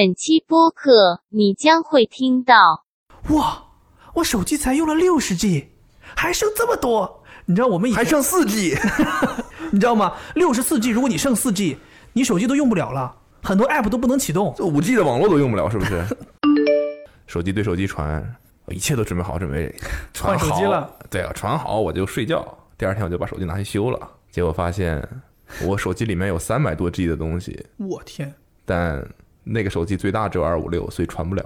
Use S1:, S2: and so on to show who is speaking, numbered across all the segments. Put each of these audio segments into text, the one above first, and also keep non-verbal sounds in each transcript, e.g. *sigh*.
S1: 本期播客你将会听到。
S2: 哇，我手机才用了六十 G，还剩这么多。你知道 *laughs* 我们以前
S3: 还剩四 G，
S2: 你知道吗？六十四 G，如果你剩四 G，你手机都用不了了，很多 App 都不能启动。
S3: *laughs* 这五 G 的网络都用不了，是不是？手机对手机传，我一切都准备好，准备
S2: 换
S3: 传
S2: 手
S3: 好
S2: 机了。
S3: 对啊，传好我就睡觉，第二天我就把手机拿去修了。结果发现我手机里面有三百多 G 的东西，
S2: 我天，
S3: 但那个手机最大只有二五六，所以传不了。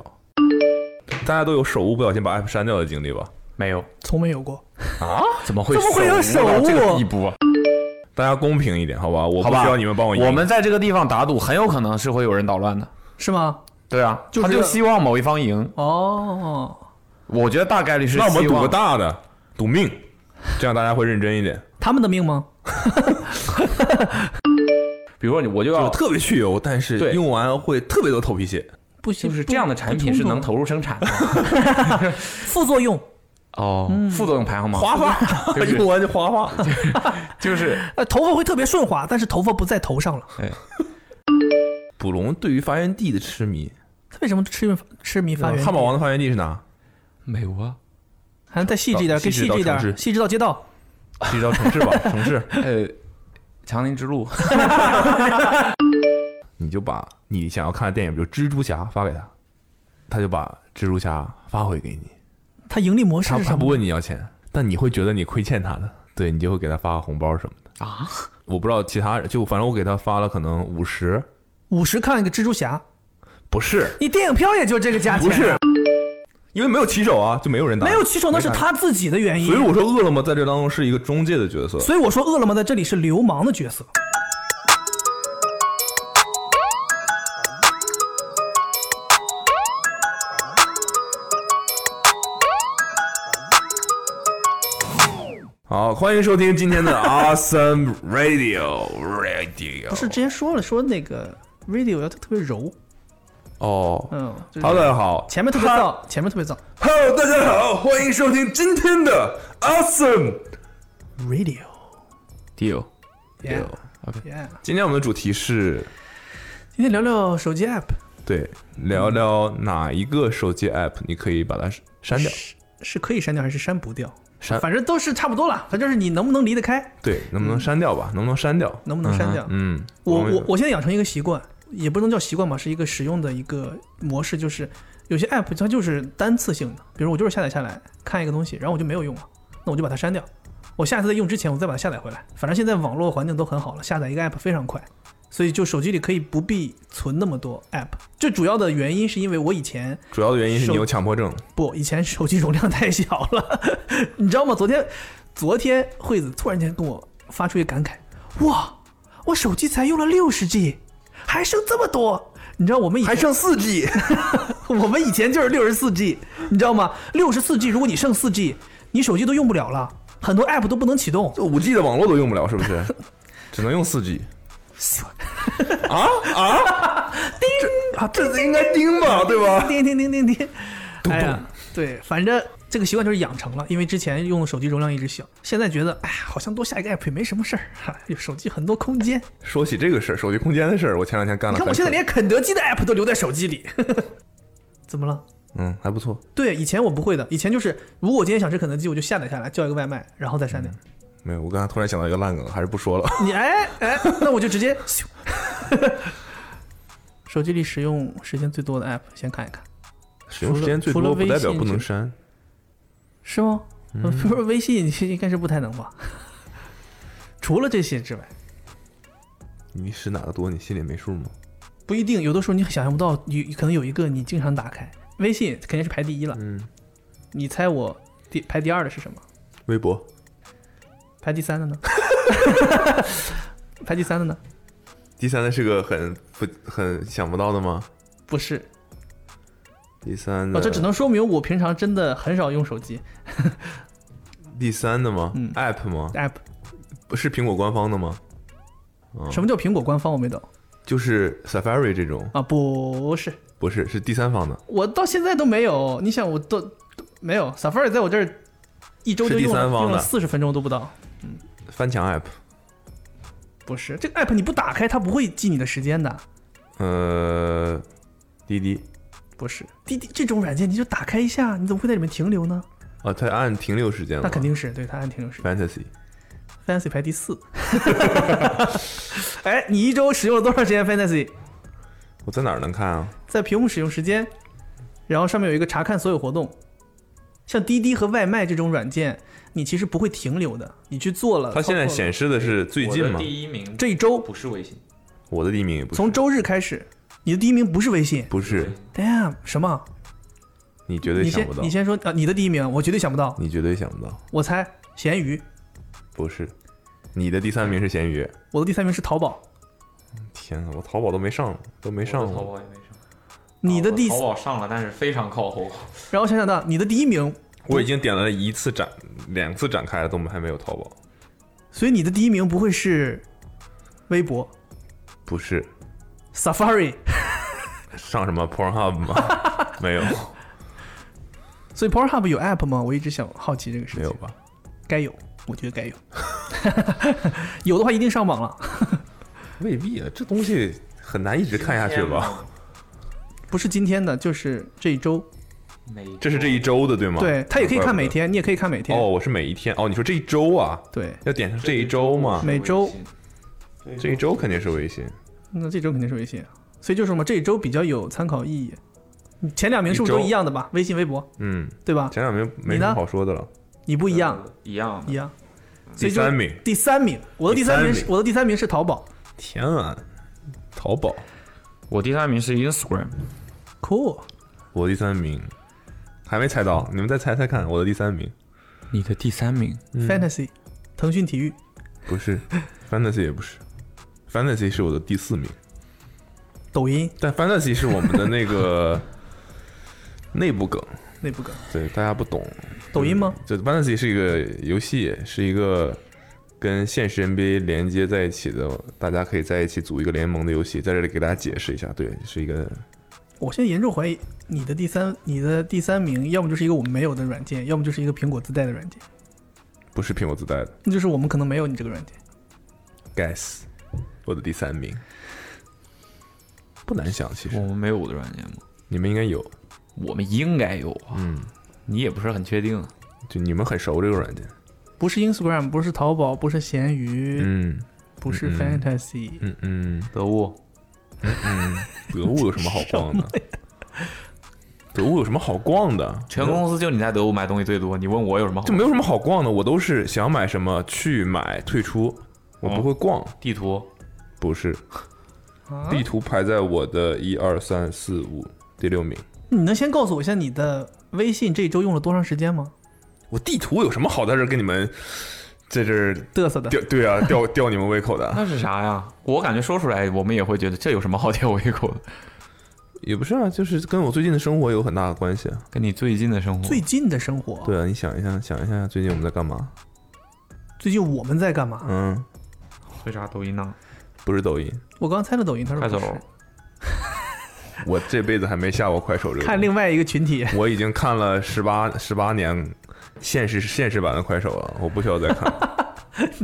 S3: 大家都有手误不小心把 app 删掉的经历吧？
S4: 没有，
S2: 从没有过。
S3: 啊，
S4: 怎么会
S2: 怎么会有
S4: 手误到这
S2: 手
S4: 个
S2: 误
S4: 地步啊？
S3: 大家公平一点，好吧？我
S4: 好
S3: 不
S4: 吧，
S3: 需要你们帮我赢。
S4: 我们在这个地方打赌，很有可能是会有人捣乱的。
S2: 是吗？
S4: 对啊，
S2: 就是
S4: 他就希望某一方赢。
S2: 哦，
S4: 我觉得大概率是希
S3: 那
S4: 望。
S3: 我们赌个大的，赌命，这样大家会认真一点。
S2: 他们的命吗？
S4: 比如说你，我就要
S3: 就特别去油，但是
S4: 对
S3: 用完会特别多头皮屑。
S2: 不行，
S4: 就是这样的
S2: 不
S4: 产品是能
S2: 不
S4: 投入生产的
S2: 副作用，
S4: 哦，
S3: 嗯
S4: 副作用排行榜
S3: 滑发，
S4: *laughs* 对不对
S3: 用完就滑发。
S4: 就是
S2: 呃，头发会特别顺滑，但是头发不在头上了。
S3: 捕龙对于发源地的痴迷，
S2: 他为什么痴迷痴迷发源地？
S3: 汉堡王的发源地是哪？
S4: 美国啊，
S2: 还能再细致一点，
S3: 细
S2: 更
S3: 致
S2: 细致一
S3: 到
S2: 点，
S3: 城市
S2: 细致到街道。
S3: 是一条城市
S2: *laughs*
S3: 吧？城市，
S4: 呃，长宁之
S3: *laughs*
S4: 路，
S3: 你就把你想要看的电影，比如蜘蛛侠发给他，他就把蜘蛛侠发回给你。
S2: 他盈利模式
S3: 他
S2: 是
S3: 他
S2: 什么
S3: 不？问你要钱，但你会觉得你亏欠他的，对你就会给他发个红包什么的
S4: 啊。
S3: 我不知道其他人，就反正我给他发了可能五十，
S2: 啊五十看一个蜘蛛侠，
S3: 不是
S2: 你电影票也就这个价钱，
S3: 不是，因为没有骑手啊，就没有人打，
S2: 没有骑手，那是
S3: 没打。
S2: 他自己的原因
S3: 所以。我说饿了么在这当中是一个中介的角色，
S2: 所以我说，饿了么在这里是流氓的角色。
S3: 好，欢迎收听今
S2: *laughs*
S3: 天的 Awesome Radio Radio。
S2: 不是之前说了说那个 radio 要特别柔，
S3: 哦，
S2: 嗯，就是
S3: 好，大家好，
S2: 前面特别燥，前面特别燥。
S3: Hello，大家好，欢迎收听今天的 Awesome。
S2: radio，
S4: deal，
S2: yeah
S4: OK
S2: yeah。
S3: 今天我们的主题是，
S2: 今天聊聊手机 app，
S3: 对，聊聊哪一个手机 app 你可以把它删掉，
S2: 是是可以删掉还是删不掉？
S3: 删
S2: 反正都是差不多了，反正就是你能不能离得开，
S3: 对，能不能删掉吧？能不能删掉？
S2: 能不能删掉。
S3: 嗯，
S2: 我
S3: 们
S2: 我我现在养成一个习惯，也不能叫习惯吧，是一个使用的一个模式，就是有些 app 它就是单次性的，比如我就是下载下来看一个东西，然后我就没有用了，那我就把它删掉。我下次再用之前，我再把它下载回来。反正现在网络环境都很好了，下载一个 app 非常快，所以就手机里可以不必存那么多 app。最主要的原因是因为我以前
S3: 主要的原因是
S2: 手
S3: 你有强迫症，
S2: 不，以前手机容量太小了，你知道吗？昨天，昨天惠子突然间跟我发出一个感慨，哇，我手机才用了六十 G，还剩这么多。你知道我们以前 *laughs*
S3: 剩四 G，
S2: 我们以前就是六十四 G，你知道吗？六十四 G，如果你剩四 G，你手机都用不了了，很多 app 都不能启动。
S3: 这五 G 的网络都用不了，是
S2: *laughs*
S3: 不是？只能用四 G。啊啊！叮啊，这应该叮吧，对吧？
S2: 叮叮叮叮叮，
S3: 咚
S2: 哎呀，对，反正这个习惯就是养成了，因为之前用的手机容量一直小，现在觉得哎呀，好像多下一个 app 也没什么事儿， *laughs* 哈有手机很多空间。
S3: 说起这个事儿，手机空间的事儿，我前两天干了
S2: 你看
S3: 很蠢。
S2: 我现在连肯德基的 app 都留在手机里， *laughs* 怎么了？
S3: 嗯还不错，
S2: 对，以前我不会的，以前就是如果我今天想吃肯德基，我就下载下来叫一个外卖，然后再删掉。
S3: 没有，我刚才突然想到一个烂梗，还是不说了。
S2: 你哎哎，那我就直接咻。 *laughs* 手机里使用时间最多的 app，先看一看，
S3: 使用时间最多不代表不能删，
S2: 是吗？ *laughs* 不是微信应该是不太能吧？ *laughs* 除了这些之外，
S3: 你使哪个多，你心里没数吗？
S2: 不一定，有的时候你想象不到，有可能有一个你经常打开，微信肯定是排第一了。
S3: 嗯，
S2: 你猜我第排第二的是什么？
S3: 微博、
S2: 排第三的呢？ *laughs* 排第三的呢？
S3: 第三的是个很不很想不到的吗？
S2: 不是，
S3: 第三的，
S2: 哦，这只能说明我平常真的很少用手机
S3: 第三的吗、
S2: 嗯
S3: a p p 吗？
S2: app。
S3: 不是苹果官方的吗？嗯哦
S2: 什么叫苹果官方？我没懂
S3: 就是 Safari 这种，
S2: 啊，不是，
S3: 不是是第三方的，
S2: 我到现在都没有。你想，我都都没有 Safari 在我这儿一周就是
S3: 第
S2: 用了
S3: 三方的
S2: 用了四十分钟都不到。
S3: 翻墙 App。
S2: 不是这个 app 你不打开它不会记你的时间的，
S3: 呃，滴滴
S2: 不是滴滴这种软件，你就打开一下，你怎么会在里面停留呢？
S3: 啊，它按停留时间了。
S2: 那肯定是对它按停留时间。
S3: fantasy，
S2: Fancy 排第四。 *laughs* 哎，你一周使用了多长时间 Fantasy？
S3: 我在哪儿能看啊？
S2: 在屏幕使用时间，然后上面有一个查看所有活动。像滴滴和外卖这种软件，你其实不会停留的，你去做了。
S3: 它现在
S2: 呃操作了
S3: 显示的是最近
S4: 我
S3: 吗
S4: 的？第一名
S2: 这一周，
S4: 不是微信，
S3: 我的第一名也不是，
S2: 从周日开始，你的第一名不是微信。
S3: 不是，
S2: Damn，什么？
S3: 你绝对
S2: 你
S3: 想
S2: 先
S3: 不到
S2: 你，先说啊，你的第一名，我绝对想不到。
S3: 你绝对想不到，
S2: 我猜咸鱼，
S3: 不是。你的第三名是咸鱼，
S2: 我的第三名是淘宝，
S3: 天啊呐，我淘宝都没上，都没
S5: 我
S3: 上
S5: 的淘
S3: 过。
S5: 宝也没上。
S2: 你的第
S5: 啊
S2: 四
S5: 我，淘宝上了，但是非常靠后。
S2: 然后想想到你的第一名，
S3: 我已经点了一次展，两次展开了，都还没有淘宝。
S2: 所以你的第一名不会是微博、
S3: 不是
S2: Safari，
S3: 上什么 Pornhub 吗？ *laughs* 没有，
S2: 所以 Pornhub 有 app 吗？我一直想好奇这个事
S3: 没有
S2: 情。
S3: 吧？
S2: 该有，我觉得该有。 *laughs* 有的话一定上榜了，
S3: 未必啊，这东西很难一直看下去吧？
S2: 不是今天的，就是这一周。
S5: 每
S3: 这是这一周的对吗？
S2: 对，它也可以看每天，你也可以看每天。
S3: 哦，我是每一天哦。你说这一周啊，
S2: 对，
S3: 要点上这一周嘛？
S2: 每周嗯
S3: 这一周肯定是微信。
S2: 那这周肯定是微信，所以就是嘛，这一周比较有参考意义。你前两名是不是
S3: 一周
S2: 都一样的吧？微信、微博，
S3: 嗯，
S2: 对吧？
S3: 前两名没
S2: 你
S3: 什
S2: 呢
S3: 么好说的了。
S2: 你不一样，
S5: 呃一样
S2: 一
S5: 的，
S2: 样。所
S3: 第
S2: 以就
S3: 三名，
S2: 第三名，我的第三名
S3: 第
S2: 是
S3: 三，名
S2: 我的第三名是淘宝。
S3: 天啊，淘宝。
S4: 我第三名是 Instagram，
S2: Cool，
S3: 我第三名，还没猜到，你们再猜猜看，我的第三名嗯
S4: 你的第三名，
S2: Fantasy，腾讯体育，
S3: 不是，Fantasy 也不是，Fantasy 是我的第四名，
S2: 抖音
S3: 但 Fantasy 是我们的那个 *laughs* 内部梗，
S2: 那不梗，
S3: 对大家不懂，
S2: 抖音吗？
S3: 这 Fantasy 是一个游戏，是一个跟现实 NBA 连接在一起的，大家可以在一起组一个联盟的游戏，在这里给大家解释一下，对，是一个
S2: 我现在严重怀疑你的第三，你的第三名，要么就是一个我们没有的软件，要么就是一个苹果自带的软件，
S3: 不是苹果自带的
S2: 那就是我们可能没有你这个软件。
S3: ，Guess，我的第三名，不难想，其
S4: 我
S3: 实
S4: 们没有我的软件吗？
S3: 你们应该有，
S4: 我们应该有啊，
S3: 嗯。
S4: 你也不是很确定啊。
S3: 就你们很熟这个软件，
S2: 不是 Instagram，不是淘宝，不是闲鱼，
S3: 嗯
S2: 不是
S3: 嗯
S2: Fantasy，、
S3: 嗯嗯，
S4: 得物，
S3: 得物有什么好逛的？
S4: *laughs*
S3: 得物有什么好逛的？
S4: 全公司就你在得物买东西最多，你问我有什么好？
S3: 就没有什么好逛的，我都是想买什么去买退出，我不会逛，
S4: 哦地图，
S3: 不是
S2: 啊
S3: 地图排在我的一二三四五第六名。
S2: 你能先告诉我一下你的微信这一周用了多长时间吗？
S3: 我地图有什么好在这儿跟你们在这儿
S2: 嘚瑟的，
S3: 吊对啊吊 *laughs* 吊你们胃口的？
S4: 那是啥呀？我感觉说出来，我们也会觉得这有什么好吊胃口的？
S3: 也不是啊，就是跟我最近的生活有很大的关系啊。
S4: 跟你最近的生活，
S2: 最近的生活，
S3: 对啊，你想一下，想一下最近我们在干嘛？
S2: 最近我们在干嘛？
S3: 嗯，
S4: 为啥抖音呢？
S3: 不是抖音，
S2: 我刚猜了抖音，他说
S4: 快
S2: 不
S4: 手
S2: 是，
S3: 我这辈子还没下过快手这个。
S2: 看另外一个群体， *laughs*
S3: 我已经看了十八十八年现实现实版的快手了，我不需要再 *laughs* 看了。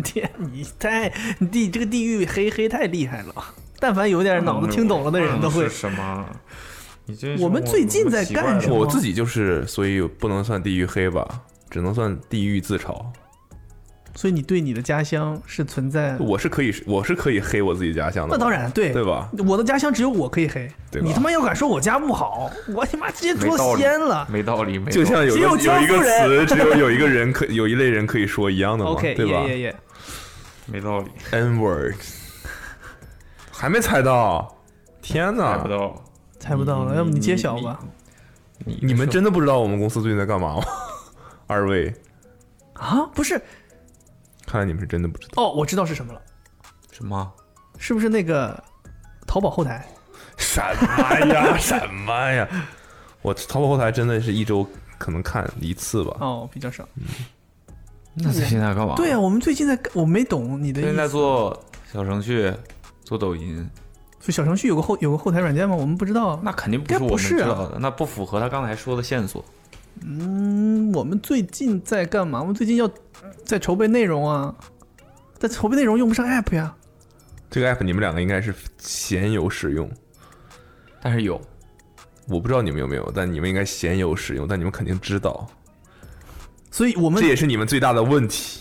S2: 天，你太你地这个地域黑黑太厉害了，但凡有点脑子听懂了的人都会
S4: 嗯
S5: 是。什么？你这
S2: 我们最近在干什么
S3: 我自己就是，所以不能算地域黑吧，只能算地域自嘲。
S2: 所以你对你的家乡是存在，
S3: 我是可以，我是可以黑我自己家乡的，
S2: 那当，然对
S3: 对吧？
S2: 我的家乡只有我可以黑，
S3: 对吧
S2: 你他妈要敢说我家不好，我他妈直接
S4: 没
S2: 捉
S4: 道理
S2: 仙了。
S4: 没道理，没道
S3: 就
S4: 理
S3: 像有
S2: 只
S3: 个
S2: 有江
S3: 有一个
S2: 苏
S3: 词，
S2: 人
S3: 只有有一个人可有一类人可以说一样的嘛
S2: OK，
S3: 对吧
S2: 也也也，
S5: 没道理，
S3: ？N word，还没猜到，天
S5: 猜
S3: 哪
S5: 不！到。
S2: 猜不到了，要不你揭晓吧？
S3: 你们真的不知道我们公司最近在干嘛吗？ *laughs* 二位，
S2: 啊，不是，
S3: 看来你们是真的不知道。
S2: 哦，我知道是什么了，
S4: 什么？
S2: 是不是那个淘宝后台？
S3: 什么呀？
S2: *laughs*
S3: 什么呀？我淘宝后台真的是一周可能看一次吧。
S2: 哦，比较少。
S3: 啊
S4: 那最近在干嘛？
S2: 对啊，我们最近在干，我没懂你的意
S4: 最近在
S2: 思。
S4: 做小程序，做抖音，
S2: 所以小程序有个后有个后台软件吗？我们不知道啊。
S4: 那肯定不是
S2: 该
S4: 我
S2: 不
S4: 们
S2: 是
S4: 知
S2: 啊
S4: 道的，那不符合他刚才说的线索。
S2: 嗯，我们最近在干嘛？我们最近要在筹备内容啊，但筹备内容用不上 app 呀。
S3: 这个 app 你们两个应该是鲜有使用，
S4: 但是有，
S3: 我不知道你们有没有，但你们应该鲜有使用，但你们肯定知道，
S2: 所以我们
S3: 这也是你们最大的问题。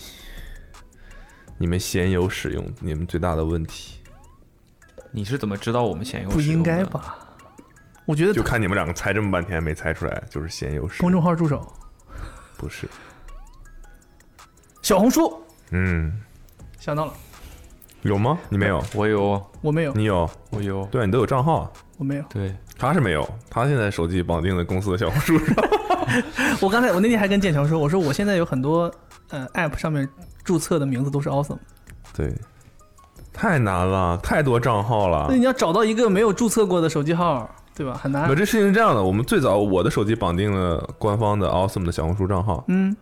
S3: 你们鲜有使用，你们最大的问题
S4: 你是怎么知道我们现有
S2: 不
S4: 使
S2: 应
S4: 用
S2: 该
S4: 的？
S2: 吧？我觉
S3: 就
S2: 得
S3: 看你们两个猜这么半天没猜出来，就是鲜有使
S2: 公
S3: 用，
S2: 众号助手、
S3: 不是？
S2: 小红书
S3: 嗯，
S2: 想到了，
S3: 有吗？你没有，
S4: 我有，
S2: 我没有，
S3: 你有？
S4: 我有，
S3: 对啊，你都有账号啊。
S2: 我没有。
S4: 对，
S3: 他是没有，他现在手机绑定的公司的小红书
S2: *laughs*
S3: 上。
S2: 我刚才我那天还跟剑桥说，我说我现在有很多呃 app 上面注册的名字都是 awesome，
S3: 对， *laughs* 太难了，太多账号了
S2: 那。你要找到一个没有注册过的手机号，对吧？很
S3: 我
S2: 难。
S3: 这事情是这样的，我们最早我的手机绑定了官方的 Awesome 的小红书账号，
S2: 嗯，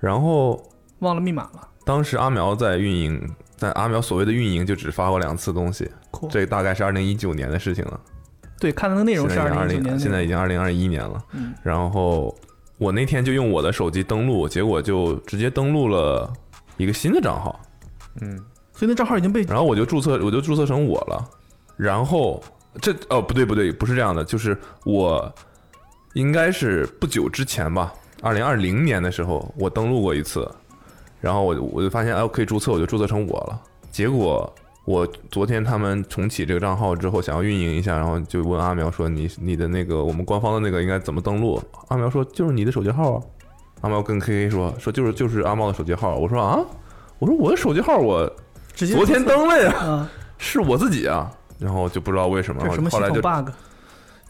S3: 然后
S2: 忘了密码了。
S3: 当时阿苗在运营，但阿苗所谓的运营就只发过两次东西，
S2: 酷，
S3: 这大概是二零一九年的事情了。
S2: 对，看的那个内容
S3: 现
S2: 是
S3: 在已
S2: 二零
S3: 经二
S2: 一九年
S3: 零，
S2: 的
S3: 现在
S2: 内
S3: 已经二零二一年了。
S2: 嗯
S3: 然后我那天就用我的手机登录，结果就直接登录了一个新的账号，
S5: 嗯，
S2: 容，所以那账号已经被
S3: 然后我就注册，我就注册成我了。然后这哦不对不对，不是这样的，就是我应该是不久之前吧，二零二零年的时候我登录过一次，然后我就我就发现哎我可以注册，我就注册成我了。结果我昨天他们重启这个账号之后，想要运营一下，然后就问阿苗说你你的那个我们官方的那个应该怎么登录？阿苗说就是你的手机号啊。阿苗跟 KK 说说就是就是阿茂的手机号，我说啊，我说我的手机号我
S2: 直接
S3: 昨天登了呀，
S2: 啊，
S3: 是我自己啊。然后就不知道为什么，
S2: 这是什么系
S3: 后来
S2: 统
S3: 就
S2: bug？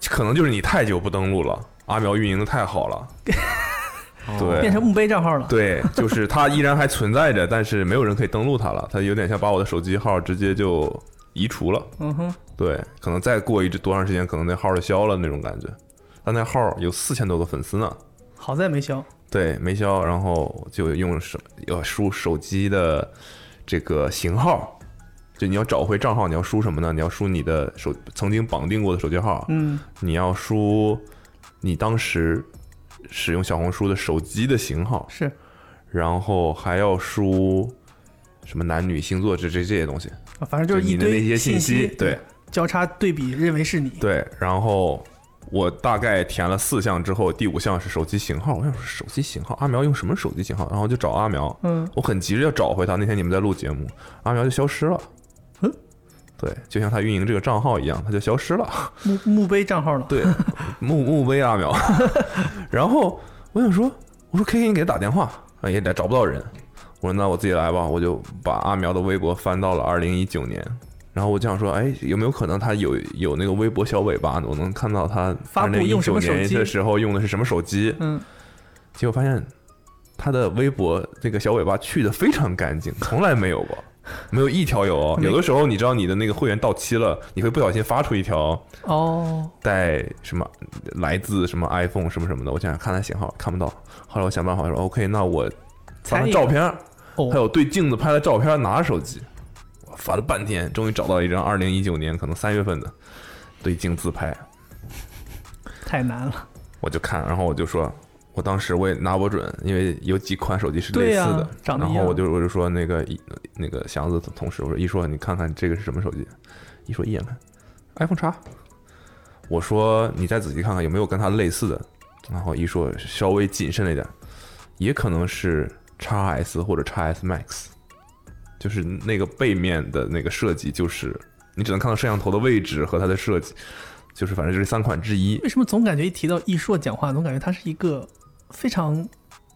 S3: 可能就是你太久不登录了，阿苗运营的太好了，对
S2: 变成墓碑账号了。
S3: 对，就是它依然还存在着，但是没有人可以登录它了，它有点像把我的手机号直接就移除了，
S2: 嗯哼，
S3: 对，可能再过一多长时间，可能那号就消了那种感觉，但那号有四千多个粉丝呢，
S2: 好在没消。
S3: 对，没消，然后就用手要输手机的这个型号，就你要找回账号，你要输什么呢？你要输你的手曾经绑定过的手机号，
S2: 嗯，
S3: 你要输你当时使用小红书的手机的型号，
S2: 是
S3: 然后还要输什么男女星座这这这些东西，
S2: 啊反正就是
S3: 你
S2: 一
S3: 的
S2: 堆
S3: 那些
S2: 信
S3: 息，对
S2: 交叉对比，认为是你。
S3: 对，然后。我大概填了四项之后，第五项是手机型号。我想说手机型号，阿苗用什么手机型号？然后就找阿苗，
S2: 嗯，
S3: 我很急着要找回他。那天你们在录节目，阿苗就消失了。
S2: 嗯，
S3: 对，就像他运营这个账号一样，他就消失了。
S2: 墓墓碑账号了。
S3: 对， *laughs* 墓墓碑啊阿苗。 *laughs* 然后我想说，我说 K K 你给他打电话，啊也得找不到人。我说那我自己来吧，我就把阿苗的微博翻到了二零一九年。然后我就想说，哎，有没有可能他有有那个微博小尾巴呢？我能看到他
S2: 发布用什么
S3: 2019
S2: 手
S3: 年
S2: 机
S3: 的时候用的是什么手机？
S2: 嗯，
S3: 结果发现他的微博这个小尾巴去的非常干净，从来没有过，没有一条有哦。
S2: 没
S3: 有的时候你知道你的那个会员到期了，你会不小心发出一条
S2: 哦，
S3: 带什么来自什么 iPhone 什么什么的，我想想看他型号看不到。后来我想办法说 OK，那我发
S2: 才
S3: 他照片儿，
S2: 哦
S3: 还有对镜子拍的照片儿，拿着手机，我翻了半天，终于找到一张二零一九年可能三月份的对镜自拍，
S2: 太难了。
S3: 我就看，然后我就说，我当时我也拿不准，因为有几款手机是类似
S2: 对
S3: 的，
S2: 呀长得
S3: 然
S2: 一
S3: 后
S2: 样
S3: 我就我就说那个一那个祥子同事，我说一说你看看这个是什么手机，一说一眼看 iPhone 叉，我说你再仔细看看有没有跟它类似的，然后一说稍微谨慎了一点，也可能是 x S 或者 x S Max，就是那个背面的那个设计就是。你只能看到摄像头的位置和它的设计，就是反正就是三款之一。
S2: 为什么总感觉一提到易硕讲话，总感觉他是一个非常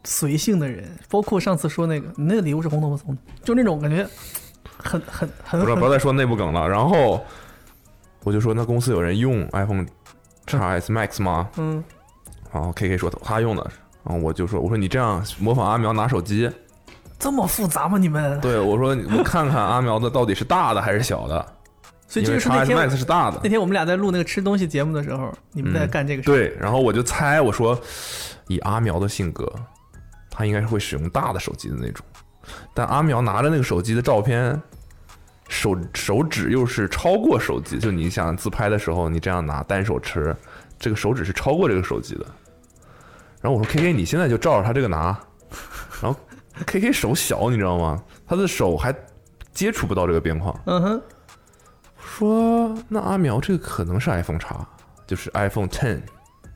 S2: 随性的人？包括上次说那个，你那个礼物是红头发送的，就那种感觉很很很 *laughs*
S3: 不是，
S2: 很
S3: 不要再说内部梗了。然后我就说，那公司有人用 iPhone XS Max 吗？
S2: 嗯，
S3: 然后 KK 说他用的，然后我就说，我说你这样模仿阿苗拿手机，
S2: 这么复杂吗？你们？
S3: 对我说我看看阿苗的到底是大的还是小的，
S2: 所以
S3: 因
S2: 这
S3: 为
S2: 就是那
S3: XS
S2: 天
S3: Max 是大的
S2: 那。天我们俩在录那个吃东西节目的时候，你们在干这个事。
S3: 对，然后我就猜，我说以阿苗的性格，他应该是会使用大的手机的那种，但阿苗拿着那个手机的照片，手手指又是超过手机，就你想自拍的时候，你这样拿单手持，这个手指是超过这个手机的。然后我说 K K，你现在就照着他这个拿，然后 K K 手小，你知道吗？他的手还接触不到这个边框。
S2: 嗯哼，
S3: 说那阿苗这个可能是 iPhone 叉，就是 iPhone Ten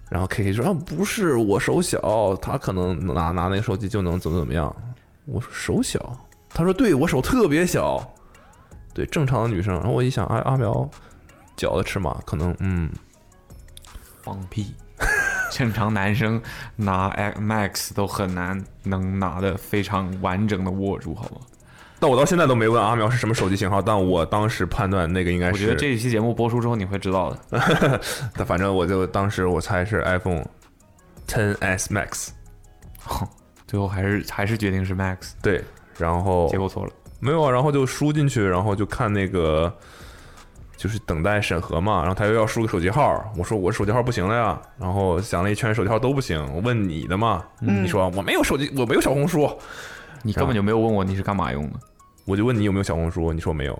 S3: 然后 K K 说啊不是我手小，他可能拿拿那个手机就能怎么怎么样。我说手小，他说对我手特别小，对正常的女生。然后我一想哎阿阿苗脚的尺码可能嗯
S5: 放
S4: *laughs*
S5: 屁！正常男生拿 Max 都很难能拿的非常完整的握住，好吗？
S3: 但我到现在都没问阿苗是什么手机型号，但我当时判断那个应该
S5: 我
S3: 是，
S5: 觉得这一期节目播出之后你会知道的。
S3: 但反正我就当时我猜是 iPhone Ten S Max，
S5: *laughs* 最后还是还是决定是 Max，
S3: 对，然后
S5: 结果错了。
S3: 没有啊，然后就输进去，然后就看那个就是等待审核嘛，然后他又要输个手机号，我说我手机号不行了呀，然后想了一圈手机号都不行，我问你的嘛，
S5: 嗯
S3: 你说我没有手机，我没有小红书，
S5: 你根本就没有问我你是干嘛用的，
S3: 我就问你有没有小红书，你说没有，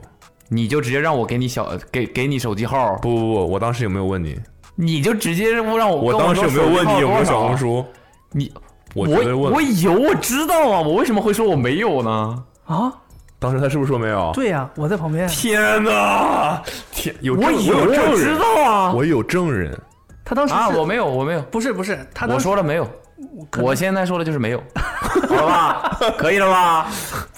S5: 你就直接让我给你小给给你手机号，
S3: 不不不，我当时有没有问你？
S5: 你就直接让我
S3: 我
S5: 跟
S3: 当时
S5: 说
S3: 有没有
S5: 手机
S3: 问
S5: 号
S3: 你有没有
S5: 多少
S3: 小红？书？
S5: 你
S3: 我绝对问
S5: 我
S3: 了，
S5: 有，我知道啊，我为什么会说我没有呢？
S2: 啊，
S3: 当时他是不是说没有？
S2: 对呀、我在旁边，
S3: 天哪，天有证
S5: 我
S3: 我有
S5: 我
S3: 证
S5: 知
S3: 人，
S5: 道啊。
S3: 我有证人，
S2: 他当时
S5: 啊，
S2: 是
S5: 我没有，我没有，
S2: 不是不是他当
S5: 我
S2: 时
S5: 说了没有，
S2: 可能
S5: 我现在说的就是没有，好了吧？可以了吧？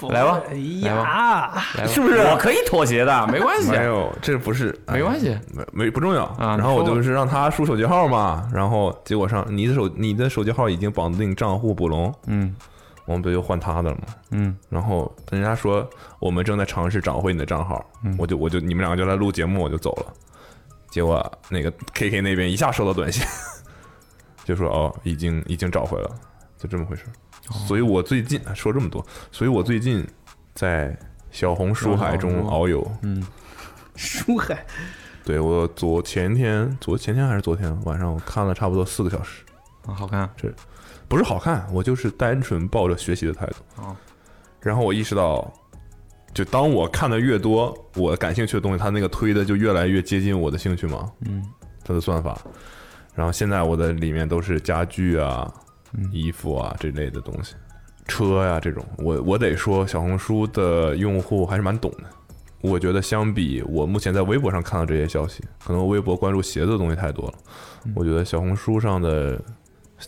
S5: 来吧，
S2: 哎
S5: 来吧，
S2: 呀，
S5: 来吧是不是？我可以妥协的，没关系
S3: 没。有，这不是，哎
S5: 没关系
S3: 没没不重要。
S5: 啊
S3: 然后我
S5: 你说吧
S3: 就是让他输手机号嘛，然后结果上你的手你的手机号已经绑定账户捕龙，
S5: 嗯
S3: 我们不就换他的了吗？
S5: 嗯，
S3: 然后人家说我们正在尝试找回你的账号，我就我就你们两个就来录节目，我就走了。结果那个 KK 那边一下收到短信， *laughs* 就说哦，已经已经找回了，就这么回事。所以我最近哎说这么多，所以我最近在小红书海中遨游。
S2: 书海
S3: 对我昨前天昨前天还是昨天晚上，我看了差不多四个小时，
S5: 啊好看。
S3: 不是好看，我就是单纯抱着学习的态度。
S5: 哦
S3: 然后我意识到，就当我看的越多，我感兴趣的东西，它那个推的就越来越接近我的兴趣嘛。
S5: 嗯，
S3: 它的算法。然后现在我的里面都是家具啊、
S5: 嗯
S3: 衣服啊这类的东西，车呀、这种。我我得说，小红书的用户还是蛮懂的。我觉得相比我目前在微博上看到这些消息，可能我微博关注鞋子的东西太多了，
S5: 嗯
S3: 我觉得小红书上的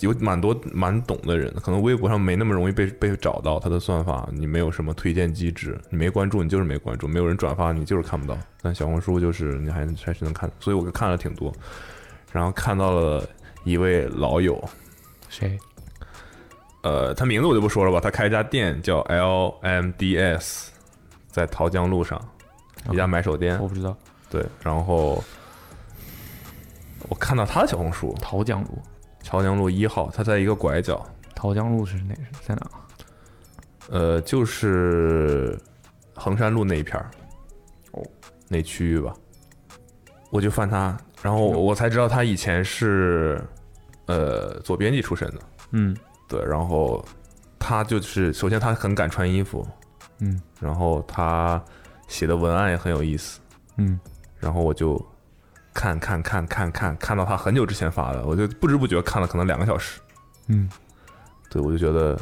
S3: 有蛮多蛮懂的人，可能微博上没那么容易被被找到它的算法，你没有什么推荐机制，你没关注你就是没关注，没有人转发你就是看不到。但小红书就是你还还是能看，所以我看了挺多，然后看到了一位老友，
S5: 谁？
S3: 呃，他名字我就不说了吧，他开一家店叫 LMDS，在桃江路上一家买手店
S5: 我不知道。
S3: 对，然后我看到他的小红书，
S5: 桃江路，
S3: 朝阳路一号，他在一个拐角，
S5: 桃江路是哪？在哪？
S3: 呃，就是衡山路那一片儿，
S5: 哦，
S3: 那区域吧。我就翻他，然后我才知道他以前是呃做编辑出身的，
S5: 嗯，
S3: 对，然后他就是首先他很敢穿衣服，
S5: 嗯，
S3: 然后他写的文案也很有意思，
S5: 嗯，
S3: 然后我就看看看看看看到他很久之前发的，我就不知不觉看了可能两个小时，
S5: 嗯，
S3: 对，我就觉得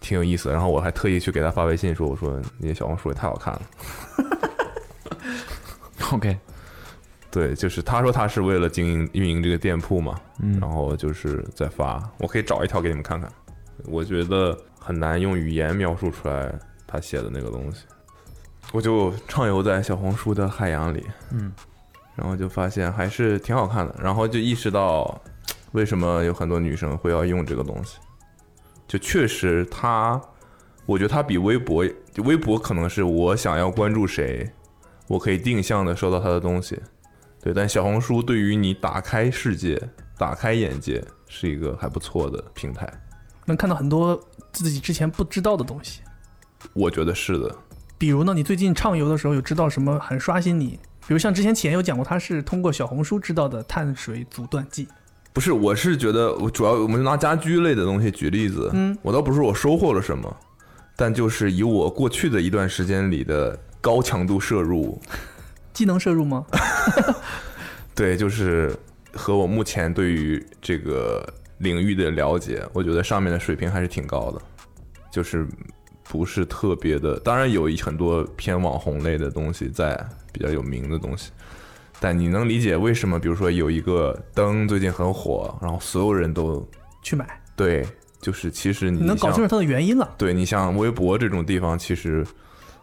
S3: 挺有意思的，然后我还特意去给他发微信说，我说你的小红书也太好看了，
S5: OK，
S3: 对，就是他说他是为了经营运营这个店铺嘛，
S5: 嗯
S3: 然后就是在发，我可以找一条给你们看看。我觉得很难用语言描述出来他写的那个东西，我就畅游在小红书的海洋里，
S5: 嗯，
S3: 然后就发现还是挺好看的，然后就意识到为什么有很多女生会要用这个东西，就确实它，我觉得它比微博，就微博可能是我想要关注谁，我可以定向的收到他的东西，对，但小红书对于你打开世界、打开眼界是一个还不错的平台，
S2: 能看到很多自己之前不知道的东西，
S3: 我觉得是的。
S2: 比如呢，你最近畅游的时候有知道什么很刷新你？比如像之前前有讲过，他是通过小红书知道的碳水阻断剂。
S3: 不是，我是觉得我主要我们就拿家居类的东西举例子，
S2: 嗯，
S3: 我倒不是说我收获了什么，但就是以我过去的一段时间里的高强度摄入，
S2: 技能摄入吗？
S3: 对，就是和我目前对于这个领域的了解，我觉得上面的水平还是挺高的，就是不是特别的。当然有一很多偏网红类的东西在，比较有名的东西，但你能理解为什么，比如说有一个灯最近很火，然后所有人都
S2: 去买，
S3: 对，就是其实
S2: 你
S3: 你
S2: 能搞
S3: 像
S2: 清楚它的原因了。
S3: 对你像微博这种地方，其实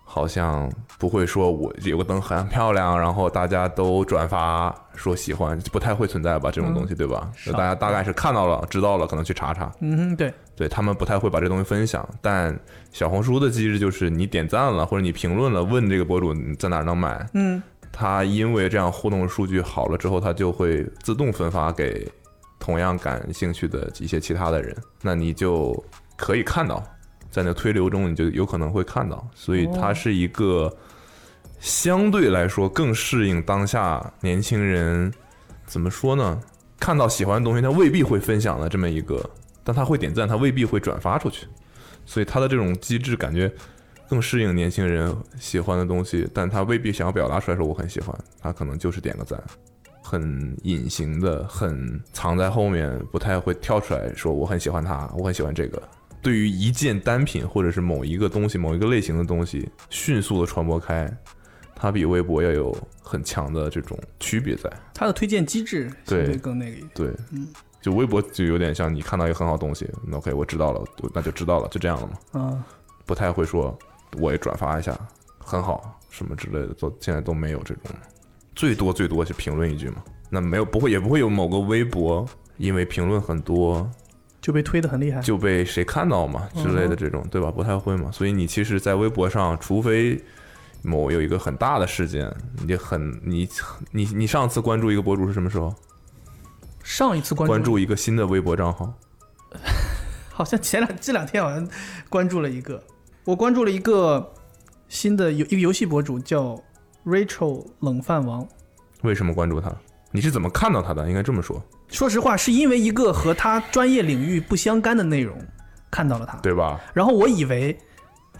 S3: 好像不会说我有个灯很漂亮，然后大家都转发说喜欢，不太会存在吧？这种东西、对吧？
S2: 少
S3: 就大家大概是看到了、知道了，可能去查查。
S2: 嗯哼，对，
S3: 对他们不太会把这东西分享，但小红书的机制就是你点赞了或者你评论了，问这个博主你在哪儿能买，
S2: 嗯，
S3: 他因为这样互动数据好了之后，他就会自动分发给同样感兴趣的一些其他的人，那你就可以看到，在那推流中你就有可能会看到，所以它是一个相对来说更适应当下年轻人怎么说呢？看到喜欢的东西，他未必会分享的这么一个，但他会点赞，他未必会转发出去，所以他的这种机制感觉更适应年轻人喜欢的东西，但他未必想要表达出来说我很喜欢，他可能就是点个赞，很隐形的，很藏在后面，不太会跳出来说我很喜欢他，我很喜欢这个。对于一件单品或者是某一个东西、某一个类型的东西，迅速的传播开，它比微博要有很强的这种区别在。
S2: 它的推荐机制相
S3: 对
S2: 对更那个一点。
S3: 对，
S2: 嗯
S3: 就微博就有点像你看到一个很好东西，那 OK，我知道了，我那就知道了，就这样了嘛，
S2: 嗯，
S3: 不太会说我也转发一下，很好什么之类的，都现在都没有这种，最多最多是评论一句嘛，那没有不会也不会有某个微博因为评论很多
S2: 就被推的很厉害。
S3: 就被谁看到嘛之类的这种，对吧？不太会嘛，所以你其实，在微博上，除非某有一个很大的事件，你就很你你你上次关注一个博主是什么时候？
S2: 上一次关
S3: 关注一个新的微博账号。
S2: 好像前两这两天好像关注了一个，我关注了一个新的游一个游戏博主叫 Rachel 冷饭王。
S3: 为什么关注他？你是怎么看到他的？应该这么说，
S2: 说实话，是因为一个和他专业领域不相干的内容看到了他，
S3: 对吧？
S2: 然后我以为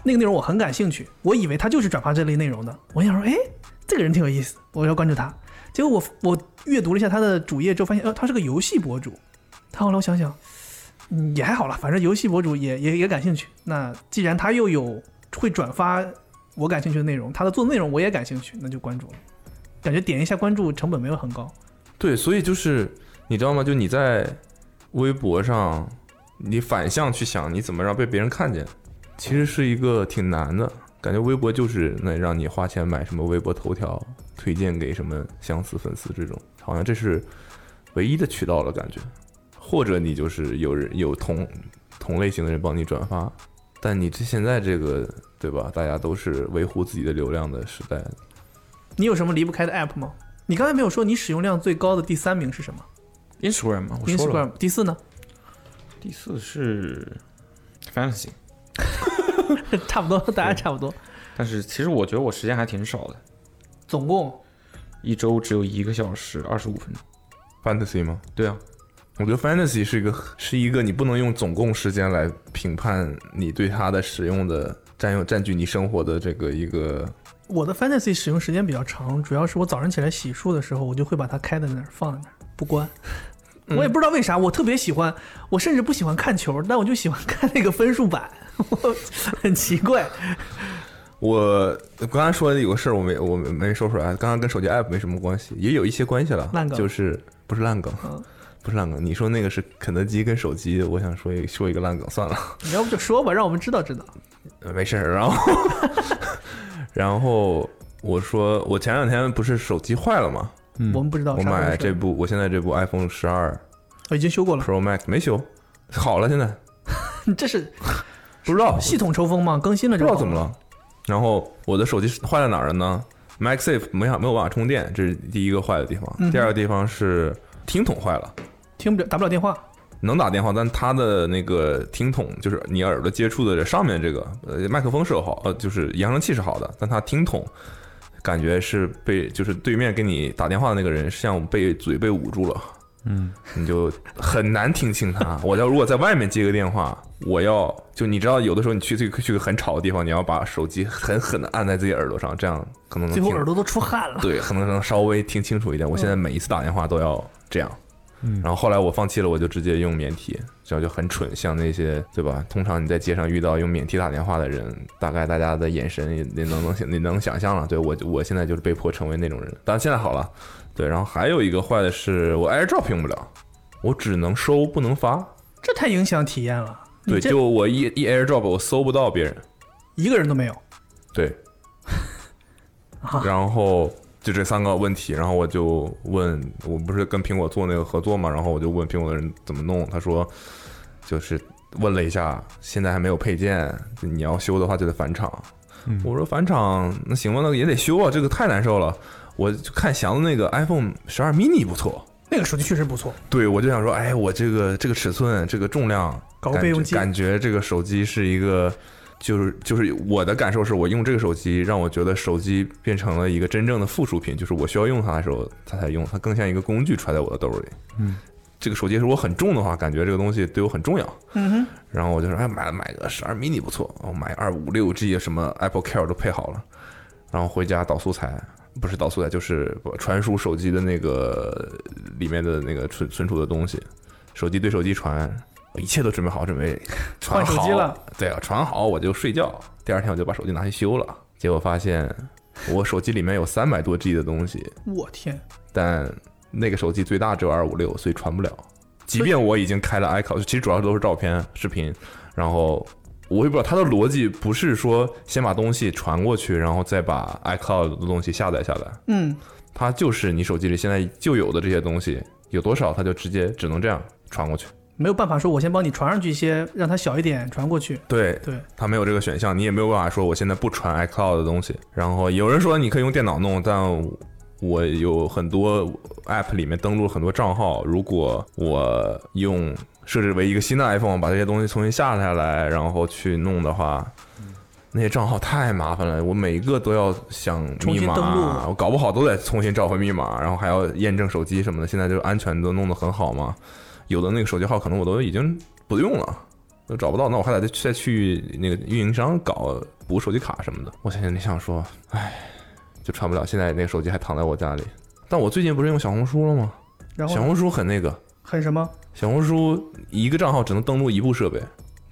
S2: 那个内容我很感兴趣，我以为他就是转发这类内容的。我想说，哎，这个人挺有意思，我要关注他。结果我我阅读了一下他的主页之后，发现呃他是个游戏博主。他后来我想想，嗯也还好啦，反正游戏博主也也也感兴趣。那既然他又有会转发我感兴趣的内容，他的做的内容我也感兴趣，那就关注了。感觉点一下关注成本没有很高，
S3: 对，所以就是你知道吗？就你在微博上，你反向去想，你怎么让被别人看见，其实是一个挺难的。感觉微博就是那让你花钱买什么微博头条，推荐给什么相似粉丝这种，好像这是唯一的渠道了，感觉。或者你就是有人有同同类型的人帮你转发，但你这现在这个对吧？大家都是维护自己的流量的时代，
S2: 你有什么离不开的 app 吗？你刚才没有说你使用量最高的第三名是什么
S5: Instagram 嘛，我说了
S2: ？Instagram 第四呢？ *laughs*
S5: 第四是 Fantasy，
S2: 差不多，大家差不多。
S5: 但是其实我觉得我时间还挺少的，
S2: 总共
S5: 一周只有一个小时二十五分钟。
S3: fantasy 吗？
S5: 对啊，
S3: 我觉得 fantasy 是一个是一个你不能用总共时间来评判你对它的使用的占用占据你生活的这个一个
S2: 我的 Fantasy 使用时间比较长，主要是我早上起来洗漱的时候，我就会把它开在那儿，放在那儿不关。
S3: 嗯
S2: 我也不知道为啥，我特别喜欢，我甚至不喜欢看球，但我就喜欢看那个分数板， *laughs* 我很奇怪。
S3: 我刚才说的有个事儿，我没我没没说出来，刚刚跟手机 app 没什么关系，也有一些关系了。
S2: 烂梗
S3: 就是不是烂梗，
S2: 嗯
S3: *laughs* 不是烂梗。你说那个是肯德基跟手机，我想说一说一个烂梗算了，
S2: 你要不就说吧，让我们知道知道。
S3: 呃没事儿。
S2: *laughs*
S3: 然后然后我说我前两天不是手机坏了吗？
S2: 我们不知道
S3: 嗯我
S2: 哦啥时候
S3: 买
S2: 的事
S3: 这部我现在这部 iPhone 十二
S2: 哦已经修过了， *laughs*
S3: Pro Max 没修，好了现在
S2: 这是
S3: 不知道
S2: 系统抽风吗？更新了
S3: 不
S2: 这
S3: 知
S2: 个
S3: 道怎么了。然后我的手机是坏在哪儿了呢？MagSafe 没法没有办法充电，这是第一个坏的地
S2: 嗯哼
S3: 方。第二个地方是听筒坏了，
S2: 听不了，打不了电话。
S3: 能打电话，但它的那个听筒就是你耳朵接触的这上面这个呃麦克风是好，呃就是扬声器是好的，但它听筒感觉是被就是对面给你打电话的那个人像被嘴被捂住了。
S5: 嗯，
S3: *laughs* 你就很难听清他。我要如果在外面接个电话，我要就你知道，有的时候你去去去个很吵的地方，你要把手机狠狠的按在自己耳朵上，这样可能能
S2: 最
S3: 嗯听
S2: 后耳朵都出汗 *laughs* 了。
S3: 对，可能能稍微听清楚一点。
S2: 嗯
S3: 我现在每一次打电话都要这样。然后后来我放弃了，我就直接用免提，这样就很蠢。像那些对吧？通常你在街上遇到用免提打电话的人，大概大家 *laughs* 的眼神也也能能想你能想象了。对我我现在就是被迫成为那种人，但现在好了。对，然后还有一个坏的是我 AirDrop 用不了，我只能收不能发。
S2: 这太影响体验了。你
S3: 对，
S2: 这
S3: 就我一一 AirDrop 我搜不到别人。
S2: 一个人都没有。
S3: 对
S2: 啊，
S3: 然后就这三个问题，然后我就问，我不是跟苹果做那个合作嘛，然后我就问苹果的人怎么弄，他说就是问了一下，现在还没有配件，你要修的话就得返厂。我说返厂那行吧，那也得修啊，这个太难受了。我就看祥子那个 iPhone 十二 mini 不错，
S2: 那个手机确实不错，
S3: 对我就想说，哎，我这个这个尺寸，这个重量，
S2: 搞个
S3: 感
S2: 备用
S3: 觉
S2: 机
S3: 感觉这个手机是一个，就是就是我的感受是我用这个手机，让我觉得手机变成了一个真正的附属品，就是我需要用它的时候它才用，它更像一个工具揣在我的兜里。
S5: 嗯，
S3: 这个手机如果很重的话，感觉这个东西对我很重要。
S2: 嗯
S3: 然后我就说，哎，买了买个十二 mini 不错，我买二五六 G 什么 Apple Care 都配好了，然后回家导素材，不是导素材，就是传输手机的那个呃里面的那个存存储的东西，手机对手机传，一切都准备好，准备传
S2: *laughs*
S3: 好
S2: 换手机了，
S3: 对啊，传好我就睡觉，第二天我就把手机拿去修了，结果发现我手机里面有三百多 G 的东西，
S2: 哼，我天，
S3: 但那个手机最大只有二五六，所以传不了。即便我已经开了 iCloud，其实主要都是照片、视频，然后我也不知道它的逻辑不是说先把东西传过去，然后再把 iCloud 的东西下载下来，
S2: 嗯，
S3: 它就是你手机里现在就有的这些东西有多少，它就直接只能这样传过去。
S2: 没有办法说，我先帮你传上去一些，让它小一点传过去。
S3: 对，
S2: 对，
S3: 它没有这个选项，你也没有办法说我现在不传 iCloud 的东西。然后有人说你可以用电脑弄，但我有很多 App 里面登录了很多账号，如果我用设置为一个新的 iPhone，把这些东西重新下下来，然后去弄的话。那些账号太麻烦了，我每一个都要想
S2: 重
S3: 密
S2: 新
S3: 码
S2: 登录，
S3: 我搞不好都得重新找回密码，然后还要验证手机什么的。现在就是安全都弄得很好嘛，有的那个手机号可能我都已经不用了，都找不到，那我还得再去那个运营商搞补手机卡什么的。我现在想说，唉，就传不了。现在那个手机还躺在我家里，但我最近不是用小红书了吗？
S2: 然
S3: 小
S2: 后
S3: 红书很那个，
S2: 很什么？
S3: 小红书一个账号只能登录一部设备。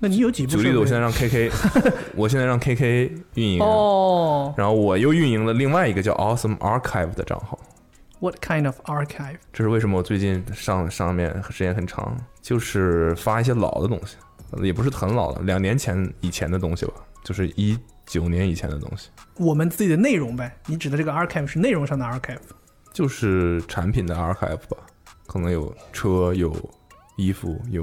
S2: 那你有几部
S3: 举
S2: 设备？
S3: 例子，我现在
S2: *laughs*
S3: 让 KK，我现在让 KK 运营，
S2: 哦、
S3: 然后我又运营了另外一个叫 Awesome Archive 的账号。
S2: w h a t kind of archive？
S3: 这是为什么我最近上上面时间很长，就是发一些老的东西，也不是很老的，两年前以前的东西吧，就是一九年以前的东西，
S2: 我们自己的内容呗。你指的这个 archive 是内容上的 archive，
S3: 就是产品的 archive 吧，可能有车，有衣服，有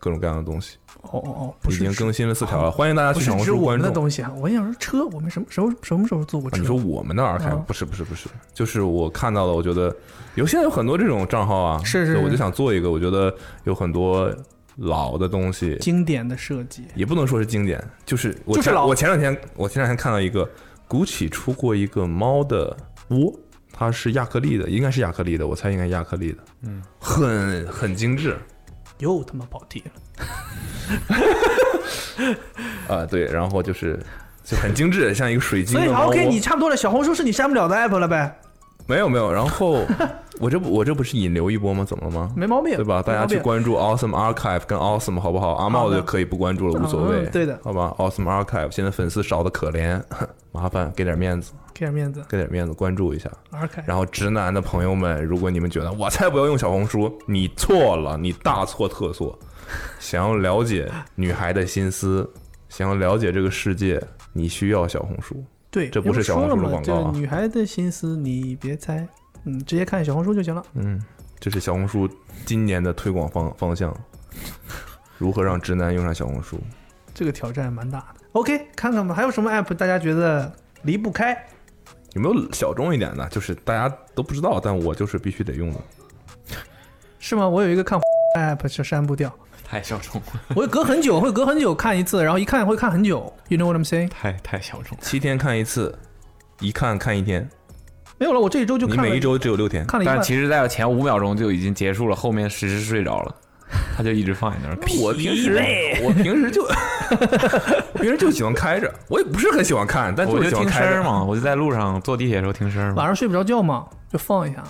S3: 各种各样的东西，
S2: 哦哦哦，不
S3: 已
S2: 是
S3: 经
S2: 指，
S3: 更新了四条了，欢迎大家
S2: 不
S3: 去
S2: 是
S3: 小红
S2: 指
S3: 书
S2: 我
S3: 关
S2: 们
S3: 注
S2: 的。东西啊。我想说车，我们什么什么什么时候做过
S3: 啊
S2: 车？
S3: 你说我们的 archive
S2: 啊
S3: 不是不是不是，就是我看到了，我觉得有现在有很多这种账号啊，
S2: 是是
S3: 所以
S2: 是
S3: 我就想做一个，我觉得有很多老的东西，
S2: 经典的设计，
S3: 也不能说是经典，就是我
S2: 就是
S3: 前
S2: 老
S3: 我前两天我前两天看到一个 Gucci 出过一个猫的窝，它是亚克力的，应该是亚克力的，我猜应该亚克力的，嗯，很很精致，
S2: 又他妈跑题了。
S3: 啊、对，然后就是 *laughs* 就很精致，像一个水晶
S2: 所以
S3: 的猫
S2: 好
S3: 窝。
S2: ，OK，你差不多了。小红书是你删不了的 app 了呗？
S3: 没有没有，然后 *laughs* 我这不我这不是引流一波吗？怎么了吗？
S2: 没毛病，
S3: 对吧？大家
S2: 没毛
S3: 去
S2: 病
S3: 关注 Awesome Archive 跟 Awesome 好不好？阿茂
S2: 好的
S3: 就可以不关注了，无所谓。
S2: 嗯对的
S3: 好吧？Awesome Archive 现在粉丝少的可怜， *laughs* 麻烦给点面子，
S2: 给点面子
S3: 给点面子，关注一下。
S2: ，archive。
S3: 然后直男的朋友们，如果你们觉得我才不要用小红书，你错了，你大错特错。想要了解女孩的心思，想要了解这个世界，你需要小红书。
S2: 对，
S3: 这不是
S2: 要
S3: 小红
S2: 说了
S3: 书的
S2: 嘛
S3: 广告啊
S2: 这女孩的心思你别猜，嗯，直接看小红书就行了。
S3: 嗯，这是小红书今年的推广方方向，如何让直男用上小红书？
S2: 这个挑战蛮大的。OK，看看吧，还有什么 app 大家觉得离不开？
S3: 有没有小众一点的？就是大家都不知道，但我就是必须得用的。
S2: 是吗？我有一个看 *laughs* app 是删不掉，
S5: *laughs* 太小众了，
S2: 我会隔很久，会隔很久看一次，然后一看会看很久。You know what I'm saying？
S5: 太太小众了。
S3: 七天看一次，一看看一天，
S2: 没有了，我这一周就
S3: 你
S2: 看了
S3: 每一周只有六天。
S2: 看了一
S5: 但
S2: 半。
S5: 其实在前五秒钟就已经结束了，后面实时睡着了，他就一直放在那儿。
S3: 哎我平时我平
S5: *laughs*
S3: 时就我平时就喜欢开着，我也不是很喜欢看，但
S5: 我
S3: 是喜
S5: 就
S3: 欢
S5: 听声
S3: 开着。
S5: 儿嘛，我就在路上坐地铁的时候听声儿
S2: 晚
S5: 嘛。
S2: 上睡不着觉嘛，就放一下，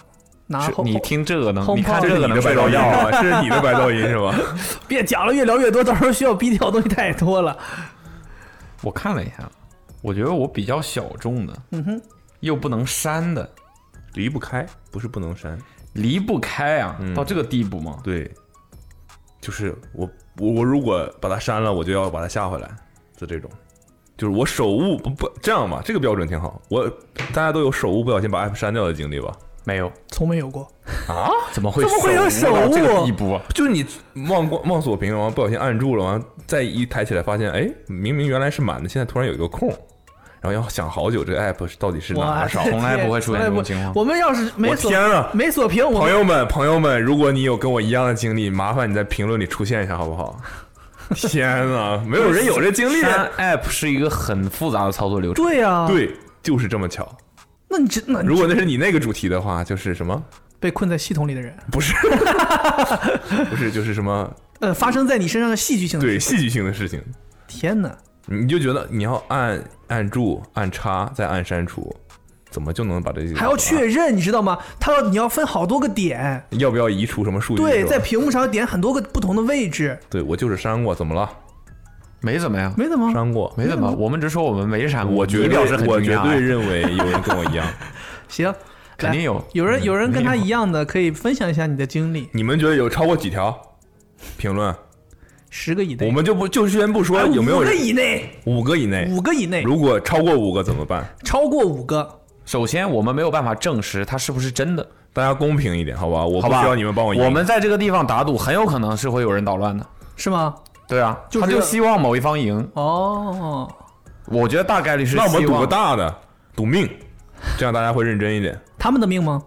S2: 拿
S5: 是
S2: 后
S5: 你听这个能，
S2: HomePod
S5: 你看
S3: 这
S5: 这
S3: 是
S5: 个
S3: 你的
S5: 能
S3: 白
S5: 睡
S3: 噪
S5: 着
S3: 音
S5: 觉吗？
S3: 啊，这是你的白噪
S5: *laughs*
S3: 音是吧？
S2: 别讲了，越聊越多，到时候需要逼掉的东西太多了。
S5: 我看了一下，我觉得我比较小众的，
S2: 嗯哼，
S5: 又不能删的，
S3: 离不开，不是不能删。
S5: 离不开啊，
S3: 嗯
S5: 到这个地步吗？
S3: 对，就是我我我如果把它删了，我就要把它下回来，就这种。就是我手误不不这样吧，这个标准挺好。我大家都有手误不小心把 app 删掉的经历吧？
S5: 没有，
S2: 从没有过。
S5: 啊？怎么会
S2: 怎么会有手
S5: 手到这
S2: 误
S5: 个地步啊？
S3: 就是你忘光忘锁屏了，完不小心按住了，完再一抬起来发现，哎，明明原来是满的，现在突然有一个空，然后要想好久这个 app 是到底是哪
S2: *laughs* 哇
S3: 儿少。
S5: 从来不会出现这种情况
S2: 我们要是没
S3: 我
S2: 锁
S3: 天啊！
S2: 没锁屏，我
S3: 朋
S2: 们
S3: 友们，朋友们，如果你有跟我一样的经历，麻烦你在评论里出现一下，好不
S2: *laughs*
S3: 好？天哪，没有人有这经历。
S2: 啊
S5: 删 app 是一个很复杂的操作流程，
S2: 对呀，，
S3: 对，就是这么巧。
S2: 那你这那你
S3: 如果那是你那个主题的话，就是什么？
S2: 被困在系统里的人，
S3: 不是，不是，就是什么？
S2: 呃，发生在你身上的戏剧性的
S3: 对，
S2: 事情，
S3: 戏剧性的事情，
S2: 天哪，
S3: 你就觉得你要按按住、按叉，再按删除，怎么就能把这些
S2: 还要确认，你知道吗？他要你要分好多个点，
S3: 要不要移除什么数据？
S2: 对，
S3: 是吧
S2: 在屏幕上要点很多个不同的位置，
S3: 对我就是删过，怎么了？
S5: 没怎么呀，
S2: 没怎么，
S3: 删过，
S5: 没怎么，我们只说我们没删过，
S3: 我
S5: 你
S3: 绝对
S5: 嗯表示很啊
S3: 我
S5: 惊
S3: 绝
S5: 讶
S3: 对
S5: 呀
S3: 认为有人跟我
S5: *laughs*
S3: 一样。
S2: 行，
S5: 肯定
S2: 来
S5: 有
S2: 有
S3: 嗯
S2: 人有人跟他
S5: 没有
S2: 一样的，可以分享一下你的经历，
S3: 你们觉得有超过几条评论？
S2: 十个以内，
S3: 我们就不就先不说
S2: 哎
S3: 有没有
S2: 五个
S3: 人
S2: 以内，
S3: 五个以内，
S2: 五个以内，
S3: 如果超过五个怎么办？
S2: 超过五个，
S5: 首先，我们没有办法证实它是不是真的，
S3: 大家公平一点，好吧？我
S5: 好
S3: 不
S5: 吧？
S3: 需要你们帮我
S5: 我
S3: 赢。
S5: 们在这个地方打赌，很有可能是会有人捣乱的。
S2: 是吗？
S5: 对啊，
S2: 就是
S5: 他就希望某一方赢，
S2: 哦，
S5: 我觉得大概率是希
S3: 那
S5: 望。
S3: 我们赌个大的，赌命，这样大家会认真一点。
S2: 他们的命吗？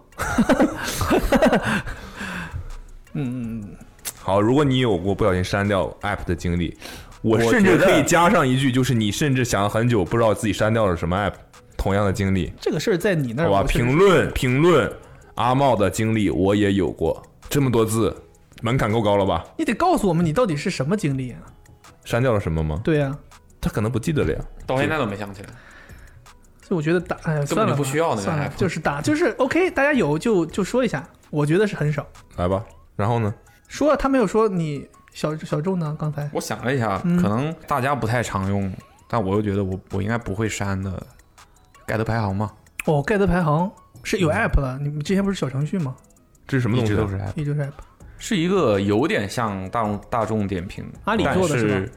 S3: 好，如果你有过不小心删掉 app 的经历，我
S5: 我
S3: 甚至
S5: 觉得
S3: 可以加上一句，就是你甚至想了很久，不知道自己删掉了什么 app，同样的经历，
S2: 这个事儿在你那儿，
S3: 好吧？
S2: 我确实
S3: 评论评论，阿茂的经历我也有过，这么多字，门槛够高了吧？
S2: 你得告诉我们你到底是什么经历啊？
S3: 删掉了什么吗？
S2: 对啊，
S3: 他可能不记得了呀。
S5: 到现在都没想起来。
S2: 所以我觉得打，哎呀，
S5: 根本就
S2: 算了吧，
S5: 不需要那个
S2: 算了，
S5: app
S2: 就是打，就是 OK，大家有就就说一下，我觉得是很少。
S3: 来吧，然后呢？
S2: 说了他没有说你小小众呢？刚才
S5: 我想了一下，
S2: 嗯
S5: 啊可能大家不太常用，但我又觉得我我应该不会删的。盖德排行吗？
S2: 哦，盖德排行是
S5: 嗯
S2: 有 app 了，你们之前不是小程序吗？
S3: 这是什么
S5: 一
S3: 东西
S5: 直
S3: 啊？
S5: 都是 app，
S2: 也就是 app，
S5: 是一个有点像大众大众点评，
S2: 阿里做的
S5: 但
S2: 是吧
S5: 是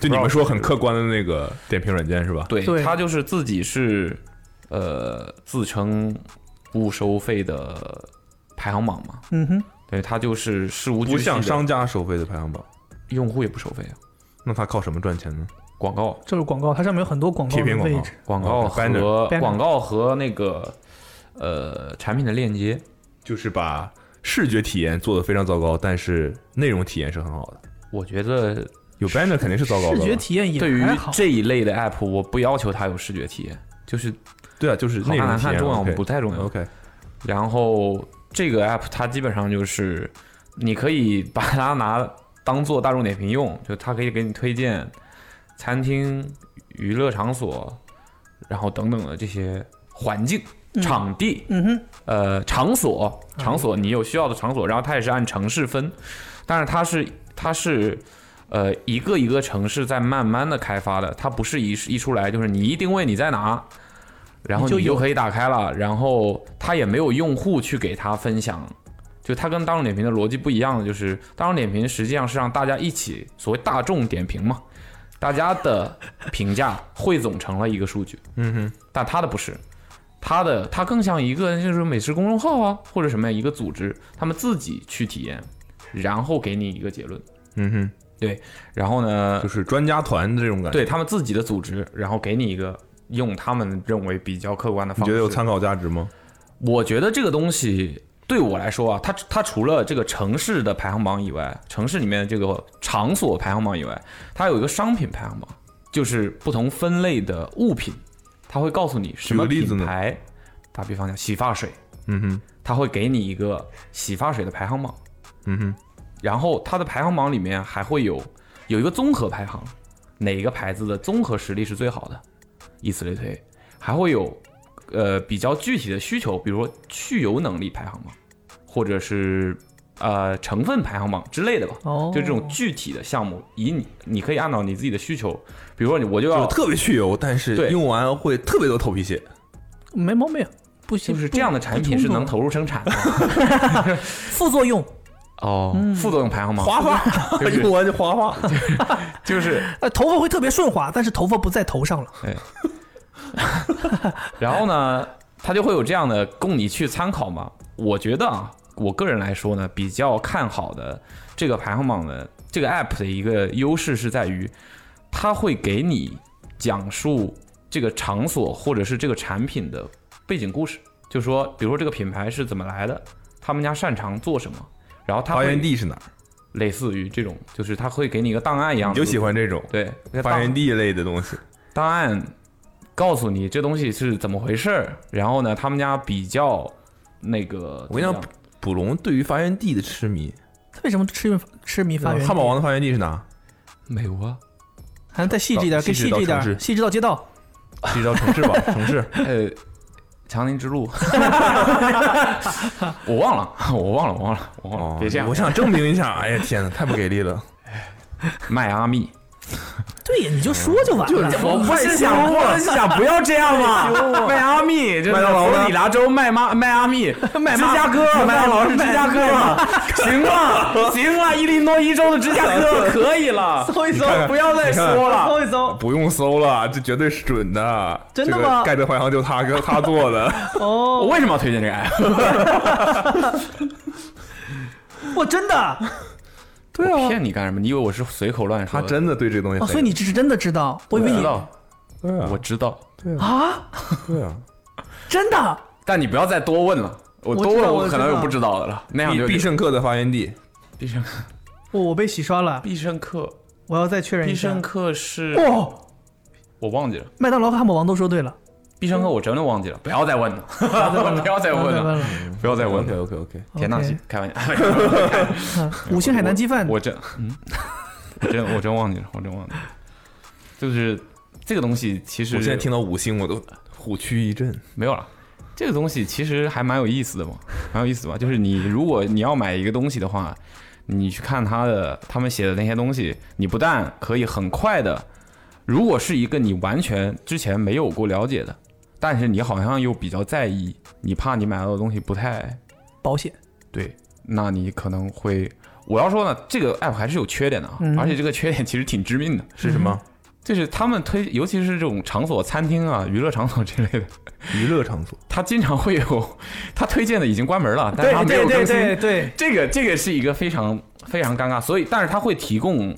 S3: 就你们说很客观的那个点评软件是吧？
S5: 对，
S2: 对
S5: 他就是自己是呃自称不收费的排行榜嘛，
S2: 嗯哼，
S5: 对他就是事无巨
S3: 不
S5: 细的
S3: 像，商家收费的排行榜，
S5: 用户也不收费啊，
S3: 那他靠什么赚钱呢？
S5: 广告
S2: 就是广告，它上面有很多广告
S3: 贴
S2: 的
S3: 片广
S2: 位
S3: 告
S2: 置，
S5: 广告
S3: 哦 banner
S5: 和
S2: banner
S5: 广告和那个呃产品的链接，
S3: 就是把视觉体验做得非常糟糕，但是内容体验是很好的。
S5: 我觉得
S3: 有 banner 肯定是糟糕的
S2: 视
S3: 吧，
S2: 觉体验也
S5: 对于
S2: 还好。
S5: 这一类的 app，我不要求它有视觉体验，就是
S3: 对啊，就是
S5: 好
S3: 内
S5: 看
S3: 容
S5: 难
S3: 体验
S5: 看重要
S3: OK
S5: 不太重要。
S3: OK，
S5: 然后这个 app 它基本上就是你可以把它拿当做大众点评用， *laughs* 就它可以给你推荐餐厅、娱乐场所，然后等等的这些环境、场地、
S2: 嗯哼，
S5: 呃场所、场所你有需要的场所，然后它也是按城市分，但是它是它是。呃，一个一个城市在慢慢的开发的，它不是一一出来就是你一定位你在哪，然后
S2: 你就
S5: 你就
S2: 有
S5: 可以打开了，然后它也没有用户去给它分享，就它跟大众点评的逻辑不一样的，就是大众点评实际上是让大家一起所谓大众点评嘛，大家的评价汇总成了一个数据，
S3: 嗯哼，
S5: 但它的不是，它的它更像一个就是美食公众号啊，或者什么样一个组织，他们自己去体验，然后给你一个结论。
S3: 嗯哼，
S5: 然后呢
S3: 就，是专家团的这种感觉。
S5: 对他们自己的组织，然后给你一个用他们认为比较客观的
S3: 你
S5: 方式。
S3: 觉得有参考价值吗？
S5: 我觉得这个东西对我来说啊，它它除了这个城市的排行榜以外，城市里面的这个场所排行榜以外，它有一个商品排行榜，就是不同分类的物品，它会告诉你什
S3: 举个
S5: 么
S3: 例子
S5: 品
S3: 呢
S5: 牌。打比方讲，洗发水，
S3: 嗯哼，
S5: 它会给你一个洗发水的排行榜，
S3: 嗯哼，
S5: 然后它的排行榜里面还会有有一个综合排行，哪一个牌子的综合实力是最好的，以此类推，还会有呃比较具体的需求，比如说去油能力排行榜，或者是呃成分排 *laughs* 行榜之类的吧。
S2: 哦，
S5: 就这种具体的项目，以你你可以按照你自己的需求，比如说你我就
S3: 就
S5: 要
S3: 是特别去油，但是
S5: 对
S3: 用完会特别多头皮屑。
S2: 没毛病，不
S5: 就
S2: 行，
S5: 是这样的
S2: 不
S5: 产品是能
S2: 不冲
S5: 投入生产的
S2: 动副作用
S5: 哦，副作用排行榜
S2: 滑
S5: *laughs*
S2: 滑，
S5: 就
S2: *laughs*
S5: 是
S2: 我就滑滑，
S5: 就是，
S2: 呃，头发会特别顺滑，但是头发不在头上了。
S5: 然后呢，它就会有这样的供你去参考嘛。我觉得啊，我个人来说呢，比较看好的这个排行榜的这个 app 的一个优势是在于，它会给你讲述这个场所或者是这个产品的背景故事，就说，比如说这个品牌是怎么来的，他们家擅长做什么，然后它
S3: 发源
S5: 会
S3: 地是哪儿？
S5: 类似于这种，就是它会给你一个档案一样
S3: 你
S5: 的，
S3: 就喜欢这种
S5: 对那个
S3: 发
S5: 档
S3: 源地类的东西，
S5: 档案告诉你这东西是怎么回事儿，然后呢，他们家比较那个，
S3: 我跟你讲
S5: 怎么样，
S3: 捕龙对于发源地的痴迷，
S2: 他为什么痴迷痴迷发源地？
S3: 汉堡王的发源地是哪？
S5: 美国啊，
S2: 还能再细致一点，
S3: 细
S2: 更
S3: 致
S2: 细致一
S3: 到城
S2: 点，
S3: 市
S2: 细致到街道。
S3: 是一道城市吧？城 *laughs* 市
S5: 呃，长宁之 *laughs* 路，我忘了，我忘了，我忘了，我忘了，
S3: 哦，
S5: 别这样
S3: 我，想证明一下，哎呀天哪，太不给力了！
S5: 迈阿密，
S2: 对呀，你就说就完了。
S5: 我不是想，我是想不要这样嘛，迈阿密，这
S3: 麦当劳呢
S5: 里达州迈妈迈阿密，
S2: 麦
S5: 芝
S2: 妈
S5: 加哥，麦当劳是芝加哥嘛？行了，行了，伊利诺伊州的芝加 *laughs* 哥可以了，
S2: 搜一搜
S3: 你看看
S5: 不要再说了。
S2: 搜一搜。
S3: 不用搜了，这绝对是准的。
S2: 真的
S3: 这个
S2: 吗
S3: 盖德怀航就他哥他做 *laughs* 的，
S5: 我为什么要推荐这个 app？
S2: 我真的，
S3: 对
S5: 我
S3: 啊，
S5: 骗你干什么？你以为我是随口乱说
S3: 他
S5: 的？
S3: 真的对这个东西
S2: 哦，
S3: 很。
S2: 所以你是真的知道，我以为
S5: 我
S2: 哦你
S5: 知道，
S3: 对啊，
S5: 我知道，
S2: 啊，
S3: 对啊，
S2: 真的。
S5: 但你不要再多问了。我
S2: 知道
S5: 多问了，
S2: 我知道
S5: 可能有不知道的了。那样
S3: 必
S5: 就
S3: 必胜客的发源地，
S5: 必胜
S2: 我我被洗刷了，
S5: 必胜客
S2: 我要再确认
S5: 必
S2: 一下
S5: 胜。客是
S2: 哦，
S5: 我忘记了，
S2: 麦当劳和汉堡王都说对了，
S5: 必胜客我真的忘记了，不嗯要再问 *laughs* 了，不要再
S2: 不要
S5: 问
S2: 再
S5: 了，
S2: 问了。
S5: 不要再问
S3: OK
S5: 了。
S3: OK OK，
S5: 田纳西
S2: OK，
S5: 开玩笑，
S2: 嗯五星海南鸡饭
S5: 我真嗯，我真我真忘记了，我真忘记了，就是这个东西其实
S3: 我现在听到五星我都虎躯一震。
S5: 没有了。这个东西其实还蛮有意思的嘛， *laughs* 蛮有意思的嘛。就是你如果你要买一个东西的话，你去看它的他们写的那些东西，你不但可以很快的，如果是一个你完全之前没有过了解的，但是你好像又比较在意，你怕你买到的东西不太
S2: 保险，
S5: 对，那你可能会。我要说呢，这个 app 还是有缺点的啊，
S2: 嗯
S5: 而且这个缺点其实挺致命的，
S3: 是什么？
S5: 就是他们推，尤其是这种场所、餐厅啊、娱乐场所之类的，
S3: 娱乐场所，
S5: 他经常会有他推荐的已经关
S2: *laughs*
S5: 门了，但是他没有更新。
S2: 对，
S5: 这个这个是一个非常非常尴尬，所以但是他会提供，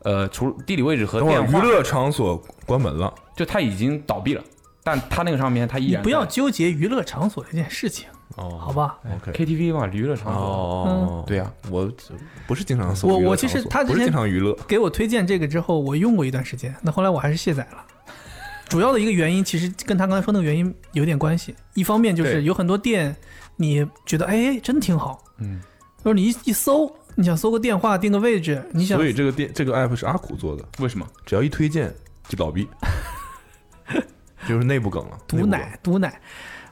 S5: 呃，除地理位置和
S3: 等会儿
S5: 电
S3: 娱
S5: 话，
S3: 乐场所关门了，
S5: 就他已经倒闭了，但他那个上面他依
S2: 你
S5: 然
S2: 不要
S5: 在
S2: 纠结娱乐场所这件事情，
S3: 哦
S2: 好吧？
S3: ，OK，
S5: KTV 嘛，娱乐场所。
S3: 哦，
S5: 对呀、
S3: 我不是经常搜
S2: 我
S3: 娱乐
S2: 我
S3: 场
S2: 其实
S3: 所
S2: 他之
S3: 不是
S2: 前
S3: 经常娱乐，
S2: 给我推荐这个之后，我用过一段时间，那后来我还是卸载了。主要的一个原因其实跟他刚才说那个原因有点关系，一方面就是
S3: 对
S2: 有很多店，你觉得哎真挺好，
S5: 嗯，
S2: 就是你一一搜，你想搜个电话定个位置，你想
S3: 所以这个店这个 app 是阿苦做的，
S5: 为什么？
S3: 只要一推荐就倒
S2: *laughs*
S3: 闭，就是内部梗了，内
S2: 毒
S3: 部梗
S2: 奶毒奶，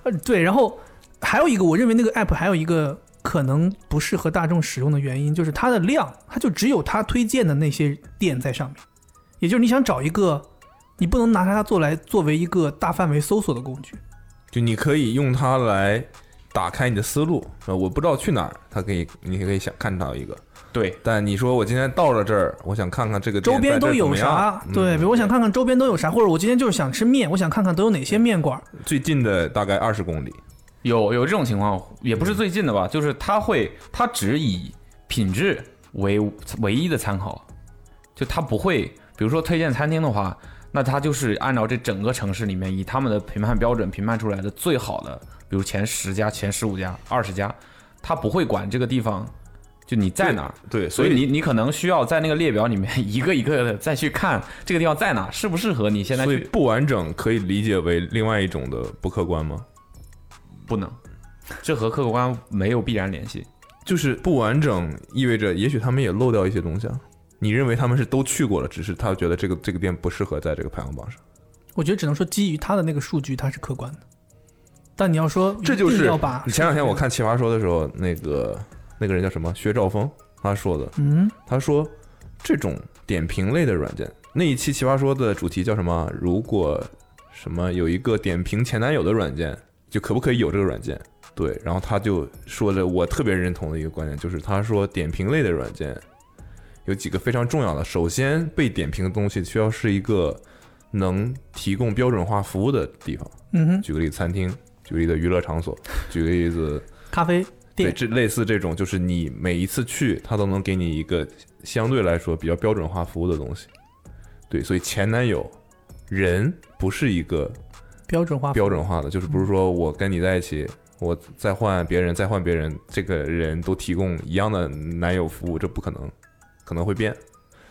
S2: 呃对，然后还有一个我认为那个 app 还有一个可能不适合大众使用的原因就是它的量，它就只有它推荐的那些店在上面，也就是你想找一个，你不能拿它做来作为一个大范围搜索的工具。
S3: 就你可以用它来打开你的思路。呃，我不知道去哪儿，它可以，你可以想看到一个。
S5: 对，
S3: 但你说我今天到了这儿，我想看看这个店
S2: 周边
S3: 在这
S2: 都
S3: 儿怎
S2: 有
S3: 么
S2: 啥
S3: 样？
S2: 对，
S3: 嗯
S2: 比如我想看看周边都有啥，或者我今天就是想吃面，我想看看都有哪些面馆。
S3: 最近的大概二十公里，
S5: 有有这种情况，也不是最近的吧，就是他会，他只以品质为唯一的参考，就他不会，比如说推荐餐厅的话，那他就是按照这整个城市里面以他们的评判标准评判出来的最好的，比如前十家、前十五家、二十家，他不会管这个地方就你在哪儿。
S3: 对，
S5: 所以你你可能需要在那个列表里面 *laughs* 一个一个的再去看这个地方在哪，适不适合你现在
S3: 所以
S5: 去？
S3: 不完整可以理解为另外一种的不客观吗？
S5: 不能，这和客观没有必然联系。
S3: 就是不完整意味着，也许他们也漏掉一些东西啊。你认为他们是都去过了，只是他觉得这个这个店不适合在这个排行榜上。
S2: 我觉得只能说基于它的那个数据，它是客观的。但你要说一
S3: 这就
S2: 定
S3: 是
S2: 要把
S3: 你前两天我看《奇葩说》的时候，那个那个人叫什么？薛兆丰，他说的，
S2: 嗯，
S3: 他说这种点评类的软件，那一期《奇葩说》的主题叫什么？如果什么有一个点评前男友的软件，就可不可以有这个软件？对，然后他就说了我特别认同的一个观点，就是他说点评类的软件有几个非常重要的，首先被点评的东西需要是一个能提供标准化服务的地方，
S2: 嗯哼，
S3: 举个例，餐厅，举个例子，娱乐场所，举个例子，
S2: 咖啡
S3: 对，
S2: 店，
S3: 这类似这种，就是你每一次去，它都能给你一个相对来说比较标准化服务的东西。对，所以前男友人不是一个
S2: 标准化
S3: 标准化的，就是不是说我跟你在一起，我再换别人，再换别人，这个人都提供一样的男友服务，这不可能，可能会变。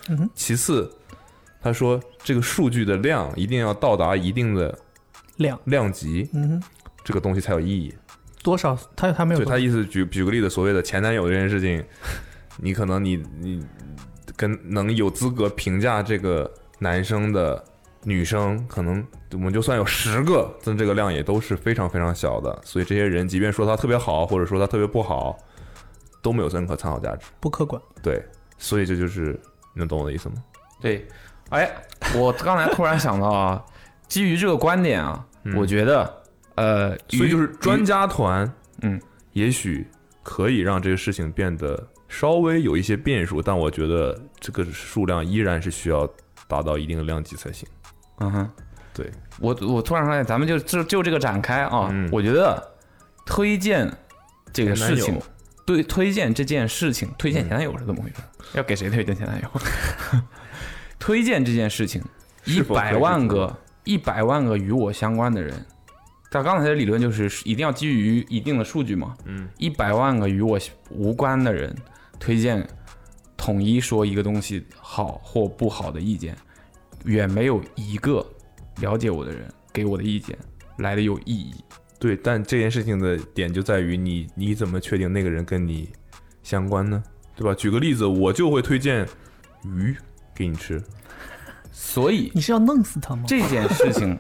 S2: 嗯哼
S3: 其次，他说这个数据的量一定要到达一定的
S2: 量，
S3: 量级，
S2: 嗯哼，
S3: 这个东西才有意义。
S2: 多少？他他没有
S3: 就
S2: 多
S3: 他
S2: 少，
S3: 意思举举个例子，所谓的前男友这件事情，你可能你你跟能有资格评价这个男生的女生，可能我们就算有十个，但这个量也都是非常非常小的。所以这些人，即便说他特别好，或者说他特别不好，都没有任何参考价值。
S2: 不客观。
S3: 对，所以这就是你能懂我的意思吗？
S5: 对，哎，我刚才突然想到啊，基于这个观点啊，我觉得呃，
S3: 嗯所以就是专
S5: 家
S3: 家团，
S5: 嗯，
S3: 也许可以让这个事情变得稍微有一些变数，但我觉得这个数量依然是需要达到一定的量级才行。
S5: 嗯哼，
S3: 对，
S5: 我我突然发现，咱们就就就这个展开啊，
S3: 嗯
S5: 我觉得推荐这个事
S3: 前男
S5: 情
S3: 友，嗯
S5: 对推荐这件事情，推荐前男友是怎么回事？要给谁推荐前男友？ *laughs* 推荐这件事情，一
S3: 是否可以
S5: 百万个一百万个与我相关的人，但刚才的理论就是一定要基于一定的数据嘛，
S3: 嗯，
S5: 一百万个与我无关的人推荐统一说一个东西好或不好的意见，远没有一个了解我的人给我的意见来的有意义。
S3: 对，但这件事情的点就在于你你怎么确定那个人跟你相关呢？对吧？举个例子，我就会推荐鱼给你吃，
S5: 所以
S2: 你是要弄死他吗？
S5: 这件事情，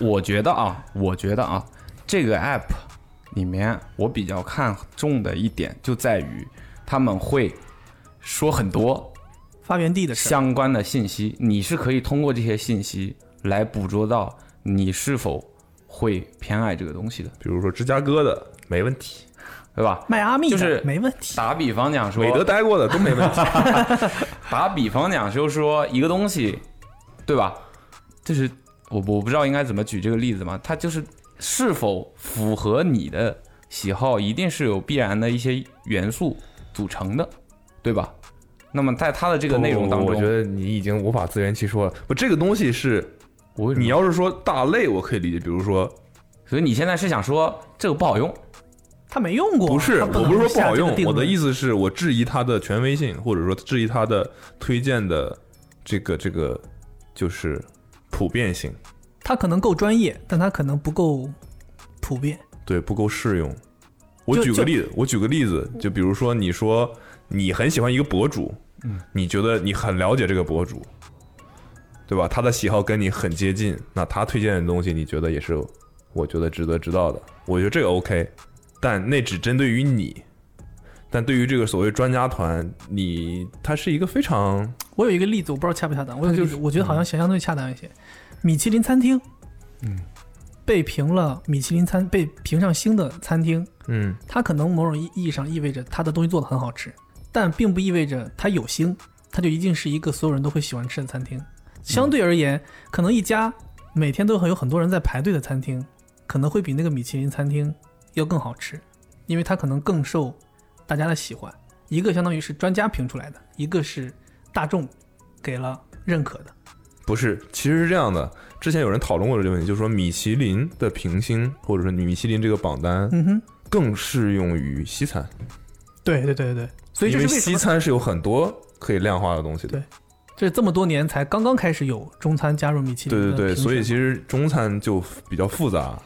S5: 我我觉得啊，我觉得啊，这个 app 里面我比较看重的一点就在于他们会说很多
S2: 发源地的事儿，
S5: 相关的信息，你是可以通过这些信息来捕捉到你是否会偏爱这个东西的，
S3: 比如说芝加哥的没问题，
S5: 对吧？
S2: 迈阿密的
S5: 就是
S2: 没问题。
S5: 打比方讲说，
S3: 美德待过的都没问题。
S5: 打比方讲，就是说一个东西，对吧？就是我我不知道应该怎么举这个例子嘛，它就是是否符合你的喜好，一定是有必然的一些元素组成的，对吧？那么在它的 *laughs* 这个内容当中，
S3: 哦我觉得你已经无法自圆其说了。不，这个东西是
S5: 我为什么
S3: 你要是说大类，我可以理解，比如说
S5: 所以你现在是想说这个不好用，
S2: 他没用过，啊
S3: 不是，
S2: 他
S3: 我不是说不好用，我的意
S2: 思，
S3: 思是我质疑它的权威性，或者说质疑它的推荐的这个这个就是普遍性，
S2: 他可能够专业，但他可能不够普遍。
S3: 对，不够适用。我
S2: 就
S3: 举个
S2: 就
S3: 例子，我举个例子，就比如说你说你很喜欢一个博主，
S2: 嗯
S3: 你觉得你很了解这个博主，对吧？他的喜好跟你很接近，那他推荐的东西你觉得也是，我觉得值得知道的，我觉得这个 OK，但那只针对于你。但对于这个所谓专家团，你他是一个非常
S2: 我有一个例子，我不知道恰不恰当。我有一个例子，我觉得好像相对恰当一些。米其林餐厅，嗯，被评了米其林餐被评上星的餐厅，
S3: 嗯
S2: 它可能某种意义上意味着它的东西做的很好吃，但并不意味着它有星，它就一定是一个所有人都会喜欢吃的餐厅。相对而
S3: 嗯
S2: 言，可能一家每天都很有很多人在排队的餐厅，可能会比那个米其林餐厅要更好吃，因为它可能更受大家的喜欢。一个相当于是专家评出来的，一个是大众给了认可的。
S3: 不是，其实是这样的。之前有人讨论过这个问题，就是说米其林的评星，或者说米其林这个榜单，
S2: 嗯哼，
S3: 更适用于西餐，
S2: 对对对对对，所以
S3: 因
S2: 这是
S3: 为
S2: 为什
S3: 西
S2: 么？
S3: 餐是有很多可以量化的东西的。
S2: 这是这么多年才刚刚开始有中餐加入米其林
S3: 对
S2: 的
S3: 对对，
S2: 评
S3: 所以
S2: 选
S3: 其实中餐就比较复杂，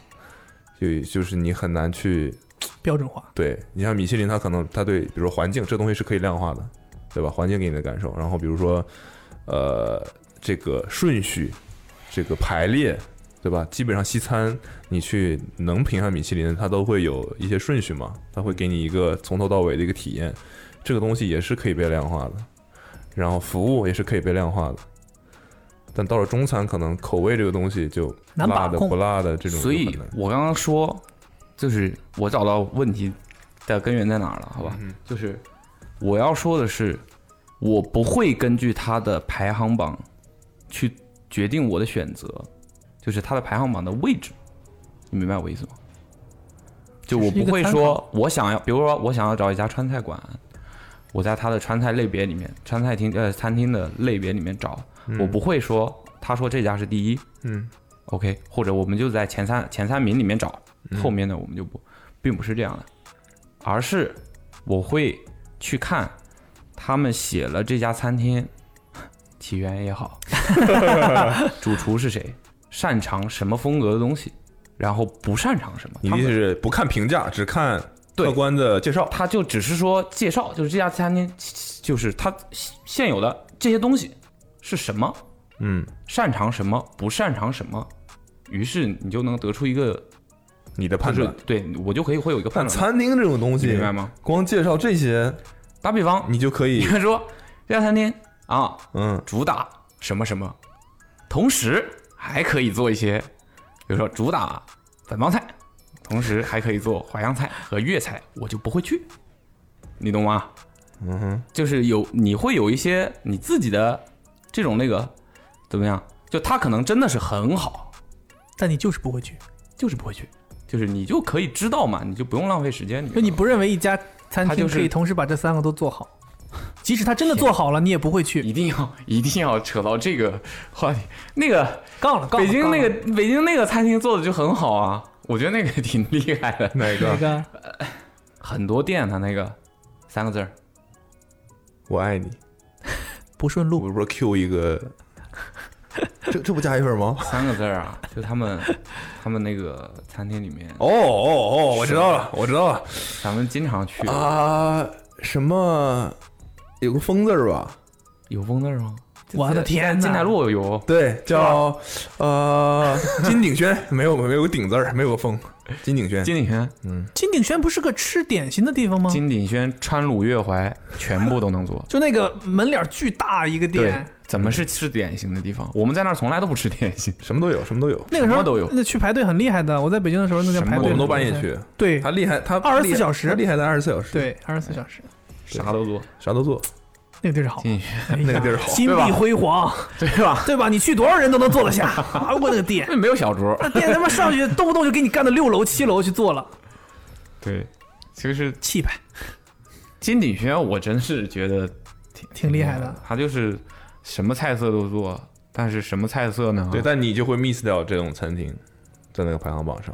S3: 就就是你很难去
S2: 标准化。
S3: 对你像米其林，它可能它对比如说环境这东西是可以量化的，对吧？环境给你的感受，然后比如说呃这个顺序，这个排列。对吧？基本上西餐你去能评上米其林，它都会有一些顺序嘛，它会给你一个从头到尾的一个体验，这个东西也是可以被量化的，然后服务也是可以被量化的，但到了中餐，可能口味这个东西就
S2: 难把
S3: 辣的
S2: 控
S3: 不辣的这种就
S5: 所以
S3: 很难，
S5: 我刚刚说，就是我找到问题的根源在哪儿了，好
S3: 嗯
S5: 吧？就是我要说的是，我不会根据它的排行榜去决定我的选择，就是它的排行榜的位置，你明白我意思吗？就我
S2: 这是一
S5: 不
S2: 个
S5: 会
S2: 参
S5: 说
S2: 考
S5: 我想要，比如说我想要找一家川菜馆，我在它的川菜类别里面，川菜厅呃餐厅的类别里面找，
S2: 嗯
S5: 我不会说他说这家是第一，
S3: 嗯
S5: ，OK，或者我们就在前三前三名里面找，
S2: 嗯
S5: 后面呢我们就不，并不是这样的，而是我会去看他们写了这家餐厅起源
S3: *laughs*
S5: 也好，主厨是谁，擅长什么风格的东西，然后不擅长什么，
S3: 你
S5: 他
S3: 意
S5: 们
S3: 思是不看评价，只看客
S5: 对
S3: 观的介绍？
S5: 他就只是说介绍，就是这家餐厅，就是他现有的这些东西是什么，
S3: 嗯，
S5: 擅长什么，不擅长什么，于是你就能得出一个，
S3: 你的
S5: 就
S3: 判
S5: 是
S3: 断。
S5: 对我就可以会有一个
S3: 但
S5: 判断，
S3: 餐厅这种东西，
S5: 你明白吗？
S3: 光介绍这些，
S5: 打比方，
S3: 你就可 *laughs*
S5: 你
S3: 以，
S5: 看说这家餐厅啊，
S3: 嗯，
S5: 主打什么什么，同时还可以做一些，比如说主打本帮菜，同时还可以做淮扬菜和粤菜，我就不会去，你懂吗？嗯哼，就是有你会有一些你自己的这种那个怎么样？就他可能真的是很好，
S2: 但你就是不会去，
S5: 就是不会去，就是你就可以知道嘛，你就不用浪费时间。
S2: 就你不认为一家餐
S5: 嗯他
S2: 厅
S5: 就
S2: 可以
S5: 是
S2: 同时把这三个都做好，即使他真的做好了，你也不会去。
S5: 一定要一定要扯到这个话题，那个
S2: 杠了，杠了
S5: 北京
S2: 杠
S5: 那
S2: 了
S5: 个北京那个餐厅做的就很好啊，我觉得那个也挺厉害的。
S3: 哪
S2: 那
S3: 个？
S2: 个
S5: 很多店它那个三个字儿，
S3: 我爱你。
S2: 不顺路，
S3: 我不是 Q 一个， *laughs* 这这不加一份吗？
S5: 三个字儿 *laughs* 啊，就他们他们那个餐厅里面，
S3: 哦哦哦，我知道了，我知道了
S5: 咱们经常去，
S3: 啊，什么有个风字儿吧？
S5: 有风字儿吗？
S2: 我的天呐
S5: 金台路有，
S3: 对，叫呃 *laughs* 金鼎轩，没有没有个鼎字儿，没有个风，金鼎轩。
S5: 金鼎轩、
S2: 金鼎轩不是个吃点心的地方吗？。
S5: 金鼎轩、川鲁粤淮全部都能做
S2: 就那个门脸巨大一个
S5: *laughs* 对
S2: 店，，
S5: 怎么是吃点心的地方？我们在那儿从来都不吃点心，
S3: 什么都有，什么都有，
S2: 那个时
S5: 什
S2: 候
S5: 么都有
S2: 那去排队很厉害的。我在北京的时候，那叫
S5: 什么
S2: 排
S3: 我
S2: 队，
S3: 们都半夜。去。
S2: 对
S3: 他厉害，他
S2: 24
S3: 厉害
S2: 小时
S3: 他厉害在二十四小时，，
S2: 对，二十四小时，
S5: 啥都做。
S3: 啥都做。
S2: 那个地儿好，
S5: 金鼎轩，
S2: 那
S3: 个地儿好
S2: 金碧辉煌，
S5: 对吧？
S2: 对吧？你去多少人都能坐得下， *laughs* 啊，我那个店，
S5: 那没有小桌。
S2: 那店他妈上去动不动就给你干到六楼、七楼去坐了，
S5: *laughs* 对，就是
S2: 气派。
S5: 金鼎轩，我真是觉得挺
S2: 挺厉害的。
S3: 嗯
S5: 他就是什么菜色都做，但是什么菜色呢？
S3: 对，但你就会 miss 掉这种餐厅，在那个排行榜上。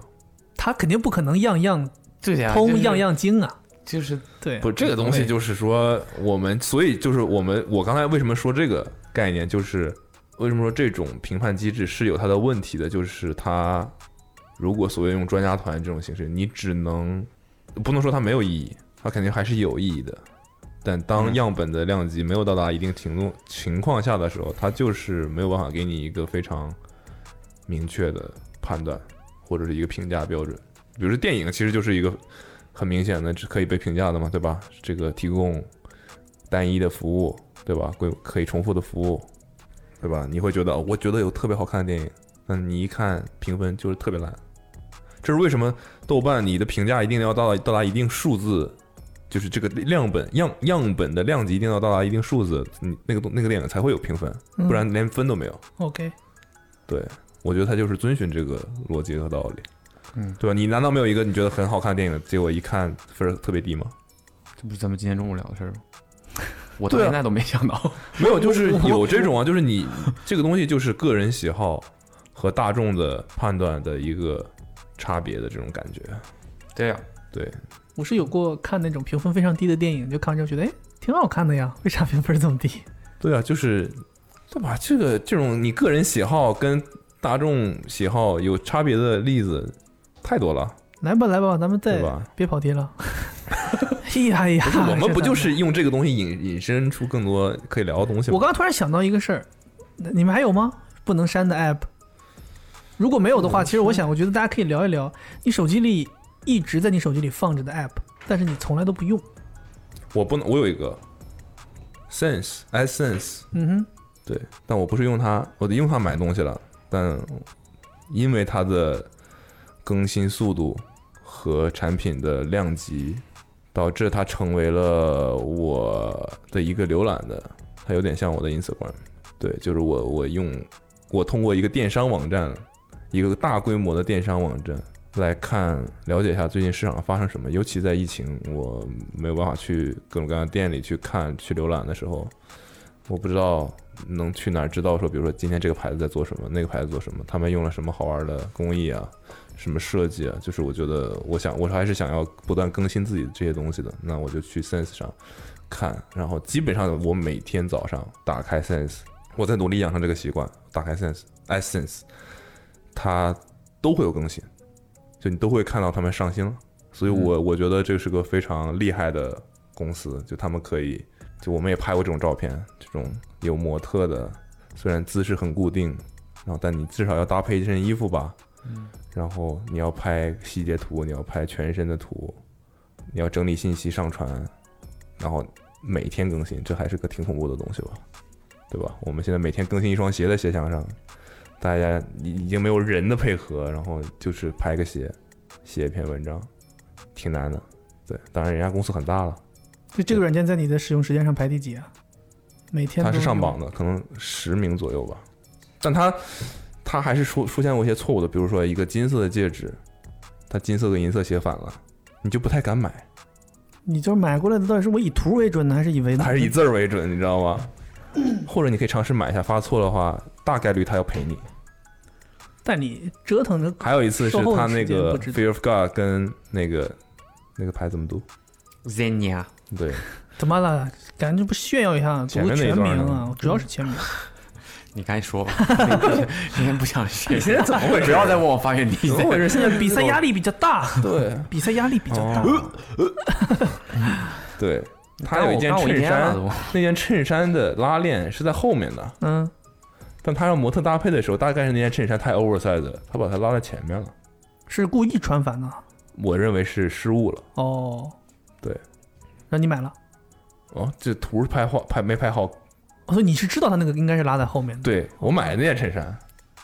S2: 他肯定不可能样样
S5: 对呀，就
S2: 通、
S5: 是
S2: 样样精啊，
S5: 就是
S2: 对啊，
S3: 不，这个东西就是说，我们所以就是我们，我刚才为什么说这个概念，就是为什么说这种评判机制是有它的问题的，就是它如果所谓用专家团这种形式，你只能不能说它没有意义，它肯定还是有意义的。但当样本的量级没有到达一定程度情况下的时候，它就是没有办法给你一个非常明确的判断或者是一个评价标准。比如说电影，其实就是一个很明显的只可以被评价的嘛，对吧？这个提供单一的服务，对吧？会可以重复的服务，对吧？你会觉得，哦我觉得有特别好看的电影，那你一看评分就是特别烂。这是为什么？豆瓣你的评价一定要到达到达一定数字，就是这个量本样样本的量级一定要到达一定数字，你那个东那个电影才会有评分，不然连分都没有。
S2: OK。
S3: 对，我觉得他就是遵循这个逻辑和道理。
S5: 嗯
S3: 对吧？你难道没有一个你觉得很好看的电影，结果一看分儿特别低吗？
S5: 这不是咱们今天中午聊的事儿 *laughs* 吗？我到
S3: 对啊
S5: 现在都没想到，
S3: 没有，就是有这种啊，就是你这个东西就是个人喜好和大众的判断的一个差别的这种感觉。
S5: *laughs* 对啊呀、
S3: 对，
S2: 我是有过看那种评分非常低的电影，就看完之后觉得，哎，挺好看的呀， *laughs* 为啥评分这么低？
S3: 对啊，就是对吧？这个这种你个人喜好跟大众喜好有差别的例子太多了。
S2: 来吧，来吧，咱们再
S3: 对吧
S2: 别跑题了。 *laughs* 哎呀哎呀，
S3: 我们不
S2: 这
S3: 就 *laughs* 是用这个东西引引申出更多可以聊的东西
S2: 咱们？我
S3: 吗？
S2: 刚刚突然想到一个事儿，你们还有吗？不能删的 app？如果没有的话，其实我想，我觉得大家可以聊一聊，你手机里一直在你手机里放着的 app，但是你从来都不用。
S3: 我不能，我有一个哎 sense essence，
S2: 嗯哼，
S3: 对，但我不是用它，我得用它买东西了，但因为它的更新速度和产品的量级，导致它成为了我的一个浏览的，它有点像我的 Instagram。对，就是我我用我通过一个电商网站，一个大规模的电商网站来看了解一下最近市场发生什么，尤其在疫情，我没有办法去各种各样的店里去看去浏览的时候，我不知道能去哪儿知道说，比如说今天这个牌子在做什么，那个牌子做什么，他们用了什么好玩的工艺啊，什么设计啊，就是我觉得我想我还是想要不断更新自己这些东西的，那我就去 Sense 上看，然后基本上我每天早上打开 Sense，我在努力养成这个习惯，打开 Sense Essence，它都会有更新，就你都会看到他们上新了，所以我我觉得这是个非常厉害的公司，就他们可以。就我们也拍过这种照片，这种有模特的，虽然姿势很固定，然后但你至少要搭配一身衣服吧。然后你要拍细节图，你要拍全身的图，你要整理信息上传，然后每天更新，这还是个挺恐怖的东西吧，对吧？我们现在每天更新一双鞋的鞋墙上，大家已已经没有人的配合，然后就是拍个鞋，写一篇文章，挺难的。对，当然人家公司很大了。
S2: 这这个软件在你的使用时间上排第几啊？每天
S3: 它
S2: 都
S3: 是上
S2: 有
S3: 榜的，可能十名左右吧。但它它还是出出现过一些错误的，比如说一个金色的戒指，它金色跟银色写反了，你就不太敢买，
S2: 你就是买过来的，到底是我以图为准呢，还是以为呢？
S3: 还是以字儿为准，你知道吗？或者你可以尝试买一下，发错的话，大概率他要赔你。
S2: 但你折腾的，
S3: 还有一次是
S2: 售后
S3: 他
S2: 时
S3: 那
S2: 间
S3: 个
S2: 不知道
S3: Fear of God 跟那个那个牌怎么读？
S5: Zenia
S3: 对，
S2: 怎么了？感觉不炫耀一下，读
S3: 前
S2: 个
S3: 面那一
S2: 全名
S3: 段
S2: 啊
S3: 呢，
S2: 主要是全名。
S5: 你赶紧说吧， *laughs* 今天不想学。你现在怎么
S3: 回事
S5: 不要再问我发源地
S3: 怎。么回事？现在
S2: 比赛压力比较
S3: *laughs*
S2: 大，
S3: 对
S2: 比赛压力比较大。
S3: 哦对，他有一件
S5: 刚我
S3: 衬
S5: 天啊
S3: 衫，
S5: 都
S3: 那件衬衫的拉链是在后面的，
S2: 嗯，
S3: 但他让模特搭配的时候，大概是那件衬衫太 oversize 了，他把它拉在前面了。
S2: 是故意穿反的。啊
S3: 我认为是失误了。
S2: 哦，
S3: 对，
S2: 让你买了。
S3: 哦，这图是拍好，拍没拍好？
S2: 我哦说你是知道他那个应该是拉在后面的，
S3: 对我买的那件衬衫，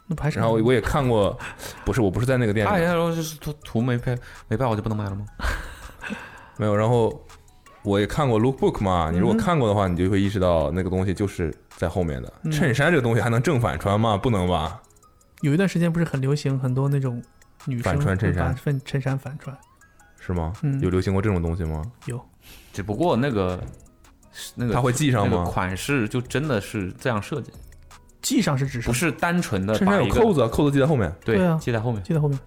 S2: 那不还是
S3: 然后我也看过，不是，我不是在那个店
S5: 他
S3: 里
S5: 人家说就是图图没拍没拍好就不能买了吗？
S3: 没有，然后我也看过 lookbook 嘛，你如果看过的话，你就会意识到那个东西就是在后面的。衬衫这个东西还能正反穿吗？不能吧？
S2: 有一段时间不是很流行很多那种女生
S3: 反穿衬衫
S2: 会把衬衬衫反穿，
S3: 是吗？
S2: 嗯
S3: 有流行过这种东西吗？
S5: 只不过那个是那个
S3: 它会系上
S5: 那个
S3: 吗？
S5: 款式就真的是这样设计，
S2: 系上是指
S5: 不
S2: 什么？
S5: 是单纯的
S3: 衬
S5: 把
S3: 衫
S5: 一
S3: 有
S5: 个
S3: 扣子啊，扣子系在后面。
S5: 对
S2: 对啊
S5: 系在后面，
S2: 系在后面。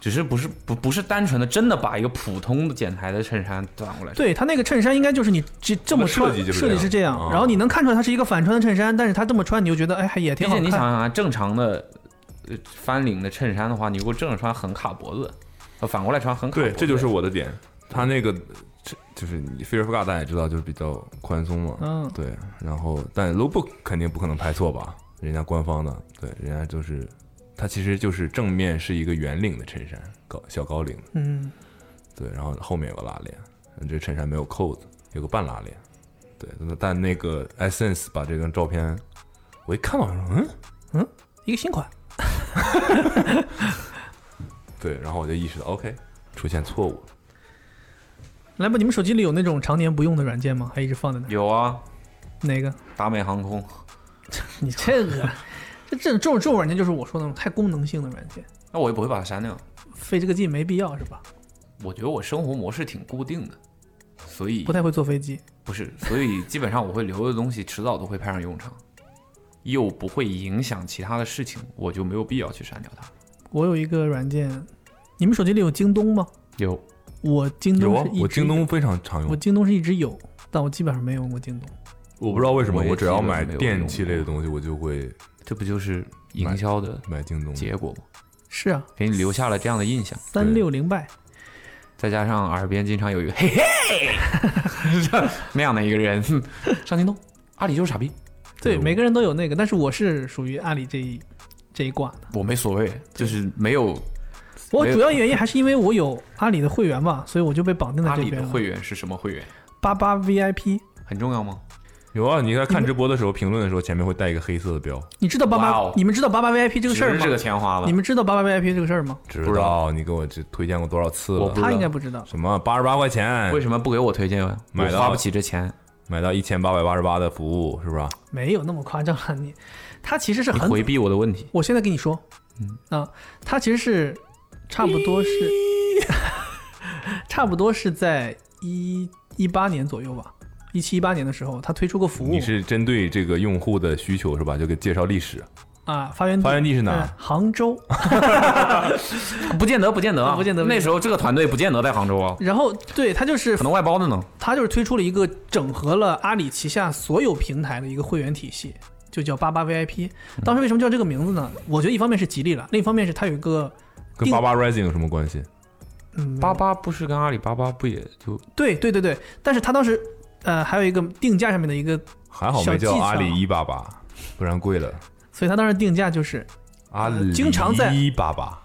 S5: 只是不是不不是单纯的真的把一个普通的剪裁的衬衫转过来，
S2: 对他那个衬衫应该就是你这这么穿
S3: 设计就是这
S2: 设
S3: 样
S2: 计是这样，
S3: 啊
S2: 然后你能看出来它是一个反穿的衬衫，但是他这么穿你就觉得哎还也
S5: 毕
S2: 挺好
S5: 竟
S2: 看。
S5: 你想想啊，正常的呃翻领的衬衫的话，你如果正着穿很卡脖子，呃反过来穿很卡脖
S3: 对
S5: 子，，
S3: 这就是我的点。他那个，这就是你 Fear of God 大家也知道，就是比较宽松嘛。
S2: 嗯，
S3: 对，然后但 Lowbook 肯定不可能拍错吧？人家官方的，对，人家就是它其实就是正面是一个圆领的衬衫，高小高领，
S2: 嗯，
S3: 对，然后后面有个拉链，嗯这衬衫没有扣子，有个半拉链，对，那但那个 Essence 把这张照片，我一看到我说嗯，
S2: 一个新款，
S3: 对，然后我就意识到 OK 出现错误了，
S2: 来吧，你们手机里有那种常年不用的软件吗？还一直放在那儿？
S5: 有啊，
S2: 哪个？
S5: 达美航空。
S2: *laughs* 你这个， *laughs* 这这这种这种软件就是我说的那种太功能性的软件，
S5: 那我也不会把它删掉。
S2: 费这个劲没必要是吧？
S5: 我觉得我生活模式挺固定的，所以
S2: 不太会坐飞机，
S5: 不是，所以基本上我会留的东西，迟早都会派上用场，又不会影响其他的事情，我就没有必要去删掉它。
S2: 我有一个软件，你们手机里有京东吗？
S5: 有，
S2: 我京
S3: 有
S2: 东
S3: 啊
S2: 是一直
S3: 我京东非常常
S2: 我
S3: 用，
S2: 京东是一直有，但我基本上没用过京东。
S3: 我不知道为什么，
S5: 我也
S3: 我只要
S5: 基本
S3: 买
S5: 没有
S3: 电
S5: 用
S3: 器类的东西，我就会
S5: 这不就是营销的
S3: 买京东。
S5: 结果吗？
S2: 是啊，
S5: 给你留下了这样的印象，
S2: 三六零拜，
S5: 再加上耳边经常有一个嘿 *laughs* 嘿那样的一个人， *laughs* 哼上京东，阿里就是傻逼，
S2: 对，
S3: 对
S2: 每个人都有那个，但是我是属于阿里这一这一挂的。
S5: 我没所谓，就是没有
S2: 我
S5: 没有
S2: 主要原因还是因为我有阿里的会员嘛，所以我就被绑定在
S5: 阿
S2: 这
S5: 里
S2: 边
S5: 的
S2: 了。
S5: 会员是什么会员，
S2: 八八 VIP，
S5: 很重要吗？
S3: 有啊，你在看直播的时候评论的时候，前面会带一个黑色的标，
S2: 你知道八八、
S5: 哇哦
S2: 你们知道八八 VIP 这个事儿
S5: 值
S2: 吗
S5: 这？个钱花了
S2: 你。们知道八八 VIP 这个事儿吗？
S3: 知
S5: 不知
S3: 道你给我这推荐过多少次了？
S5: 我不知道
S2: 他应该不知道。
S3: 什么八十八块钱
S5: 为什么不给我推荐啊？我
S3: 买到
S5: 花不起这钱，
S3: 买到一千八百八十八的服务，是不是？
S2: 没有那么夸张了，你，他其实是
S5: 你嗯
S2: 很，
S5: 回避我的问题。
S2: 我现在跟你说，啊，他其实是差不多是， *laughs* 差不多是在一一八年左右吧，一七一八年的时候，他推出个服务
S3: 你是针对这个用户的需求是吧？就给介绍历史，
S2: 啊，发源地
S3: 发源地是哪
S2: 嗯杭州，
S5: *laughs* 不见得，不见得啊，
S2: 不见得
S5: 那时候这个团队不见得在杭州啊，
S2: 然后对他就是
S5: 可能外包的呢。
S2: 它就是推出了一个整合了阿里旗下所有平台的一个会员体系，就叫八八 VIP。当时为什么叫这个名字呢？我觉得一方面是吉利了，另一方面是它有一个
S3: 跟
S2: 定
S3: 八八 Rising 有什么关系？
S2: 嗯，
S5: 八八不是跟阿里巴巴不也就
S2: 对对对对，但是它当时呃还有一个定价上面的一个，
S3: 还好没叫阿里一八八，不然贵了。
S2: 所以它当时定价就是
S3: 阿里
S2: 经常在
S3: 一八八，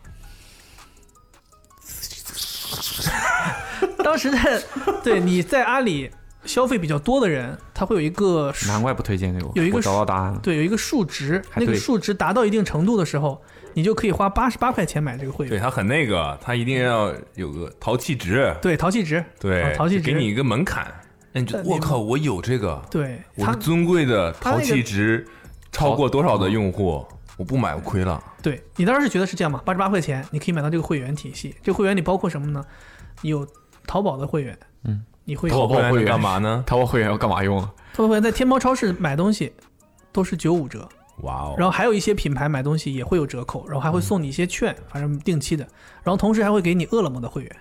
S2: 当时在对你在阿里消费比较多的人，他会有一个数
S5: 难怪不推荐给我，
S2: 有一个
S5: 我找到答案了。
S2: 对有一个数值，
S3: 哎
S5: 还
S2: 那个
S5: 对
S2: 数值达到一定程度的时候，你就可以花八十八块钱买这个会
S3: 对
S2: 员。
S3: 他很那个，他一定要有个淘气值，
S2: 对，淘气值，
S3: 对
S2: 啊，淘气值
S3: 就给你一个门槛，那你觉得
S2: 但你
S3: 我靠，我有这个，
S2: 对
S3: 我
S2: 它
S3: 的尊贵的
S2: 他那
S3: 淘
S2: 个
S3: 气值超过多少的用户，我不买我亏了。
S2: 对你当时是觉得是这样嘛？八十八块钱你可以买到这个会员体系，这个会员里包括什么呢？有淘宝的会员，嗯，你会
S3: 淘
S2: 淘
S3: 宝
S2: 宝
S3: 会
S5: 会
S3: 员
S5: 员
S3: 干嘛呢？
S5: 淘宝会员要干嘛用啊？
S2: 会员在天猫超市买东西都是九五折，
S3: 哇哦！
S2: 然后还有一些品牌买东西也会有折扣，然后还会送你一些券，
S3: 嗯
S2: 反正定期的，然后同时还会给你饿了么的会员，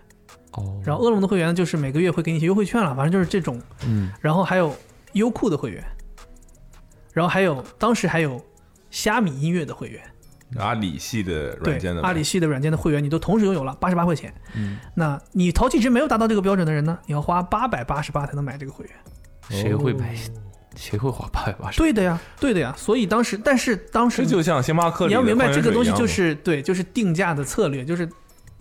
S5: 哦，
S2: 然后饿了么的会员就是每个月会给你一些优惠券了，反正就是这种，
S5: 嗯，
S2: 然后还有优酷的会员，然后还有当时还有虾米音乐的会员。
S6: 阿里系的
S2: 对
S6: 软件的
S2: 阿里系的软件的会员，你都同时拥有了八十八块钱。嗯，那你淘气值没有达到这个标准的人呢，你要花八百八十八才能买这个会员。
S5: *laughs* 谁会买？谁会花八百八十？
S2: 对的呀，对的呀。所以当时，但是当时
S3: 这就像星巴克
S2: 你
S3: 里的
S2: 要明白
S3: 矿
S2: 这
S3: 泉
S2: 个
S3: 水
S2: 东
S3: 一
S2: 西
S3: 样
S2: 就
S3: 嘛
S2: 是对，就是定价的策略，就是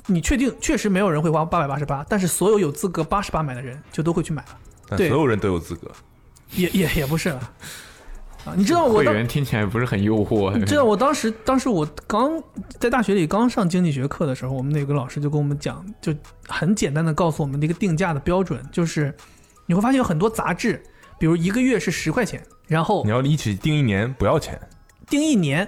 S2: 你确定确实没有人会花八百八十八，但是所有有资格八十八买的人就都会去买了，
S3: 但
S2: 对
S3: 所有人都有资格。
S2: 也也也不是了。啊，你知道我
S5: 会
S2: 当
S5: 员听起来不是很诱惑
S2: *laughs*
S5: 啊。
S2: 你知道我当时，当时我刚在大学里刚上经济学课的时候，我们那个老师就跟我们讲，就很简单的告诉我们的一个定价的标准，就是你会发现有很多杂志，比如一个月是十块钱，然后
S3: 你要一起定一年不要钱，
S2: 定一年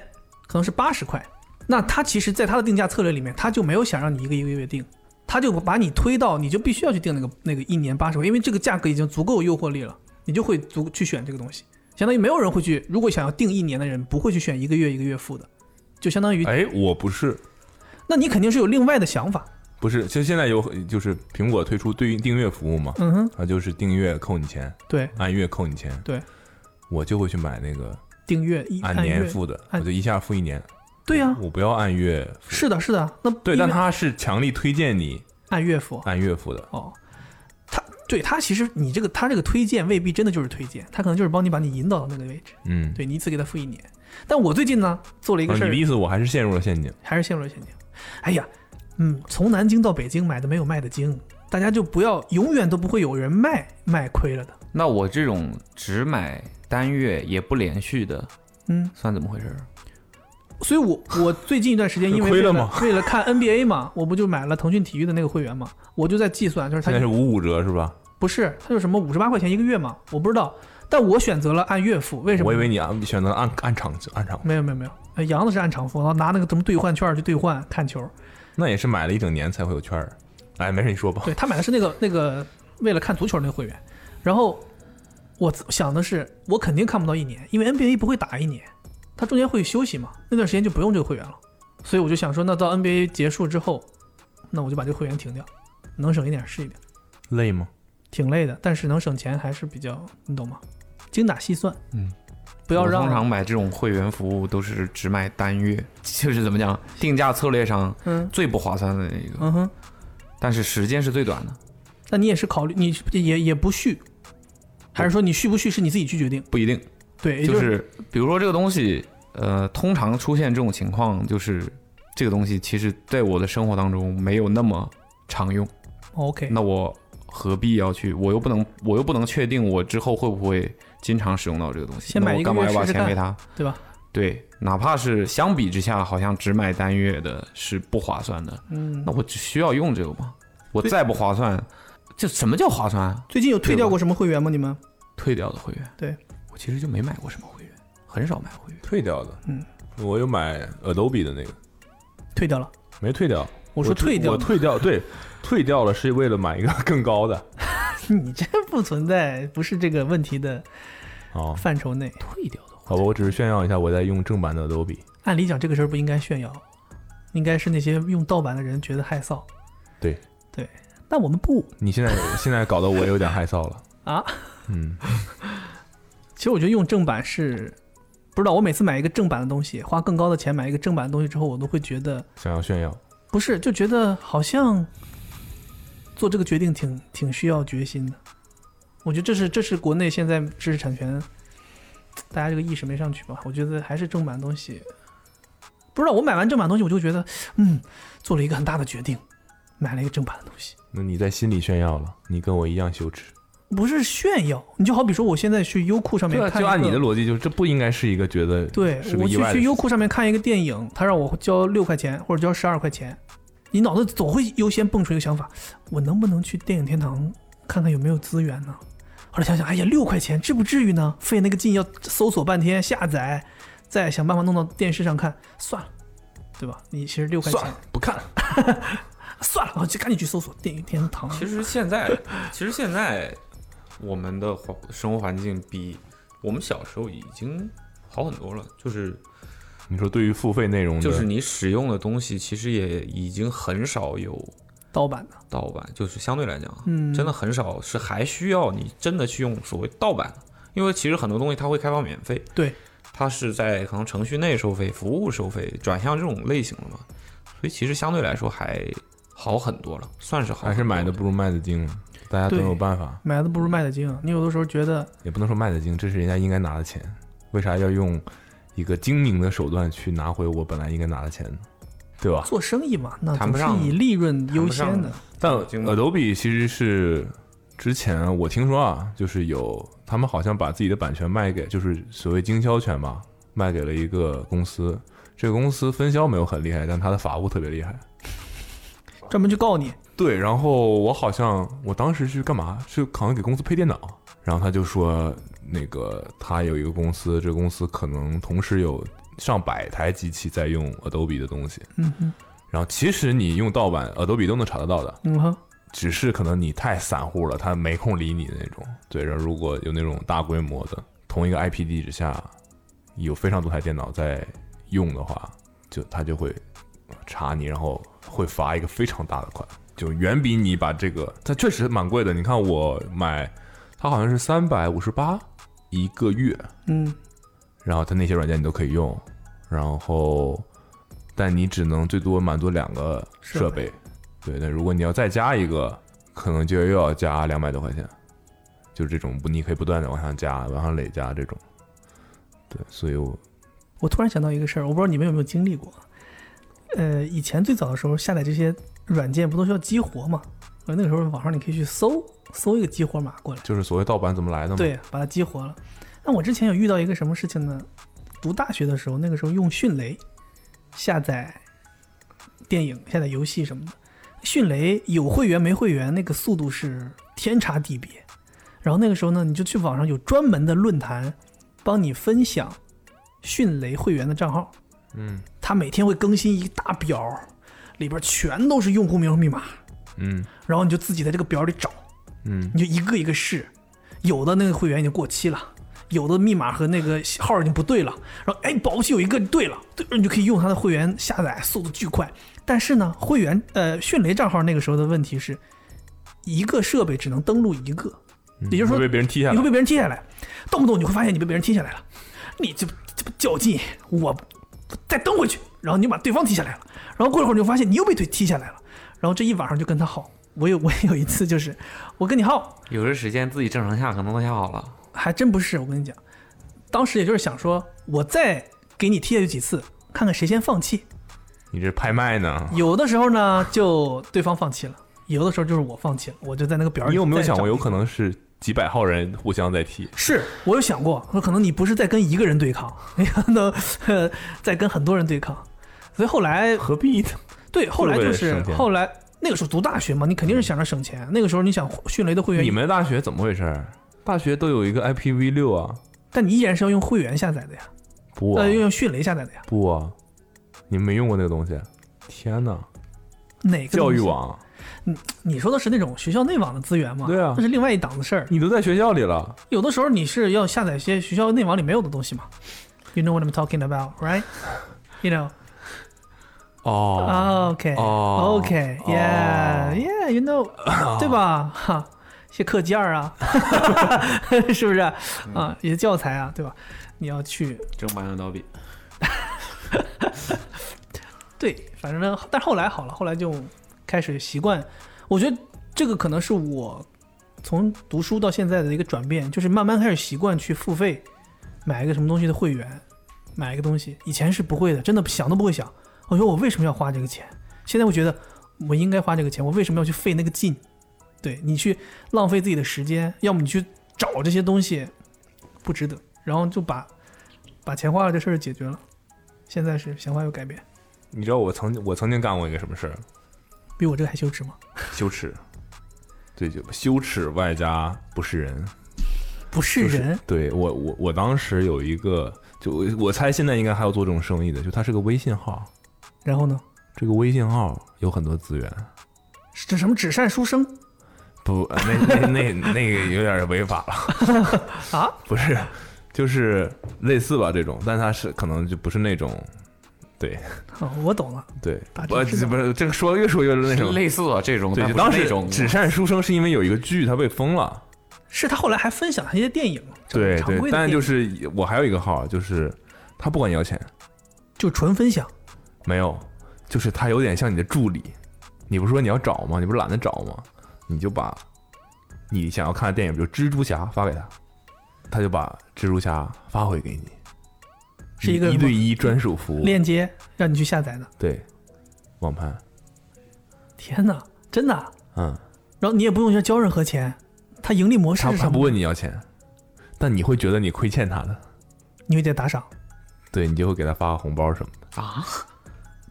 S2: 可能是八十块，那他其实在他的定价策略里面，他就没有想让你一个一个月定，他就把你推到你就必须要去定那个那个一年八十块，因为这个价格已经足够有诱惑力了，你就会足去选这个东西。相当于没有人会去，如果想要定一年的人，不会去选一个月一个月付的，就相当于
S3: 哎，我不是
S2: 那你肯定是有另外的想法。
S3: 不是，其实现在有就是苹果推出对应订阅服务嘛，
S2: 嗯哼，
S3: 它就是订阅扣你钱，
S2: 对，
S3: 按月扣你钱。
S2: 对，
S3: 我就会去买那个
S2: 订阅一
S3: 按
S2: 按
S3: 年
S2: 月，
S3: 付的，我
S2: 按
S3: 就一下付一年。
S2: 对呀、
S3: 我不要按月付，
S2: 是的，是的，那
S3: 对，
S2: 因为
S3: 但它是强力推荐你
S2: 按月付
S3: 按月付的。
S2: 哦，他对他其实你这个他这个推荐未必真的就是推荐，他可能就是帮你把你引导到那个位置，
S3: 嗯，
S2: 对你一次给他付一年。但我最近呢做了一
S3: 啊
S2: 个
S3: 你
S2: 事儿
S3: 的，意思我还是陷入了陷阱。
S2: 还是陷入了陷阱。哎呀，嗯，从南京到北京买的没有卖的精，大家就不要永远都不会有人卖卖亏了的。
S5: 那我这种只买单月也不连续的，
S2: 嗯，
S5: 算怎么回事？所
S2: 所以我我最近一段时
S3: *laughs*
S2: 间因为
S3: 亏
S2: 为了
S3: 了吗
S2: 为了看 NBA 嘛，我不就买了腾讯体育的那个会员嘛，我就在计算，就是它
S3: 现在是五五折是吧？
S2: 不是它就什么五十八块钱一个月嘛，我不知道，但我选择了按月付，为什么？
S3: 我以为你按选择按按场按场，
S2: 没有没有没有，呃杨子是按场付，然后拿那个什么兑换券儿去兑换看球，
S3: 那也是买了一整年才会有券儿。哎，没事，你说吧。
S2: 对他买的是那个那个为了看足球那个会员，然后我自想的是我肯定看不到一年，因为 NBA 不会打一年，它中间会休息嘛，那段时间就不用这个会员了，所以我就想说，那到 NBA 结束之后，那我就把这个会员停掉，能省一点是一点，
S3: 累吗？
S2: 挺累的，但是能省钱还是比较，你懂吗？精打细算，
S5: 嗯，
S2: 不要
S5: 我通
S2: 让
S5: 常买这种会员服务都是只买单月， *laughs* 就是怎么讲，定价策略上
S2: 嗯
S5: 最不划算的那一个，
S2: 嗯哼，
S5: 但是时间是最短的，
S2: 那你也是考虑你也也不续，还是说你续不续是你自己去决定？
S5: 不一定。
S2: 对，也
S5: 就是是比如说这个东西，呃，通常出现这种情况，就是这个东西其实在我的生活当中没有那么常用，
S2: 哦 OK，
S5: 那我何必要去？我又不能，我又不能确定我之后会不会经常使用到这个东西，
S2: 先买
S5: 那
S2: 一
S5: 我
S2: 个
S5: 干嘛
S2: 月
S5: 要把
S2: 试试
S5: 钱
S2: 看
S5: 给他？
S2: 对吧？
S5: 对，哪怕是相比之下，好像只买单月的是不划算的，
S2: 嗯，
S5: 那我只需要用这个吗？我再不划算，这什么叫划算啊？
S2: 最近有退掉过什么会员吗？你们？
S5: 退掉的会员，
S2: 对
S5: 我其实就没买过什么会员，很少买会员。
S3: 退掉的，
S2: 嗯，
S3: 我有买 Adobe 的那个，
S2: 退掉了。
S3: 没退掉。
S2: 我说退掉 *laughs*
S3: 我，退掉，对，退掉了是为了买一个更高的。
S2: 你这不存在，不是这个问题的
S3: 哦，
S2: 范畴内。
S5: 退掉的，
S3: 好吧，我只是炫耀一下我在用正版的 Adobe。
S2: 按理讲，这个事儿不应该炫耀，应该是那些用盗版的人觉得害臊。
S3: 对
S2: 对，但我们不
S3: 你现在现在搞得我有点害臊了。
S2: *laughs* 啊。
S3: 嗯，
S2: 其实我觉得用正版是，不知道我每次买一个正版的东西，花更高的钱买一个正版的东西之后，我都会觉得
S3: 想要炫耀，
S2: 不是，就觉得好像做这个决定挺挺需要决心的。我觉得这是这是国内现在知识产权大家这个意识没上去吧？我觉得还是正版东西，不知道我买完正版东西，我就觉得嗯，做了一个很大的决定，买了一个正版的东西，
S3: 那你在心里炫耀了，你跟我一样羞耻。
S2: 不是炫耀。你就好比说，我现在去优酷上面
S3: 对啊，
S2: 看，
S3: 就按你的。逻辑，就是这不应该是一个觉得
S2: 对
S3: 是，个
S2: 我
S3: 意
S2: 去
S3: 外的
S2: 去
S3: 事
S2: 优酷上面看一个电影，他让我交六块钱或者交十二块钱，你脑子总会优先蹦出一个想法：我能不能去电影天堂看看有没有资源呢？后来想想，哎呀，六块钱至不至于呢，费那个劲要搜索半天下载，再想办法弄到电视上看，算了，对吧？你其实六块钱
S3: 算了，不看了。
S2: *laughs* 算了，我就赶紧去搜索电影天堂。
S5: 其实现在， *laughs* 其实现在我们的环生活环境比我们小时候已经好很多了，就是
S3: 你说对于付费内容的，
S5: 就是你使用的东西，其实也已经很少有
S2: 盗版的，
S5: 盗版，就是相对来讲，啊
S2: 嗯
S5: 真的很少是还需要你真的去用所谓盗版的，因为其实很多东西它会开放免费，
S2: 对，
S5: 它是在可能程序内收费、服务收费，转向这种类型了嘛，所以其实相对来说还好很多了，算是好很
S3: 还
S5: 多了，
S3: 是买的不如卖的精，啊大家都
S2: 对
S3: 有办法，
S2: 买的不如卖的精。啊你有的时候觉得
S3: 也不能说卖的精，这是人家应该拿的钱，为啥要用一个精明的手段去拿回我本来应该拿的钱呢？对吧？
S2: 做生意嘛，那
S5: 谈
S2: 总
S5: 不
S2: 是
S5: 上
S2: 以利润优
S5: 上
S2: 先
S5: 的
S2: 的。
S3: 但
S5: 经
S3: Adobe 其实是之前我听说啊，就是有他们好像把自己的版权卖给，就是所谓经销权吧，卖给了一个公司。这个公司分销没有很厉害，但他的法务特别厉害。
S2: 专门去告你，
S3: 对，然后我好像我当时是干嘛？是好像给公司配电脑，然后他就说那个他有一个公司，这个公司可能同时有上百台机器在用 Adobe 的东西。
S2: 嗯哼，
S3: 然后其实你用盗版 Adobe 都能查得到的，
S2: 嗯哼。
S3: 只是可能你太散户了，他没空理你的那种。对，然后如果有那种大规模的同一个 IP 地址下有非常多台电脑在用的话，就他就会查你，然后会罚一个非常大的款，就远比你把这个，它确实蛮贵的。你看我买，它好像是三百五十八一个月，
S2: 嗯，
S3: 然后它那些软件你都可以用，然后但你只能最多满足两个设备，对。但如果你要再加一个，可能就又要加两百多块钱，就是这种不，你可以不断的往上加，往上累加这种。对，所以我
S2: 我突然想到一个事儿，我不知道你们有没有经历过。呃，以前最早的时候下载这些软件不都需要激活吗？呃，那个时候网上你可以去搜搜一个激活码过来，
S3: 就是所谓盗版怎么来的嘛。，
S2: 对，把它激活了。那我之前有遇到一个什么事情呢？读大学的时候，那个时候用迅雷下载电影、下载游戏什么的，迅雷有会员没会员，那个速度是天差地别。然后那个时候呢，你就去网上有专门的论坛帮你分享迅雷会员的账号，
S3: 嗯
S2: 他每天会更新一大表，里边全都是用户名和密码，
S3: 嗯
S2: 然后你就自己在这个表里找，
S3: 嗯，
S2: 你就一个一个试，有的那个会员已经过期了，有的密码和那个号已经不对了，然后哎，保不齐有一个对了，对，你就可以用他的会员下载，速度巨快。但是呢，会员呃迅雷账号那个时候的问题是，一个设备只能登录一个，也就是说
S3: 会嗯被别人踢下
S2: 你
S3: 来
S2: 会。被别人踢下来，动不动你会发现你被别人踢下来了，你就这不较劲，我再蹬回去，然后你把对方踢下来了，然后过一会儿你就发现你又被推踢下来了，然后这一晚上就跟他耗。我有我 *laughs* 有一次就是，我跟你耗，
S5: 有的时间自己正常下可能都下好了，
S2: 还真不是。我跟你讲，当时也就是想说，我再给你踢下去几次，看看谁先放弃。
S3: 你这拍卖呢？
S2: 有的时候呢，就对方放弃了；有的时候就是我放弃了，我就在那个表儿里
S3: 你有没有
S2: 再
S3: 想过，
S2: 找
S3: 有
S2: 一个
S3: 可能是几百号人互相在踢，
S2: 是我有想过，说可能你不是在跟一个人对抗， *laughs* 你可能呃在跟很多人对抗，所以后来
S3: 何必呢？
S2: *laughs* 对后来
S3: 为
S2: 就
S3: 了
S2: 是
S3: 省钱嗯
S2: 后来那个时候读大学嘛，你肯定是想着省钱，那个时候你想迅雷的会员，
S3: 你们大学怎么回事儿？大学都有一个 IPv 六啊，
S2: 但你依然是要用会员下载的呀，
S3: 不啊
S2: 呃，用迅雷下载的呀，
S3: 不啊，你们没用过那个东西？啊天哪，
S2: 哪个
S3: 教育
S2: 东西？
S3: 网，
S2: 你说的是那种学校内网的资源嘛？
S3: 对啊
S2: 那是另外一档子事儿。
S3: 你都在学校里了，
S2: 有的时候你是要下载一些学校内网里没有的东西嘛？You know what I'm talking about, right? You know. 啊
S3: 哦，
S2: OK，
S3: 哦
S2: OK，yeah yeah you know，对吧？哈，一些课件儿啊， *laughs* 是不是啊？一些教材啊，对吧？你要去
S5: 正版的刀笔，
S2: 对，反正呢，但后来好了，后来就开始习惯。我觉得这个可能是我从读书到现在的一个转变，就是慢慢开始习惯去付费买一个什么东西的会员，买一个东西。以前是不会的，真的想都不会想。我说我为什么要花这个钱？现在我觉得我应该花这个钱，我为什么要去费那个劲？对你去浪费自己的时间，要么你去找这些东西，不值得。然后就把把钱花了这事儿解决了。现在是想法有改变。
S3: 你知道我曾我曾经干过一个什么事儿？
S2: 比我这个还羞耻吗？
S3: 羞耻，对，就羞耻外加不是人。
S2: 不是人，
S3: 对我我我当时有一个，就我我猜现在应该还有做这种生意的，就它是个微信号，
S2: 然后呢？
S3: 这个微信号有很多资源。
S2: 是这什么纸扇书生
S3: 不，呃那那那那个有点违法了，
S2: *laughs* 啊？
S3: 不是，就是类似吧这种，但它是可能就不是那种，对
S2: 哦，我懂了，
S3: 对
S2: 大，致
S3: 我
S2: 知道
S3: 不是这个说越说越那什么，
S5: 类似的这种，
S3: 对，
S5: 但
S3: 就
S5: 不是
S3: 当时
S5: 那种
S3: 纸扇书生是因为有一个剧它被封了，
S2: 是他后来还分享一些电影，
S3: 对
S2: 常
S3: 对，
S2: 规的电
S3: 但
S2: 影
S3: 就是我还有一个号，就是他不管你要钱，
S2: 就纯分享。
S3: 没有，就是他有点像你的助理。你不是说你要找吗？你不是懒得找吗？你就把你想要看的电影，比如蜘蛛侠发给他，他就把蜘蛛侠发回给你，
S2: 是一个
S3: 一对一专属服务。
S2: 链接让你去下载的，
S3: 对，网盘，
S2: 天哪，真的啊！
S3: 嗯，
S2: 然后你也不用交任何钱，他盈利模式
S3: 他
S2: 是
S3: 他
S2: 什
S3: 不
S2: 么？
S3: 问你要钱，但你会觉得你亏欠他的，
S2: 你会得打赏，
S3: 对你就会给他发个红包什么的。
S5: 啊，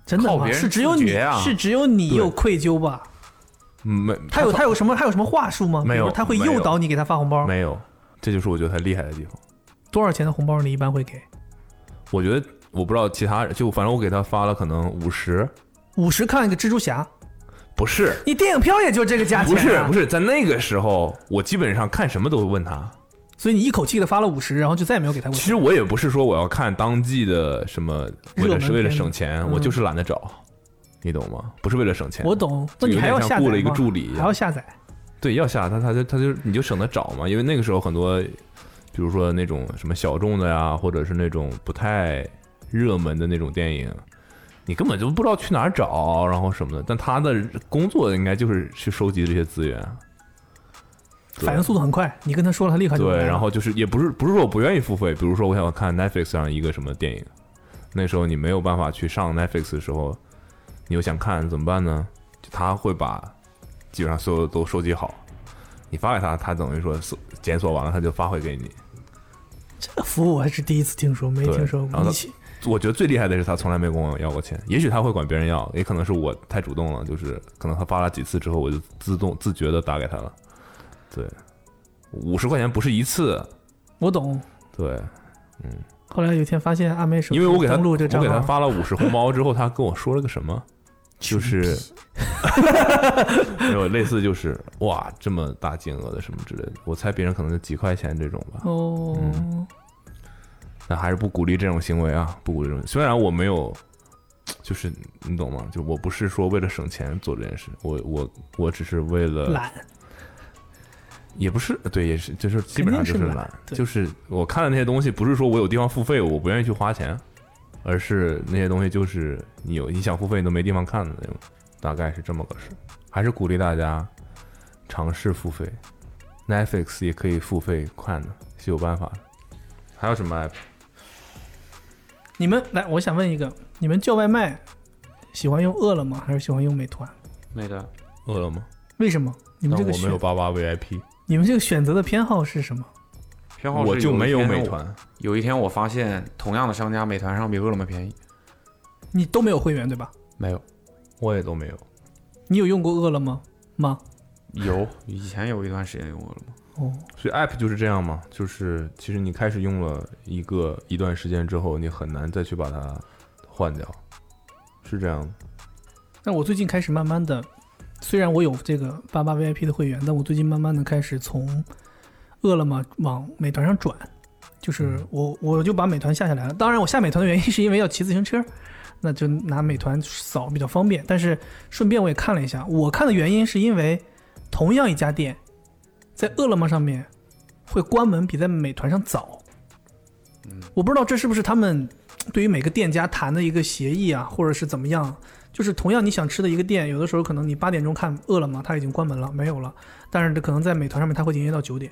S2: 真的
S5: 靠
S2: 吗？
S5: 别人
S2: 是只有
S5: 自
S2: 你
S5: 觉啊
S2: 是只有你
S3: 对
S2: 有愧疚吧？
S3: 嗯没，
S2: 他有他有什么他有什么话术吗？
S3: 没有
S2: 比如他会
S3: 没有
S2: 诱导你给他发红包。
S3: 没有，这就是我觉得他厉害的地方。
S2: 多少钱的红包你一般会给？
S3: 我觉得我不知道其他人，就反正我给他发了可能五十，
S2: 五十看一个蜘蛛侠，
S3: 不是
S2: 你电影票也就这个价钱、
S3: 不
S2: 啊，
S3: 是不是，在那个时候，我基本上看什么都会问他。
S2: 所以你一口气给他发了五十，然后就再也没有给他过
S3: 其
S2: 钱。
S3: 实我也不是说我要看当季的什么，
S2: 热
S3: 为了
S2: 门
S3: 是为了
S2: 片嗯
S3: 省钱，我就是懒得找，你懂吗？不是为了省钱，
S2: 我懂，那你
S3: 就有
S2: 还
S3: 点
S2: 要
S3: 像
S2: 下载
S3: 雇了一个
S2: 吗
S3: 助理一
S2: 还要
S3: 样
S2: 下载。
S3: 对要下他他就他就你就省得找嘛，因为那个时候很多，比如说那种什么小众的呀，或者是那种不太热门的那种电影。你根本就不知道去哪儿找，然后什么的。但他的工作应该就是去收集这些资源，对
S2: 反应速度很快，你跟他说了，他立刻就来
S3: 对，
S2: 了
S3: 然后就是也不是不是说我不愿意付费，比如说我想要看 Netflix 上一个什么电影，那时候你没有办法去上 Netflix 的时候，你又想看怎么办呢？就他会把基本上所有都收集好，你发给他，他等于说搜检索完了他就发回给你。
S2: 这个服务我还是第一次听说，没
S3: 对
S2: 听说
S3: 然
S2: 过。
S3: 后
S2: 你
S3: 他
S2: 去
S3: 我觉得最厉害的是他从来没跟我要过钱，也许他会管别人要，也可能是我太主动了，就是可能他发了几次之后，我就自动自觉的打给他了。对，五十块钱不是一次，
S2: 我懂。
S3: 对。
S2: 后来有一天发现阿妹手机
S3: 因为我给他
S2: 登录这个
S3: 我
S2: 账
S3: 给他
S2: 号，
S3: 发了五十红包之后，他跟我说了个
S2: *laughs*
S3: 什么，就是，没有类似就是哇这么大金额的什么之类的，我猜别人可能就几块钱这种吧，
S2: 哦，
S3: 嗯但还是不鼓励这种行为啊，不鼓励这种。虽然我没有，就是你懂吗？就我不是说为了省钱做这件事，我我我只是为了，
S2: 懒，
S3: 也不是对，也是就是基本上就是
S2: 肯定是
S3: 懒
S2: 懒，对
S3: 就是我看的那些东西，不是说我有地方付费，我不愿意去花钱，而是那些东西就是你有你想付费你都没地方看的那种，大概是这么个事。还是鼓励大家尝试付费，Netflix 也可以付费看的，是有办法的。还有什么 app？
S2: 你们来，我想问一个，你们叫外卖喜欢用饿了么还是喜欢用美团？
S5: 美的
S3: 饿了么？
S2: 为什么？你
S3: 那
S2: 们这
S3: 我
S2: 个
S3: 没有
S2: 选
S3: 八八 VIP，
S2: 你们这个选择的偏好是什么？
S5: 偏好是
S7: 我就没有
S5: 一天
S7: 美
S5: 我。
S7: 团，
S5: 有一天我发现，同样的商家，美团上比饿了么便宜。
S2: 你都没有会员对吧？
S5: 没有，
S7: 我也都没有。
S2: 你有用过饿了么吗？
S5: 有以前有一段时间用饿了么，
S2: 哦，
S7: 所以 app 就是这样嘛，就是其实你开始用了一个一段时间之后，你很难再去把它换掉，是这样的。
S2: 但我最近开始慢慢的，虽然我有这个八八 VIP 的会员，但我最近慢慢的开始从饿了么往美团上转，就是我我就把美团下下来了。当然，我下美团的原因是因为要骑自行车，那就拿美团扫比较方便。但是顺便我也看了一下，我看的原因是因为同样一家店在饿了么上面会关门比在美团上早。我不知道这是不是他们对于每个店家谈的一个协议啊，或者是怎么样。就是同样你想吃的一个店，有的时候可能你八点钟看饿了么，它已经关门了，没有了，但是可能在美团上面它会营业到九点，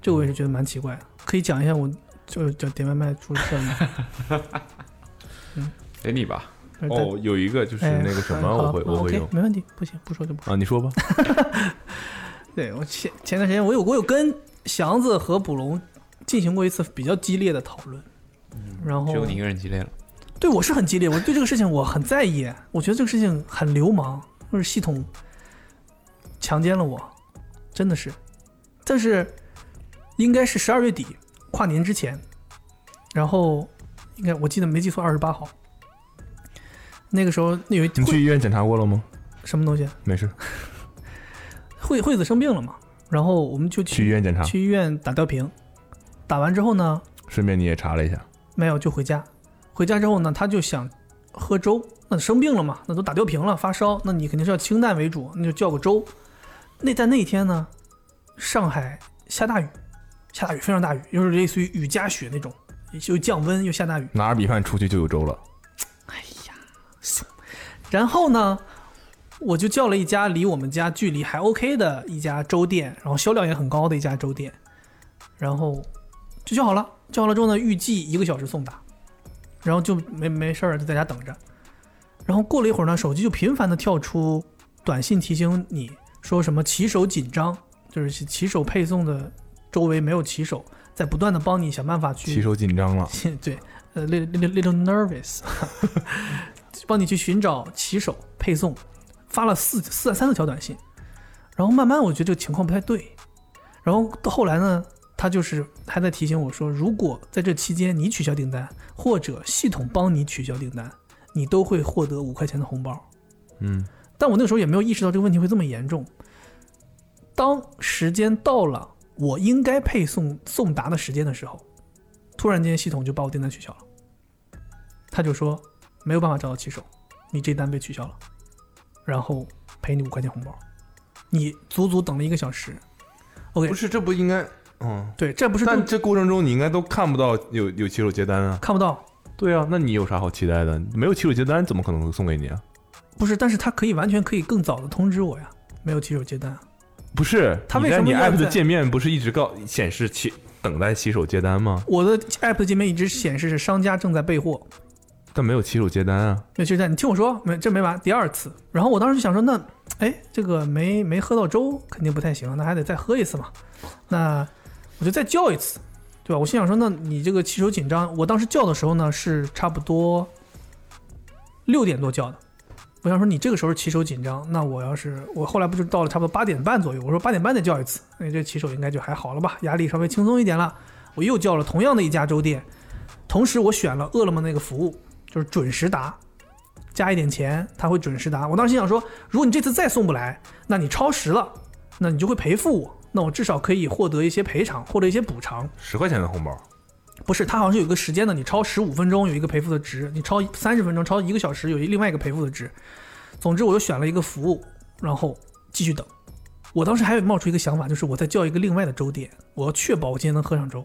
S2: 这个我也是觉得蛮奇怪的。可以讲一下我就就点外卖出了事
S7: *laughs*
S2: 儿吗？
S5: 给你吧。
S7: 哦，有一个就是
S2: 哎
S7: 那个什么，
S2: 好
S7: 我会
S2: 呃好
S7: 我会
S2: OK，
S7: 用
S2: 没问题，不行，不说就不说。
S7: 啊，你
S2: *laughs*
S7: 说吧。
S2: 对我前前段时间我有我有跟祥子和卜龙进行过一次比较激烈的讨论，
S7: 嗯
S2: 然后
S5: 只有你一个人激烈了。
S2: 对我是很激烈，我对这个事情我很在意，我觉得这个事情很流氓，或者系统强奸了我，真的是。但是应该是十二月底跨年之前，然后应该我记得没记错，二十八号，那个时候那有一
S7: 你
S2: 会
S7: 去医院检查过了吗？
S2: 什么东西，
S7: 没事，
S2: 惠惠子生病了嘛，然后我们就
S7: 去医院检查，
S2: 去医院打吊瓶，打完之后呢，
S7: 顺便你也查了一下。
S2: 没有，就回家。回家之后呢，他就想喝粥。那生病了嘛，那都打吊瓶了，发烧，那你肯定是要清淡为主，那就叫个粥。那在那一天呢，上海下大雨，下大雨非常大雨，就是类似于雨夹雪那种，又降温又下大雨。
S7: 拿着米饭出去就有粥了。
S2: 然后呢，我就叫了一家离我们家距离还 OK 的一家粥店，然后销量也很高的一家粥店，然后就叫好了。叫好了之后呢，预计一个小时送达，然后就没没事儿就在家等着。然后过了一会儿呢，手机就频繁的跳出短信提醒你说什么骑手紧张，就是骑手配送的周围没有骑手，在不断的帮你想办法去
S7: 骑手紧
S3: 啊
S7: 张了，
S2: *laughs* 对，呃，little little little nervous，帮你去寻找骑手配送，发了四四三四条短信，然后慢慢我觉得这个情况不太对，然后到后来呢，他就是还在提醒我说，如果在这期间你取消订单，或者系统帮你取消订单，你都会获得五块钱的红包。
S7: 嗯，
S2: 但我那个时候也没有意识到这个问题会这么严重。当时间到了，我应该配送送达的时间的时候，突然间系统就把我订单取消了。他就说没有办法找到骑手，你这单被取消了，然后赔你五块钱红包。你足足等了一个小时。OK，
S7: 不是，这不应该，嗯，
S2: 对，这不是
S7: 但这过程中你应该都看不到有有骑手接单啊。
S2: 看不到，
S7: 对啊，那你有啥好期待的？没有骑手接单，怎么可能送给你啊？
S2: 不是，但是他可以完全可以更早的通知我呀，没有骑手接单啊。
S7: 不是，
S2: 他
S7: 你
S2: 为
S7: 在
S2: 什么
S7: 你
S2: 要
S7: app 的
S2: 在
S7: 界面不是一直告显示骑等待骑手接单吗？
S2: 我的 app 的界面一直显示是商家正在备货，
S7: 但没有骑手接单啊。
S2: 那就这样，你听我说，没这没完，第二次。然后我当时就想说，那哎，这个没没喝到粥肯定不太行，那还得再喝一次嘛。那我就再叫一次，对吧？我心想说，那你这个骑手紧张，我当时叫的时候呢是差不多六点多叫的。我想说，你这个时候骑手紧张，那我要是我后来不就到了差不多八点半左右，我说八点半再叫一次，那这骑手应该就还好了吧，压力稍微轻松一点了。我又叫了同样的一家粥店，同时我选了饿了么那个服务，就是准时达，加一点钱，他会准时达。我当时心想说，如果你这次再送不来，那你超时了，那你就会赔付我，那我至少可以获得一些赔偿，获得一些补偿。
S7: 十块钱的红包，
S2: 不是，它好像是有一个时间的，你超十五分钟有一个赔付的值，你超三十分钟、超一个小时有一另外一个赔付的值。总之，我又选了一个服务，然后继续等。我当时还有冒出一个想法，就是我再叫一个另外的粥店，我要确保我今天能喝上粥。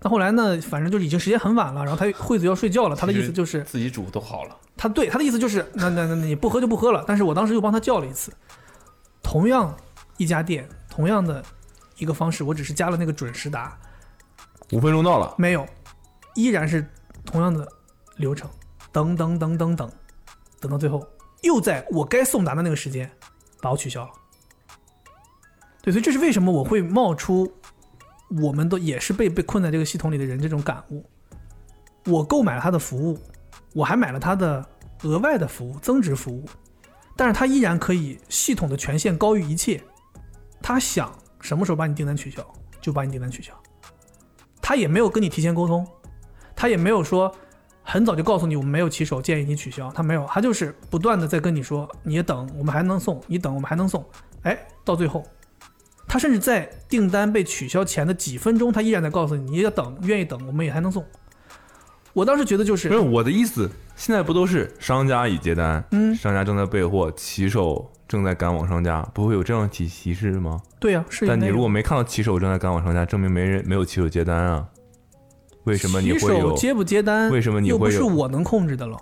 S2: 但后来呢，反正就是已经时间很晚了，然后他惠子要睡觉了，他的意思就是
S4: 自己煮都好了，
S2: 他对他的意思就是，那那那那你不喝就不喝了。但是我当时又帮他叫了一次，同样一家店，同样的一个方式，我只是加了那个准时达，
S7: 五分钟到了，
S2: 没有，依然是同样的流程，等等等等等，等到最后又在我该送达的那个时间把我取消了。对，所以这是为什么我会冒出我们都也是被被困在这个系统里的人这种感悟。我购买了他的服务，我还买了他的额外的服务增值服务，但是他依然可以系统的权限高于一切，他想什么时候把你订单取消就把你订单取消，他也没有跟你提前沟通，他也没有说很早就告诉你我们没有骑手，建议你取消，他没有，他就是不断的在跟你说，你等，我们还能送，你等，我们还能送，哎，到最后，他甚至在订单被取消前的几分钟，他依然在告诉你，你要等，愿意等，我们也还能送。我当时觉得就是
S3: 没有我的意思，现在不都是商家已接单，
S2: 嗯
S3: 商家正在备货，骑手正在赶往商家，不会有这样歧歧视吗？
S2: 对呀、是
S3: 但你
S2: 那个
S3: 如果没看到骑手正在赶往商家，证明没人没有骑手接单啊？为什么你
S2: 骑
S3: 会
S2: 手
S3: 有？
S2: 接不接单？
S3: 为什么你
S2: 又不
S3: 会
S2: 是
S3: 有
S2: 我能控制的了？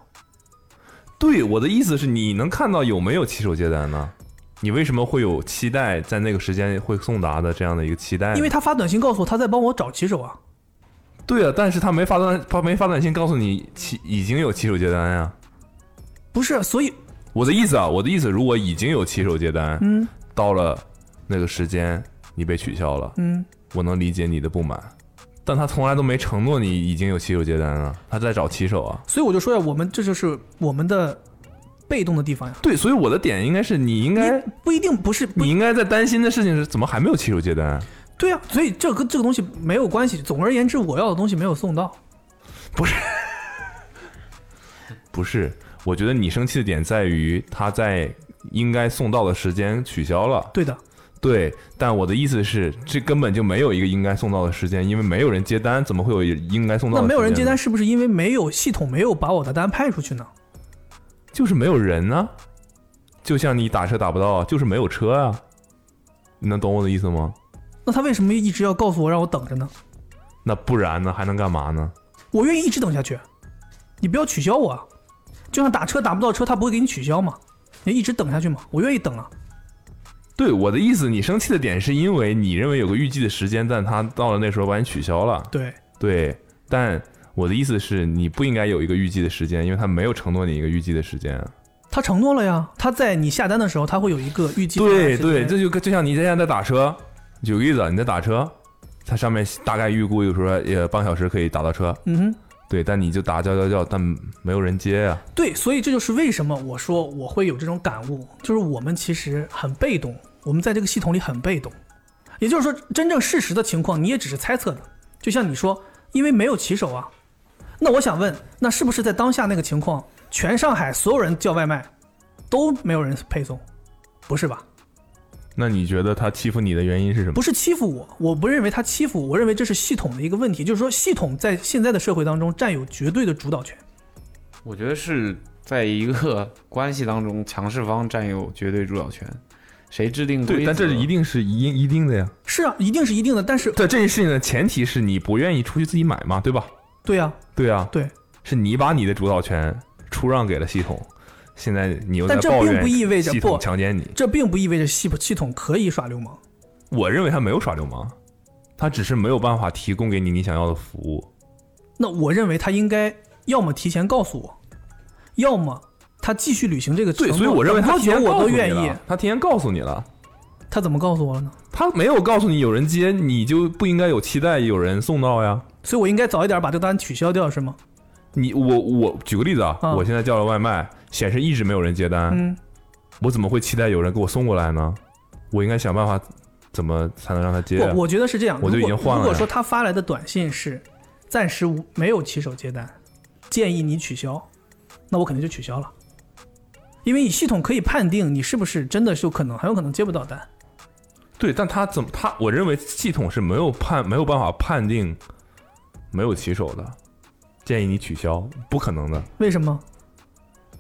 S3: 对，我的意思是你能看到有没有骑手接单呢？你为什么会有期待在那个时间会送达的这样的一个期待呢？
S2: 因为他发短信告诉我他在帮我找骑手啊。
S3: 对啊，但是他没发短，他没发短信告诉你骑已经有骑手接单呀、
S2: 不是，所以
S3: 我的意思啊，我的意思，如果已经有骑手接单，
S2: 嗯
S3: 到了那个时间你被取消了，
S2: 嗯，
S3: 我能理解你的不满，但他从来都没承诺你已经有骑手接单啊，他在找骑手啊。
S2: 所以我就说呀，我们这就是我们的被动的地方呀。
S3: 对，所以我的点应该是你应该
S2: 你不一定不是不
S3: 哎你应该在担心的事情是怎么还没有骑手接单？啊
S2: 对呀、所以这跟这个东西没有关系。总而言之，我要的东西没有送到。
S3: 不是，我觉得你生气的点在于他在应该送到的时间取消了。
S2: 对的，
S3: 对，但我的意思是，这根本就没有一个应该送到的时间，因为没有人接单，怎么会有应该送到
S2: 那
S3: 的时间呢？
S2: 没有人接单，是不是因为没有系统没有把我的单派出去呢？
S3: 就是没有人啊，就像你打车打不到，就是没有车啊，你能懂我的意思吗？
S2: 那他为什么一直要告诉我让我等着呢？
S3: 那不然呢，还能干嘛呢？
S2: 我愿意一直等下去，你不要取消我啊！就像打车打不到车，他不会给你取消吗？你一直等下去吗？我愿意等啊。
S3: 对我的意思，你生气的点是因为你认为有个预计的时间，但他到了那时候把你取消了。
S2: 对，
S3: 对，但我的意思是你不应该有一个预计的时间，因为他没有承诺你一个预计的时间。啊
S2: 他承诺了呀，他在你下单的时候，他会有一个预计的时
S3: 对
S2: 间。
S3: 对，这就跟就像你现在在打车，举个例子，你在打车，它上面大概预估有时候也半小时可以打到车，
S2: 嗯哼，
S3: 对，但你就打叫叫叫，但没有人接呀、
S2: 对，所以这就是为什么我说我会有这种感悟，就是我们其实很被动，我们在这个系统里很被动。也就是说，真正事实的情况你也只是猜测的，就像你说，因为没有骑手啊。那我想问，那是不是在当下那个情况，全上海所有人叫外卖都没有人配送？不是吧？
S3: 那你觉得他欺负你的原因是什么？
S2: 不是欺负我，我不认为他欺负我，我认为这是系统的一个问题，就是说系统在现在的社会当中占有绝对的主导权。
S4: 我觉得是在一个 *laughs* 关系当中，强势方占有绝对主导权，谁制定规则？
S3: 对，但这是一定是一定一定的呀。
S2: 是啊，一定是一定的，但是
S3: 对这件事情的前提是你不愿意出去自己买嘛，对吧？
S2: 对啊，
S3: 对啊，
S2: 对，
S3: 是你把你的主导权出让给了系统，现在你又在
S2: 但这
S3: 抱
S2: 并
S3: 怨
S2: 不意味着
S3: 系统
S2: 不
S3: 强奸你。
S2: 这并不意味着系系统可以耍流氓。
S3: 我认为他没有耍流氓，他只是没有办法提供给你你想要的服务。
S2: 那我认为他应该要么提前告诉我，要么他继续履行这个承
S3: 对，
S2: 诺。
S3: 所以我认为他
S2: 多
S3: 提
S2: 久
S3: 前
S2: 我
S3: 告
S2: 都
S3: 诉你
S2: 愿意
S3: 了。，他提前告诉你了，
S2: 他怎么告诉我了呢？
S3: 他没有告诉你有人接，你就不应该有期待有人送到呀。
S2: 所以我应该早一点把这单取消掉是吗？
S3: 你我我举个例子啊，
S2: 啊
S3: 我现在叫了外卖，显示一直没有人接单，
S2: 嗯，
S3: 我怎么会期待有人给我送过来呢？我应该想办法，怎么才能让他接啊？
S2: 我我觉得是这样。
S3: 我就
S2: 如
S3: 已
S2: 果
S3: 经换
S2: 如
S3: 了
S2: 果
S3: 呀
S2: 说他发来的短信是暂时无没有骑手接单，建议你取消，那我肯定就取消了，因为你系统可以判定你是不是真的是有可能很有可能接不到单。
S3: 对，但他怎么他？我认为系统是没有判没有办法判定没有骑手的，建议你取消，不可能的。
S2: 为什么？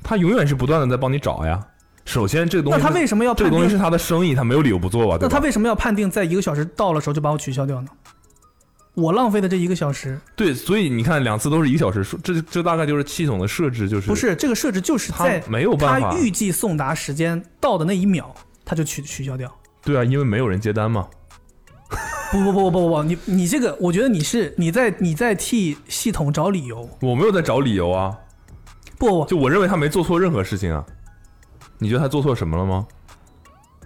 S3: 他永远是不断的在帮你找呀。首先，这个东
S2: 那
S3: 西
S2: 哦他
S3: 是
S2: 为什么要
S3: 这
S2: 判
S3: 个东西是
S2: 定？
S3: 他的生意，他没有理由不做吧？
S2: 那
S3: 对
S2: 他
S3: 吧？
S2: 为什么要判定在一个小时到了时候就把我取消掉呢？我浪费的这一个小时，
S3: 对，所以你看，两次都是一个小时，说这这大概就是系统的设置，就是
S2: 不是这个设置就是
S3: 他
S2: 在
S3: 没有办法
S2: 他预计送达时间到的那一秒，他就取取消掉。
S3: 对啊，因为没有人接单嘛。
S2: 不不不不不不，你你这个，我觉得你是你在你在替系统找理由。
S3: 我没有在找理由啊，
S2: 不不，
S3: 就我认为他没做错任何事情啊。你觉得他做错什么了吗？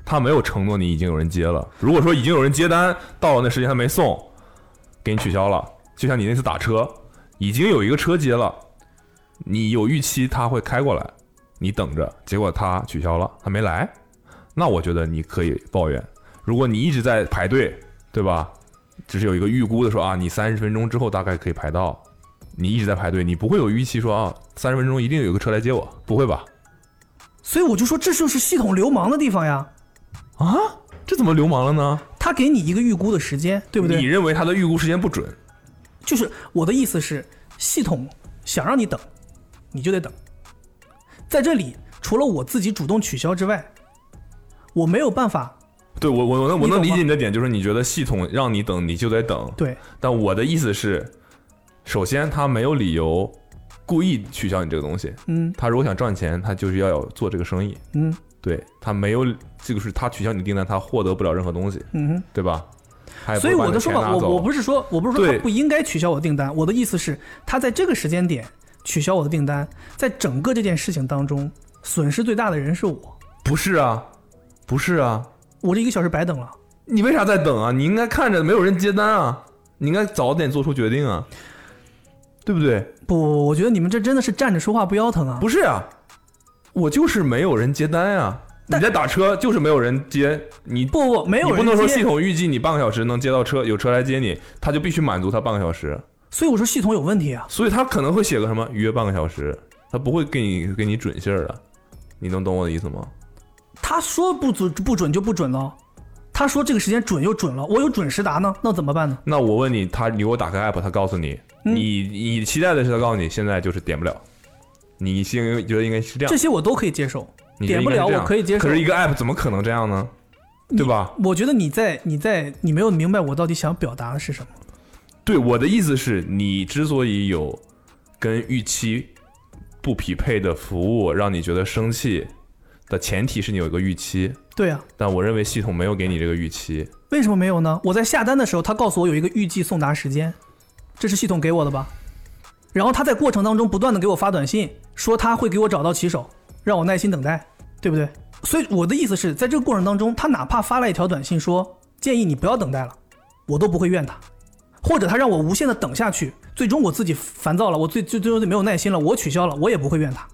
S3: 他没有承诺你已经有人接了。如果说已经有人接单到了那时间他没送，给你取消了。就像你那次打车，已经有一个车接了，你有预期他会开过来，你等着，结果他取消了，他没来，那我觉得你可以抱怨。如果你一直在排队，对吧？只是有一个预估的说啊，你三十分钟之后大概可以排到，你一直在排队，你不会有预期说啊，三十分钟一定有个车来接我，不会吧？
S2: 所以我就说这就是系统流氓的地方呀。
S3: 啊，这怎么流氓了呢？
S2: 他给你一个预估的时间，对不
S3: 你
S2: 对？
S3: 认为他的预估时间不准，
S2: 就是我的意思是，系统想让你等，你就得等。在这里，除了我自己主动取消之外，我没有办法。
S3: 对我我我能我
S2: 你懂
S3: 能理
S2: 吗
S3: 解你的点，就是你觉得系统让你等，你就得等。
S2: 对，
S3: 但我的意思是，首先他没有理由故意取消你这个东西，
S2: 嗯
S3: 他如果想赚钱，他就是要有做这个生意。
S2: 嗯
S3: 对他没有，这个是他取消你的订单，他获得不了任何东西，
S2: 嗯哼。
S3: 对吧？他也不
S2: 所以
S3: 会把
S2: 我
S3: 你
S2: 的
S3: 的
S2: 说
S3: 钱
S2: 法，
S3: 拿
S2: 我
S3: 走
S2: 我不是说我不是说
S3: 对
S2: 他不应该取消我的订单，我的意思是，他在这个时间点取消我的订单，在整个这件事情当中，损失最大的人是我，
S3: 不是啊，不是啊，
S2: 我这一个小时白等了。
S3: 你为啥在等啊？你应该看着没有人接单啊，你应该早点做出决定啊，对不对？
S2: 不，我觉得你们这真的是站着说话不腰疼啊！
S3: 不是啊，我就是没有人接单啊。你
S2: 但
S3: 在打车，就是没有人接你，
S2: 不不，没有
S3: 你
S2: 人
S3: 不能说
S2: 接
S3: 系，统预计你半个小时能接到车，有车来接你，他就必须满足他半个小时，
S2: 所以我说系统有问题啊！
S3: 所以他可能会写个什么约半个小时，他不会给你给你准信儿的，你能懂我的意思吗？
S2: 他说不准不准就不准了，他说这个时间准又准了，我有准时达呢，那怎么办呢？
S3: 那我问你，他你给我打开 app，他告诉你，
S2: 嗯
S3: 你你期待的是他告诉你现在就是点不了，你心觉得应该是这样
S2: 这，些我都可以接受，
S3: 你
S2: 点不了我可以接受
S3: 可是一个 app 怎么可能这样呢？对吧？
S2: 我觉得你在你在你没有明白我到底想表达的是什么。
S3: 对，我的意思是你之所以有跟预期不匹配的服务，让你觉得生气的前提是你有一个预期，
S2: 对啊，
S3: 但我认为系统没有给你这个预期。
S2: 为什么没有呢？我在下单的时候，他告诉我有一个预计送达时间，这是系统给我的吧？然后他在过程当中不断的给我发短信，说他会给我找到骑手，让我耐心等待，对不对？所以我的意思是在这个过程当中，他哪怕发了一条短信说建议你不要等待了，我都不会怨他，或者他让我无限的等下去，最终我自己烦躁了，我最最最终没有耐心了，我取消了，我也不会怨他。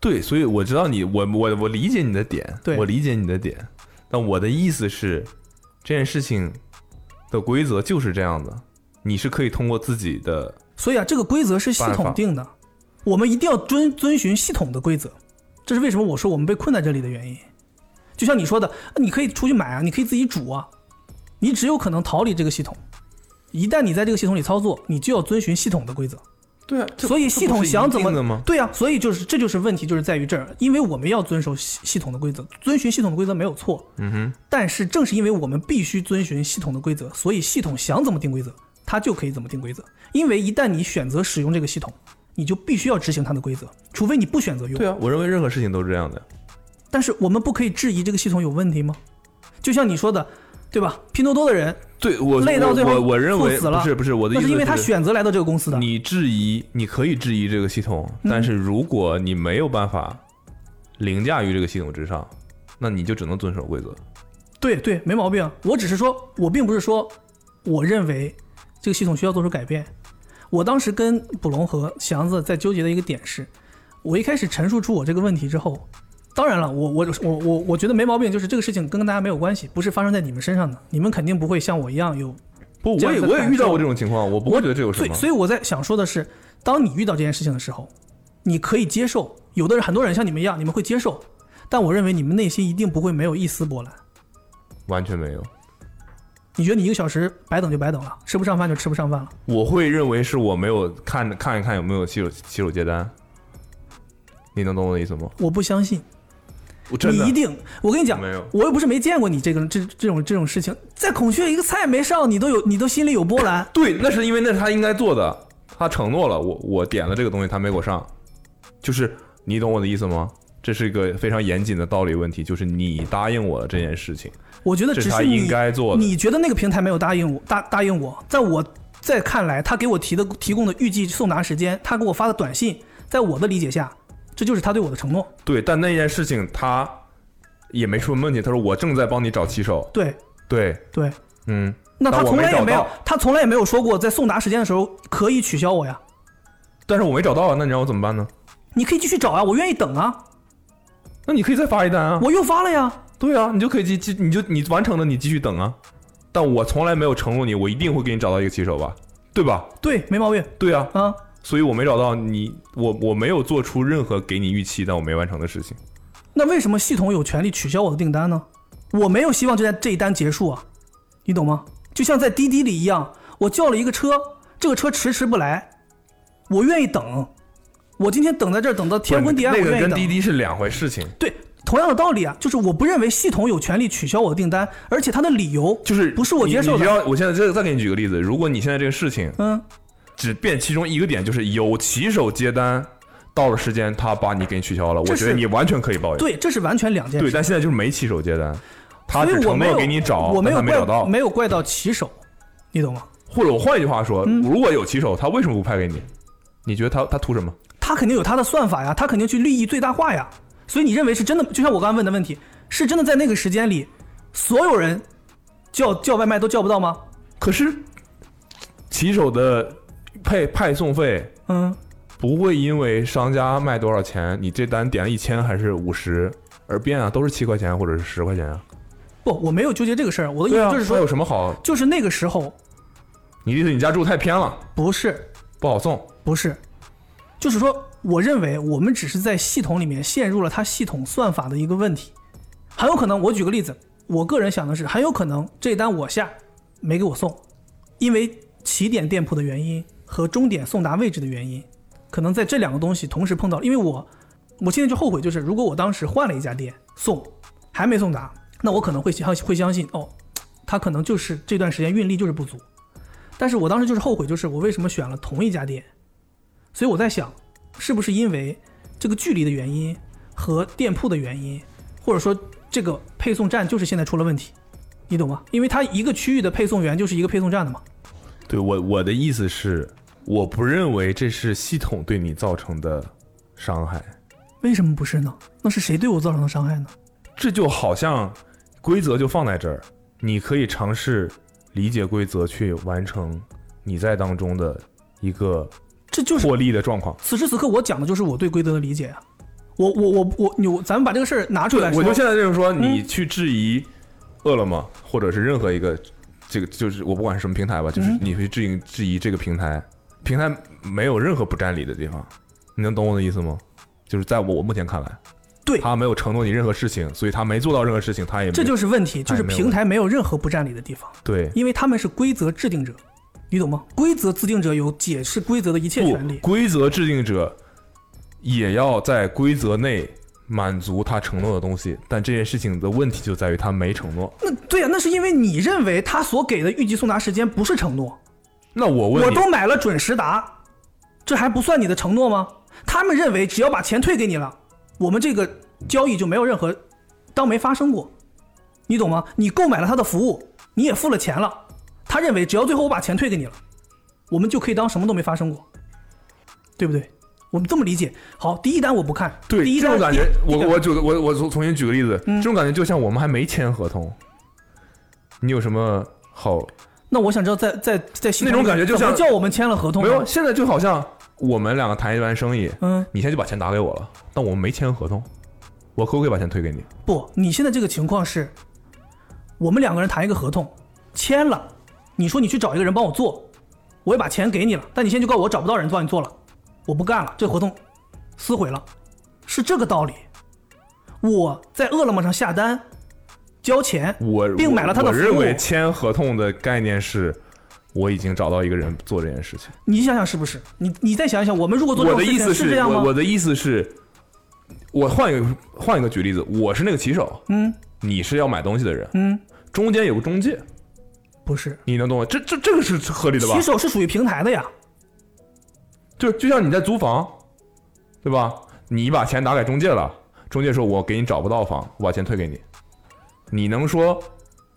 S3: 对，所以我知道你，我我我理解你的点，
S2: 对
S3: 我理解你的点，但我的意思是，这件事情的规则就是这样的，你是可以通过自己的
S2: 所以啊，这个规则是系
S3: 办法
S2: 统定的，我们一定要遵遵循系统的规则。这是为什么我说我们被困在这里的原因。就像你说的，你可以出去买啊，你可以自己煮啊，你只有可能逃离这个系统。一旦你在这个系统里操作，你就要遵循系统的规则。
S3: 对啊，
S2: 所以系统想怎么
S3: 的吗？
S2: 对呀、所以就是这就是问题，就是在于这儿，因为我们要遵守系系统的规则，遵循系统的规则没有错。嗯哼。但是正是因为我们必须遵循系统的规则，所以系统想怎么定规则，它就可以怎么定规则。因为一旦你选择使用这个系统，你就必须要执行它的规则，除非你不选择用。
S3: 对啊，我认为任何事情都是这样的。
S2: 但是我们不可以质疑这个系统有问题吗？就像你说的，对吧？拼多多的人，
S3: 对我
S2: 累到
S3: 我
S2: 最后
S3: 我我认为
S2: 猝死了
S3: 不是不是我的意
S2: 那
S3: 思
S2: 是因为他选择来到这个公司的。
S3: 你质疑，你可以质疑这个系统，
S2: 嗯
S3: 但是如果你没有办法凌驾于这个系统之上，那你就只能遵守规则。
S2: 对对，没毛病。我只是说，我并不是说我认为这个系统需要做出改变。我当时跟卜龙和祥子在纠结的一个点是，我一开始陈述出我这个问题之后，当然了，我我我我我觉得没毛病，就是这个事情跟大家没有关系，不是发生在你们身上的，你们肯定不会像我一样有
S3: 不，
S2: 这
S3: 我
S2: 样
S3: 也
S2: 的
S3: 我也
S2: 感
S3: 遇到
S2: 受
S3: 过这种情况，我不会觉得这有什
S2: 所以，
S3: 么。
S2: 所以我在想说的是，当你遇到这件事情的时候，你可以接受。有的人，很多人像你们一样，你们会接受，但我认为你们内心一定不会没有一丝波澜。
S3: 完全没有，
S2: 你觉得你一个小时白等就白等了，吃不上饭就吃不上饭了。
S3: 我会认为是我没有看看一看有没有骑手骑手接单。你能懂我的意思吗？
S2: 我不相信，
S3: 我真
S2: 你
S3: 的
S2: 一定。我跟你讲
S3: 没有，。
S2: 我又不是没见过你这个这这种这种事情，在孔雀一个菜没上，你都有你都心里有波澜
S3: 对，那是因为那是他应该做的，他承诺了我，我点了这个东西，他没给我上，就是你懂我的意思吗？这是一个非常严谨的道理问题，就是你答应我了这件事情，
S2: 我觉得
S3: *laughs* 这
S2: 只
S3: 是他
S2: 是你
S3: 应该做的
S2: 你觉得那个平台没有答应我，答答应我，在我在看来，他给我提的提供的预计送达时间，他给我发的短信，在我的理解下，这就是他对我的承诺。
S3: 对，但那件事情他也没出问题。他说我正在帮你找骑手，
S2: 对
S3: 对，
S2: 对，
S3: 嗯，
S2: 那他
S3: 但我
S2: 从
S3: 没
S2: 来也
S3: 找
S2: 没有
S3: 到，
S2: 他从来也没有说过在送达时间的时候可以取消我呀。
S3: 但是我没找到啊，那你让我怎么办呢？
S2: 你可以继续找啊，我愿意等啊，
S3: 那你可以再发一单啊，
S2: 我又发了呀。
S3: 对啊，你就可以继继，你就你完成了，你继续等啊。但我从来没有承诺你，我一定会给你找到一个骑手吧，对吧？
S2: 对，没毛病
S3: 对啊，
S2: 啊。
S3: 所以我没找到你，我我没有做出任何给你预期但我没完成的事情。
S2: 那为什么系统有权利取消我的订单呢？我没有希望这单这一单结束啊，你懂吗？就像在滴滴里一样，我叫了一个车，这个车迟迟不来，我愿意等。我今天等在这儿，等到天昏地暗，
S3: 那
S2: 我
S3: 个
S2: 愿意
S3: 跟
S2: 等。
S3: 滴滴是两回事情，
S2: 对，同样的道理啊，就是我不认为系统有权利取消我的订单，而且它的理由
S3: 就是
S2: 不是我接受
S3: 你你知
S2: 的。
S3: 道我现在再再给你举个例子，如果你现在这个事情
S2: 嗯，
S3: 只变其中一个点，就是有骑手接单，到了时间他把你给你取消了，
S2: 这
S3: 我
S2: 是
S3: 觉得你完全可以抱怨。
S2: 对，这是完全两件
S3: 对，
S2: 事。
S3: 但现在就是没骑手接单，他
S2: 所
S3: 只
S2: 以我
S3: 承
S2: 没
S3: 诺
S2: 有
S3: 给你找，
S2: 我没
S3: 但
S2: 有
S3: 他没
S2: 怪
S3: 找到。
S2: 没有怪到骑手，你懂吗？
S3: 或者我换一句话说，
S2: 嗯
S3: 如果有骑手，他为什么不派给你？你觉得他他图什么？
S2: 他肯定有他的算法呀，他肯定去利益最大化呀。所以你认为是真的？就像我刚才问的问题，是真的在那个时间里，所有人叫叫外卖都叫不到吗？
S3: 可是骑手的配派送费
S2: 嗯，
S3: 不会因为商家卖多少钱，你这单点了一千还是五十而变啊，都是七块钱或者是十块钱啊。
S2: 不，我没有纠结这个事儿。我的意
S3: 对啊，
S2: 思就是
S3: 那有
S2: 说，
S3: 什么好？
S2: 就是那个时候
S3: 你的意思你家住太偏了，
S2: 不是
S3: 不好送？
S2: 不是，就是说，我认为我们只是在系统里面陷入了它系统算法的一个问题，很有可能。我举个例子，我个人想的是，很有可能这单我下没给我送，因为起点店铺的原因和终点送达位置的原因，可能在这两个东西同时碰到。因为我，我现在就后悔，就是如果我当时换了一家店送，还没送达，那我可能会相会相信哦，他可能就是这段时间运力就是不足。但是我当时就是后悔，就是我为什么选了同一家店，所以我在想，是不是因为这个距离的原因和店铺的原因，或者说这个配送站就是现在出了问题，你懂吗？因为它一个区域的配送员就是一个配送站的嘛。
S3: 对我我的意思是，我不认为这是系统对你造成的伤害，
S2: 为什么不是呢？那是谁对我造成的伤害呢？
S3: 这就好像规则就放在这儿，你可以尝试理解规则去完成你在当中的一个
S2: 这就是
S3: 获利的状况。
S2: 此时此刻我讲的就是我对规则的理解啊。我我我我你咱们把这个事儿拿出来
S3: 对，
S2: 说，
S3: 我就现在就是说，
S2: 嗯
S3: 你去质疑饿了么，或者是任何一个这个，就是我不管是什么平
S2: 嗯
S3: 台吧，就是你去质疑质疑这个平台，平台没有任何不占理的地方，你能懂我的意思吗？就是在我我目前看来，
S2: 对
S3: 他没有承诺你任何事情，所以他没做到任何事情，他也没
S2: 这就是问题，就是
S3: 哎没有
S2: 平台没有任何不占理的地方，
S3: 对。
S2: 因为他们是规则制定者，你懂吗？规则制定者有解释规则的一切
S3: 不
S2: 权利，。
S3: 规则制定者也要在规则内满足他承诺的东西，但这件事情的问题就在于他没承诺。
S2: 那对呀、那是因为你认为他所给的预计送达时间不是承诺，
S3: 那我问
S2: 我
S3: 你，
S2: 都买了准时达，这还不算你的承诺吗？他们认为只要把钱退给你了，我们这个交易就没有任何当没发生过，你懂吗？你购买了他的服务，你也付了钱了，他认为只要最后我把钱退给你了，我们就可以当什么都没发生过，对不对？我们这么理解。好，第一单我不看，
S3: 对
S2: 第一嗯
S3: 这
S2: 单
S3: 种感觉，
S2: 第
S3: 我
S2: 一个
S3: 我举个我我重重新举个例子，这种感觉就像我们还没签合同，你有什么好？
S2: 那我想知道在在在系统
S3: 那种感觉就
S2: 怎么
S3: 像
S2: 叫我们签了合同
S3: 没
S2: 呢，
S3: 有，现在就好像我们两个谈一单生意，
S2: 嗯。
S3: 你现在就把钱打给我了，但我们没签合同，我可不可以把钱退给你？
S2: 不，你现在这个情况是，我们两个人谈一个合同，签了，你说你去找一个人帮我做，我也把钱给你了，但你现在就告诉我找不到人帮你做了，我不干了，这合同撕毁了，是这个道理。我在饿了么上下单，交钱，
S3: 我
S2: 并买了他的
S3: 我
S2: 服
S3: 认为
S2: 务
S3: 签合同的概念是，我已经找到一个人做这件事情。
S2: 你想想是不是？你你再想一想，我们如果做这
S3: 我
S2: 种
S3: 的
S2: 事
S3: 意
S2: 情
S3: 思
S2: 这样吗？
S3: 我我的意思是，我换一个换一个举例子，我是那个骑手，
S2: 嗯，
S3: 你是要买东西的人，
S2: 嗯，
S3: 中间有个中介，
S2: 不是，
S3: 你能懂吗？这这这个是合理的吧
S2: 骑？手是属于平台的呀，
S3: 就就像你在租房，对吧？你把钱打给中介了，中介说我给你找不到房，我把钱退给你，你能说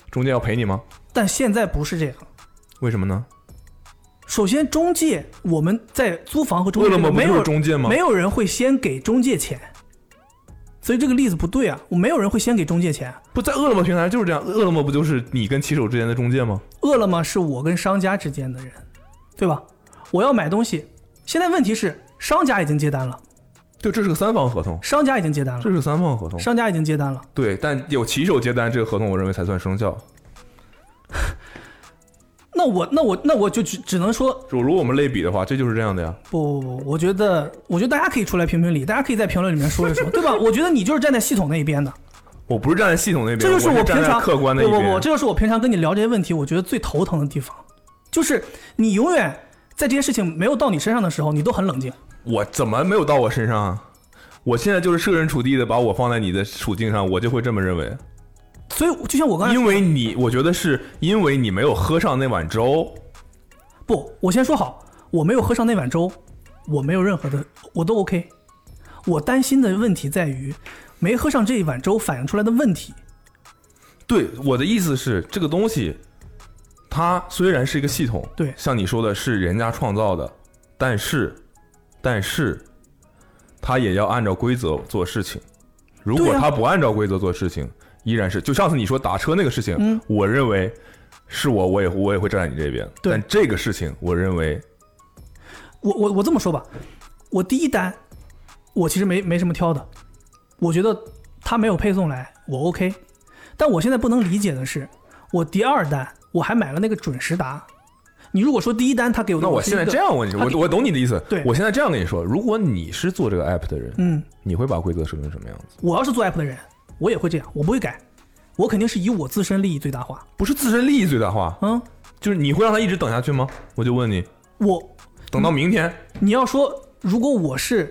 S3: 中介要赔你吗？
S2: 但现在不是这样。
S3: 为什么呢？
S2: 首先，中介我们在租房和中介
S3: 饿了么不
S2: 没
S3: 就是
S2: 有
S3: 中介吗
S2: 没有人会先给中介钱，所以这个例子不对啊，我没有人会先给中介钱。啊
S3: 不在饿了么平台就是这样，饿了么不就是你跟骑手之间的中介吗？
S2: 饿了么是我跟商家之间的人，对吧？我要买东西，现在问题是商家已经接单了，
S3: 对，这是个三方合同，
S2: 商家已经接单了
S3: 这，是个三方合同。
S2: 商家已经接单了。
S3: 对，但有骑手接单这个合同，我认为才算生效。
S2: 那我那我那我就只只能说
S3: 就如果我们类比的话，这就是这样的呀。
S2: 不不不，我觉得我觉得大家可以出来评评理，大家可以在评论里面说一说，对吧？我觉得你就是站在系统那一边的，
S3: 我不是站在系统那边，
S2: 这就是
S3: 我
S2: 平
S3: 站在
S2: 常
S3: 客观的一
S2: 不
S3: 边。
S2: 不不，这就是我平常跟你聊这些问题，我觉得最头疼的地方，就是你永远在这些事情没有到你身上的时候，你都很冷静。
S3: 我怎么没有到我身上啊？我现在就是设身处地的把我放在你的处境上，我就会这么认为。
S2: 所以就像我刚才
S3: 因为你，我觉得是因为你没有喝上那碗粥，
S2: 不，我先说好，我没有喝上那碗粥，我没有任何的，我都 OK。我担心的问题在于，没喝上这一碗粥反映出来的问题。
S3: 对，我的意思是，这个东西，它虽然是一个系统，
S2: 对
S3: 像你说的是人家创造的，但是，但是，它也要按照规则做事情。如果
S2: 对啊
S3: 它不按照规则做事情，依然是就上次你说打车那个事情，
S2: 嗯
S3: 我认为是我，我也我也会站在你这边。
S2: 对
S3: 但这个事情，我认为
S2: 我我我这么说吧，我第一单，我其实没没什么挑的，我觉得他没有配送来，我 OK。但我现在不能理解的是，我第二单我还买了那个准时达。你如果说第一单他给我的，
S3: 那我
S2: 是
S3: 现在
S2: 一个
S3: 这，样问你，
S2: 他
S3: 我我懂你的意思。
S2: 对
S3: 我现在这样跟你说，如果你是做这个 app 的人，
S2: 嗯，
S3: 你会把规则设成什么样子？
S2: 我要是做 app 的人，我也会这样，我不会改，我肯定是以我自身利益最大化。
S3: 不是自身利益最大化，
S2: 嗯，
S3: 就是你会让他一直等下去吗？我就问你，
S2: 我
S3: 等到明天？
S2: 你要说如果我是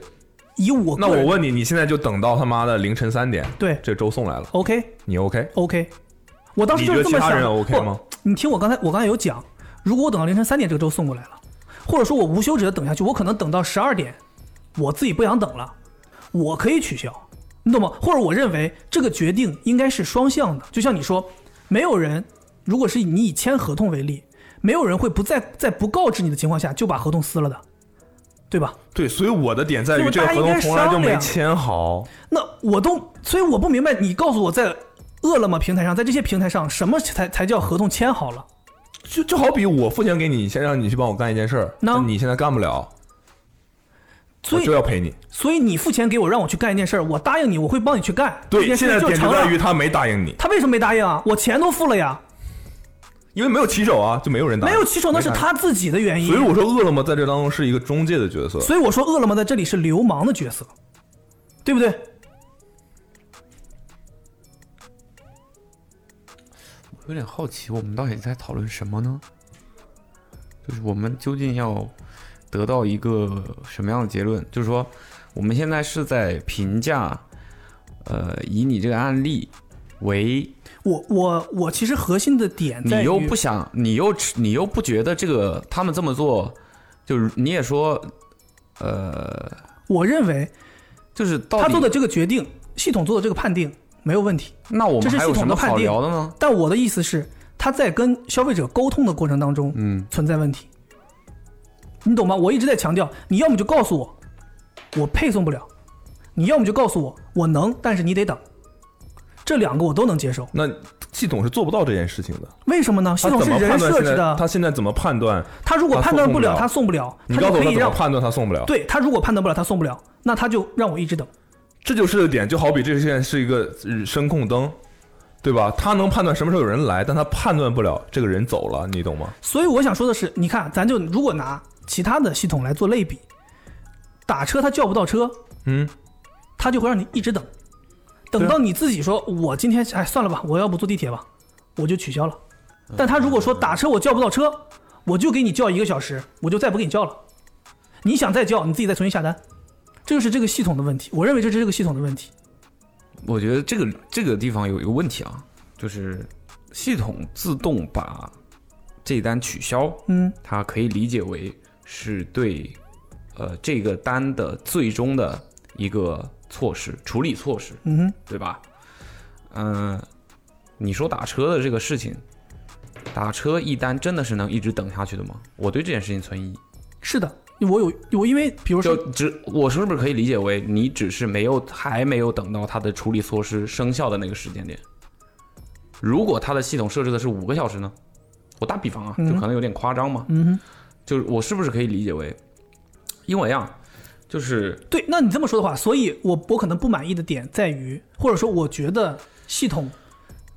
S2: 以我
S3: 那
S2: 个人
S3: 嗯我问你，你现在就等到他妈的凌晨三点，
S2: 对
S3: 这粥送来了，
S2: OK
S3: 你 OK？
S2: OK，我当时
S3: 你
S2: 就
S3: 觉
S2: 是这
S3: 得其
S2: 么想
S3: 他
S2: 的。
S3: 人 OK
S2: 不
S3: 吗？？
S2: 你听我刚才，我刚才有讲，如果我等到凌晨三点这个粥送过来了，或者说我无休止的等下去，我可能等到十二点，我自己不想等了，我可以取消，你懂吗？或者我认为这个决定应该是双向的，就像你说，没有人，如果是你以签合同为例，没有人会不在在不告知你的情况下就把合同撕了的，对吧？
S3: 对，所以我的点在
S2: 那
S3: 于
S2: 么
S3: 这个
S2: 大家
S3: 合
S2: 应该
S3: 同从来就
S2: 商
S3: 没
S2: 量
S3: 签好，
S2: 那我都，所以我不明白，你告诉我在饿了么平台上，在这些平台上，什么才才叫合同签好了？
S3: 就就好比我付钱给你，先让你去帮我干一件事儿，
S2: 那
S3: 但你现在干不了，
S2: 所
S3: 我
S2: 以
S3: 就要赔你。
S2: 所以你付钱给我，让我去干一件事儿，我答应你，我会帮你去干。这
S3: 对，
S2: 件事
S3: 现在
S2: 就
S3: 点
S2: 成
S3: 就在于啊
S2: 了。
S3: 他没答应你，
S2: 他为什么没答应啊？我钱都付了呀，
S3: 因为没有骑手啊，就没有人答
S2: 没
S3: 应。
S2: 有骑手那是
S3: 没答应
S2: 他自己的原因
S3: 所以。我说，饿了么在这当中是一个中介的角色。
S2: 所以我说饿了么在这里是流氓的角色，对不对？
S4: 有点好奇，我们到底在讨论什么呢？就是我们究竟要得到一个什么样的结论？就是说，我们现在是在评价，呃，以你这个案例为，
S2: 我我我其实核心的点在
S4: 你
S2: 于
S4: 又不想，你又吃你又不觉得这个他们这么做，就是你也说，呃，
S2: 我认为
S4: 就是到底
S2: 他做的这个决定，系统做的这个判定没有问题。
S4: 那我
S2: 这
S4: 们
S2: 是
S4: 还
S2: 系
S4: 有什
S2: 统的
S4: 么
S2: 判
S4: 好
S2: 定
S4: 聊的呢？
S2: 但我的意思是，他在跟消费者沟通的过程当中，
S4: 嗯，
S2: 存在问题，你懂吗？我一直在强调，你要么就告诉我，我配送不了；你要么就告诉我，我能，但是你得等。这两个我都能接受，
S3: 那系统是做不到这件事情的。
S2: 为什么呢？系
S3: 他
S2: 统
S3: 怎
S2: 是
S3: 么
S2: 人
S3: 判断
S2: 设
S3: 现
S2: 置
S3: 在？
S2: 的，
S3: 他现在怎么判断？
S2: 他如果
S3: 他
S2: 判断
S3: 送不
S2: 了，
S3: 了
S2: 他送不了，
S3: 你
S2: 他
S3: 告
S2: 就
S3: 诉我
S2: 可
S3: 他
S2: 以
S3: 怎么
S2: 让
S3: 判断他送不了？，
S2: 对他如果判断不了，他送不了，那他就让我一直等。
S3: 这就是个点，就好比这现在是一个呃声控灯，对吧？他能判断什么时候有人来，但他判断不了这个人走了，你懂吗？
S2: 所以我想说的是，你看，咱就如果拿其他的系统来做类比，打车他叫不到车，
S3: 嗯，
S2: 他就会让你一直等，等到你自己说，我今天哎算了吧，我要不坐地铁吧，我就取消了。但他如果说打车我叫不到车，我就给你叫一个小时，我就再不给你叫了。你想再叫，你自己再重新下单，这就是这个系统的问题。我认为这是这个系统的问题。
S4: 我觉得这个这个地方有一个问题啊，就是系统自动把这一单取消，
S2: 嗯，
S4: 它可以理解为是对呃这个单的最终的一个措施处理措施，
S2: 嗯哼，
S4: 对吧？嗯、你说打车的这个事情，打车一单真的是能一直等下去的吗？我对这件事情存疑。
S2: 是的，我有我因为比如
S4: 就
S2: 说
S4: 只我是不是可以理解为你只是没有还没有等到它的处理措施生效的那个时间点？如果它的系统设置的是五个小时呢？我打比方啊，就可能有点夸张嘛。
S2: 嗯哼。
S4: 就是我是不是可以理解为，因为啊，就是
S2: 对，那你这么说的话，所以我我可能不满意的点在于，或者说我觉得系统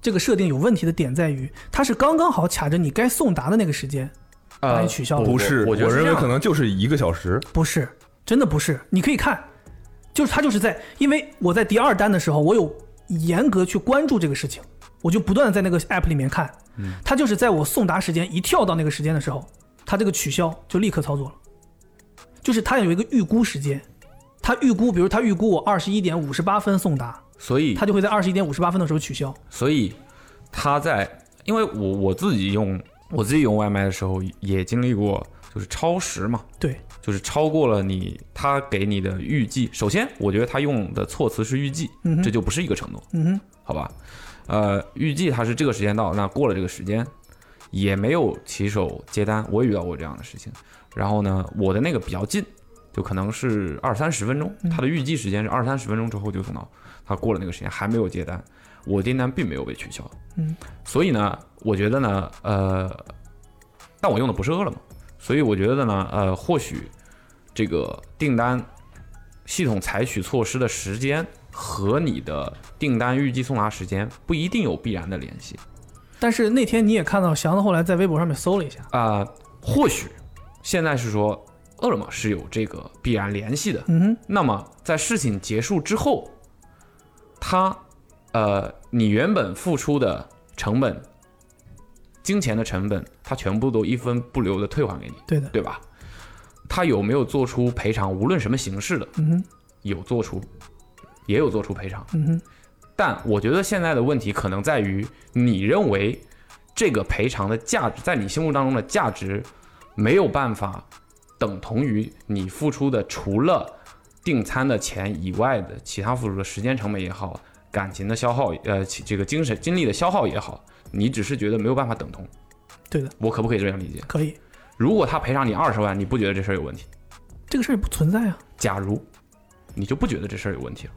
S2: 这个设定有问题的点在于，它是刚刚好卡着你该送达的那个时间，把你取消了。
S3: 不是，
S4: 我
S3: 我
S4: 觉得是
S3: 认
S4: 这
S3: 为
S4: 样
S3: 可能就是一个小时。
S2: 不是，真的不是。你可以看，就是他就是在，因为我在第二单的时候，我有严格去关注这个事情，我就不断的在那个 app 里面看，他就是在我送达时间一跳到那个时间的时候，他这个取消就立刻操作了，就是他有一个预估时间，他预估，比如他预估我二十一点五十八分送达，
S4: 所以
S2: 他就会在二十一点五十八分的时候取消。
S4: 所以他在，因为我我自己用我自己用外卖的时候也经历过，就是超时嘛，
S2: 对，
S4: 就是超过了你他给你的预计。首先，我觉得他用的措辞是预计，
S2: 嗯哼
S4: 这就不是一个承诺，
S2: 嗯哼，
S4: 好吧？呃，预计他是这个时间到，那过了这个时间也没有骑手接单，我也遇到过这样的事情。然后呢，我的那个比较近，就可能是二三十分钟，
S2: 嗯
S4: 他的预计时间是二三十分钟之后就送到，他过了那个时间还没有接单，我订单并没有被取消。
S2: 嗯，
S4: 所以呢，我觉得呢，呃，但我用的不是饿了么，所以我觉得呢，呃，或许这个订单系统采取措施的时间和你的订单预计送达时间不一定有必然的联系
S2: 但是那天你也看到，祥子后来在微博上面搜了一下，
S4: 啊、呃或许现在是说饿了么是有这个必然联系的，
S2: 嗯哼，
S4: 那么在事情结束之后，他呃，你原本付出的成本、金钱的成本，他全部都一分不留的退还给你，
S2: 对的，
S4: 对吧？他有没有做出赔偿？无论什么形式的，
S2: 嗯哼，
S4: 有做出，也有做出赔偿。
S2: 嗯哼，
S4: 但我觉得现在的问题可能在于，你认为这个赔偿的价值，在你心目当中的价值，没有办法等同于你付出的除了订餐的钱以外的其他付出的时间成本也好，感情的消耗，呃，其这个精神精力的消耗也好，你只是觉得没有办法等同。
S2: 对的，
S4: 我可不可以这样理解？
S2: 可以，
S4: 如果他赔偿你二十万，你不觉得这事儿有问题？
S2: 这个事儿也不存在啊，
S4: 假如，你就不觉得这事儿有问题了。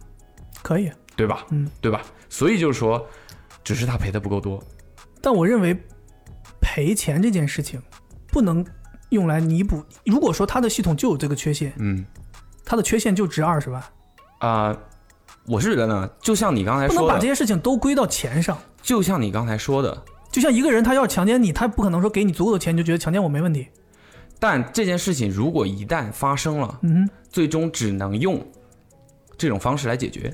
S2: 可以。
S4: 对吧？
S2: 嗯，
S4: 对吧？所以就是说，只是他赔的不够多。
S2: 但我认为赔钱这件事情不能用来弥补。如果说它的系统就有这个缺陷，
S4: 嗯
S2: 它的缺陷就值二十万，
S4: 啊、我是觉得呢，就像你刚才
S2: 不能
S4: 说
S2: 把这
S4: 的，
S2: 些事情都归到钱上。
S4: 就像你刚才说的，
S2: 就像一个人他要强奸你，他不可能说给你足够的钱你就觉得强奸我没问题。
S4: 但这件事情如果一旦发生了，
S2: 嗯哼，
S4: 最终只能用这种方式来解决，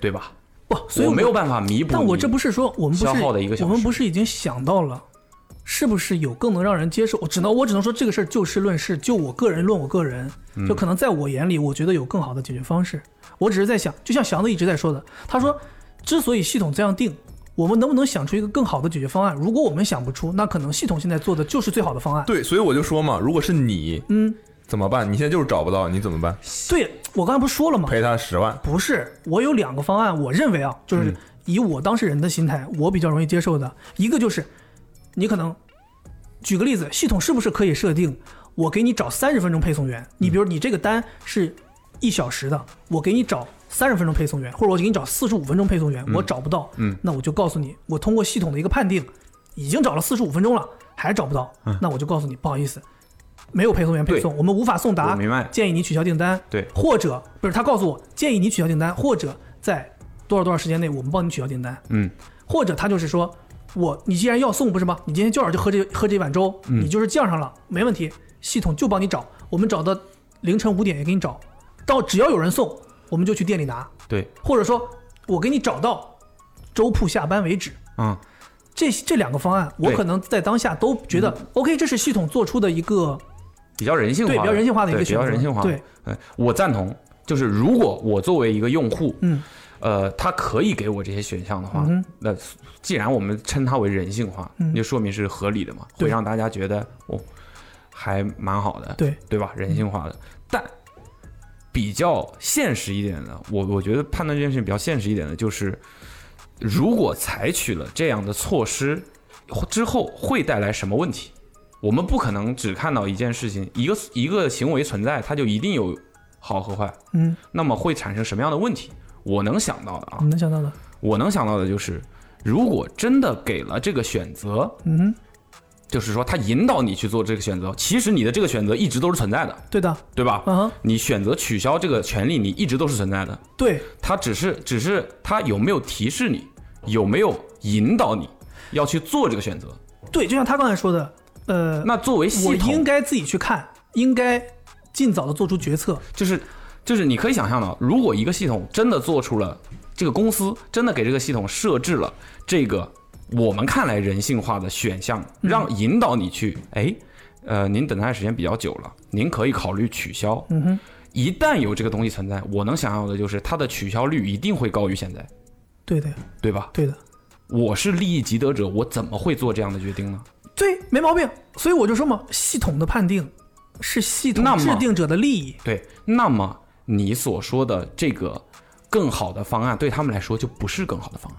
S4: 对吧？
S2: 不，所以
S4: 我没有办法弥补。
S2: 但我这不
S4: 是，
S2: 是说我们不
S4: 消
S2: 是
S4: 耗的一个小时
S2: 我们不是已经想到了，是不是有更能让人接受？我只能我只能说这个事儿就事论事，就我个人论我个人，
S4: 嗯
S2: 就可能在我眼里，我觉得有更好的解决方式。我只是在想，就像祥子一直在说的，他说，之所以系统这样定。我们能不能想出一个更好的解决方案？如果我们想不出，那可能系统现在做的就是最好的方案。
S3: 对，所以我就说嘛，如果是你
S2: 嗯，
S3: 怎么办？你现在就是找不到，你怎么办？
S2: 对我刚才不是说了吗？
S3: 赔他十万。
S2: 不是，我有两个方案，我认为啊，
S4: 嗯
S2: 就是以我当事人的心态，我比较容易接受的一个就是，你可能举个例子，系统是不是可以设定我给你找三十分钟配送员？你比如你这个单是一小时的，我给你找三十分钟配送员，或者我给你找四十五分钟配送员，我找不到，嗯，那我就告诉你，我通过系统的一个判定，已经找了四十五分钟了，还找不到，
S4: 嗯
S2: 那我就告诉你，不好意思。没有配送员配送，我们无法送达。
S4: 我明白
S2: 建议你取消订单。
S4: 对
S2: 或者不是他告诉我建议你取消订单，或者在多少多少时间内我们帮你取消订单。
S4: 嗯，
S2: 或者他就是说我你既然要送不是吗？你今天就要就喝这喝这碗粥，
S4: 嗯
S2: 你就是酱上了，没问题，系统就帮你找，我们找到凌晨五点也给你找到，只要有人送我们就去店里拿，
S4: 对，
S2: 或者说我给你找到粥铺下班为止。
S4: 嗯，
S2: 这这两个方案，我
S4: 对
S2: 可能在当下都觉得 OK，这是系统做出的一个
S4: 比较人性化
S2: 对
S4: 的，
S2: 比较人性化的一
S4: 对
S2: 个
S4: 比
S2: 选择，
S4: 较人性化。
S2: 对，，
S4: 哎，我赞同。就是如果我作为一个用户，
S2: 嗯，
S4: 呃，他可以给我这些选项的话，
S2: 嗯哼
S4: 那既然我们称它为人性化，
S2: 嗯
S4: 那就说明是合理的嘛，
S2: 对
S4: 会让大家觉得哦，还蛮好的，
S2: 对
S4: 对吧？人性化的，但比较现实一点的，我我觉得判断这件事情比较现实一点的就是，如果采取了这样的措施之后，会带来什么问题？我们不可能只看到一件事情，一个一个行为存在，它就一定有好和坏。
S2: 嗯，
S4: 那么会产生什么样的问题？我能想到的啊
S2: 你，能想到的，
S4: 我能想到的就是，如果真的给了这个选择，
S2: 嗯哼，
S4: 就是说他引导你去做这个选择，其实你的这个选择一直都是存在的，
S2: 对的，
S4: 对吧？
S2: 嗯哼，
S4: 你选择取消这个权利，你一直都是存在的。
S2: 对，
S4: 他只是只是他有没有提示你，有没有引导你要去做这个选择？
S2: 对，就像他刚才说的，呃，
S4: 那作为系
S2: 我应
S4: 统，
S2: 该自己去看，应该尽早的做出决策。
S4: 就是就是你可以想象到，如果一个系统真的做出了这个公司真的给这个系统设置了这个我们看来人性化的选项，
S2: 嗯
S4: 让引导你去，哎，呃，您等待时间比较久了，您可以考虑取消。
S2: 嗯哼，
S4: 一旦有这个东西存在，我能想象的就是它的取消率一定会高于现在，
S2: 对的，
S4: 对吧？
S2: 对的，
S4: 我是利益集得者，我怎么会做这样的决定呢？
S2: 对，没毛病。所以我就说嘛，系统的判定是系统
S4: 那么
S2: 制定者的利益。
S4: 对，那么你所说的这个更好的方案，对他们来说就不是更好的方案，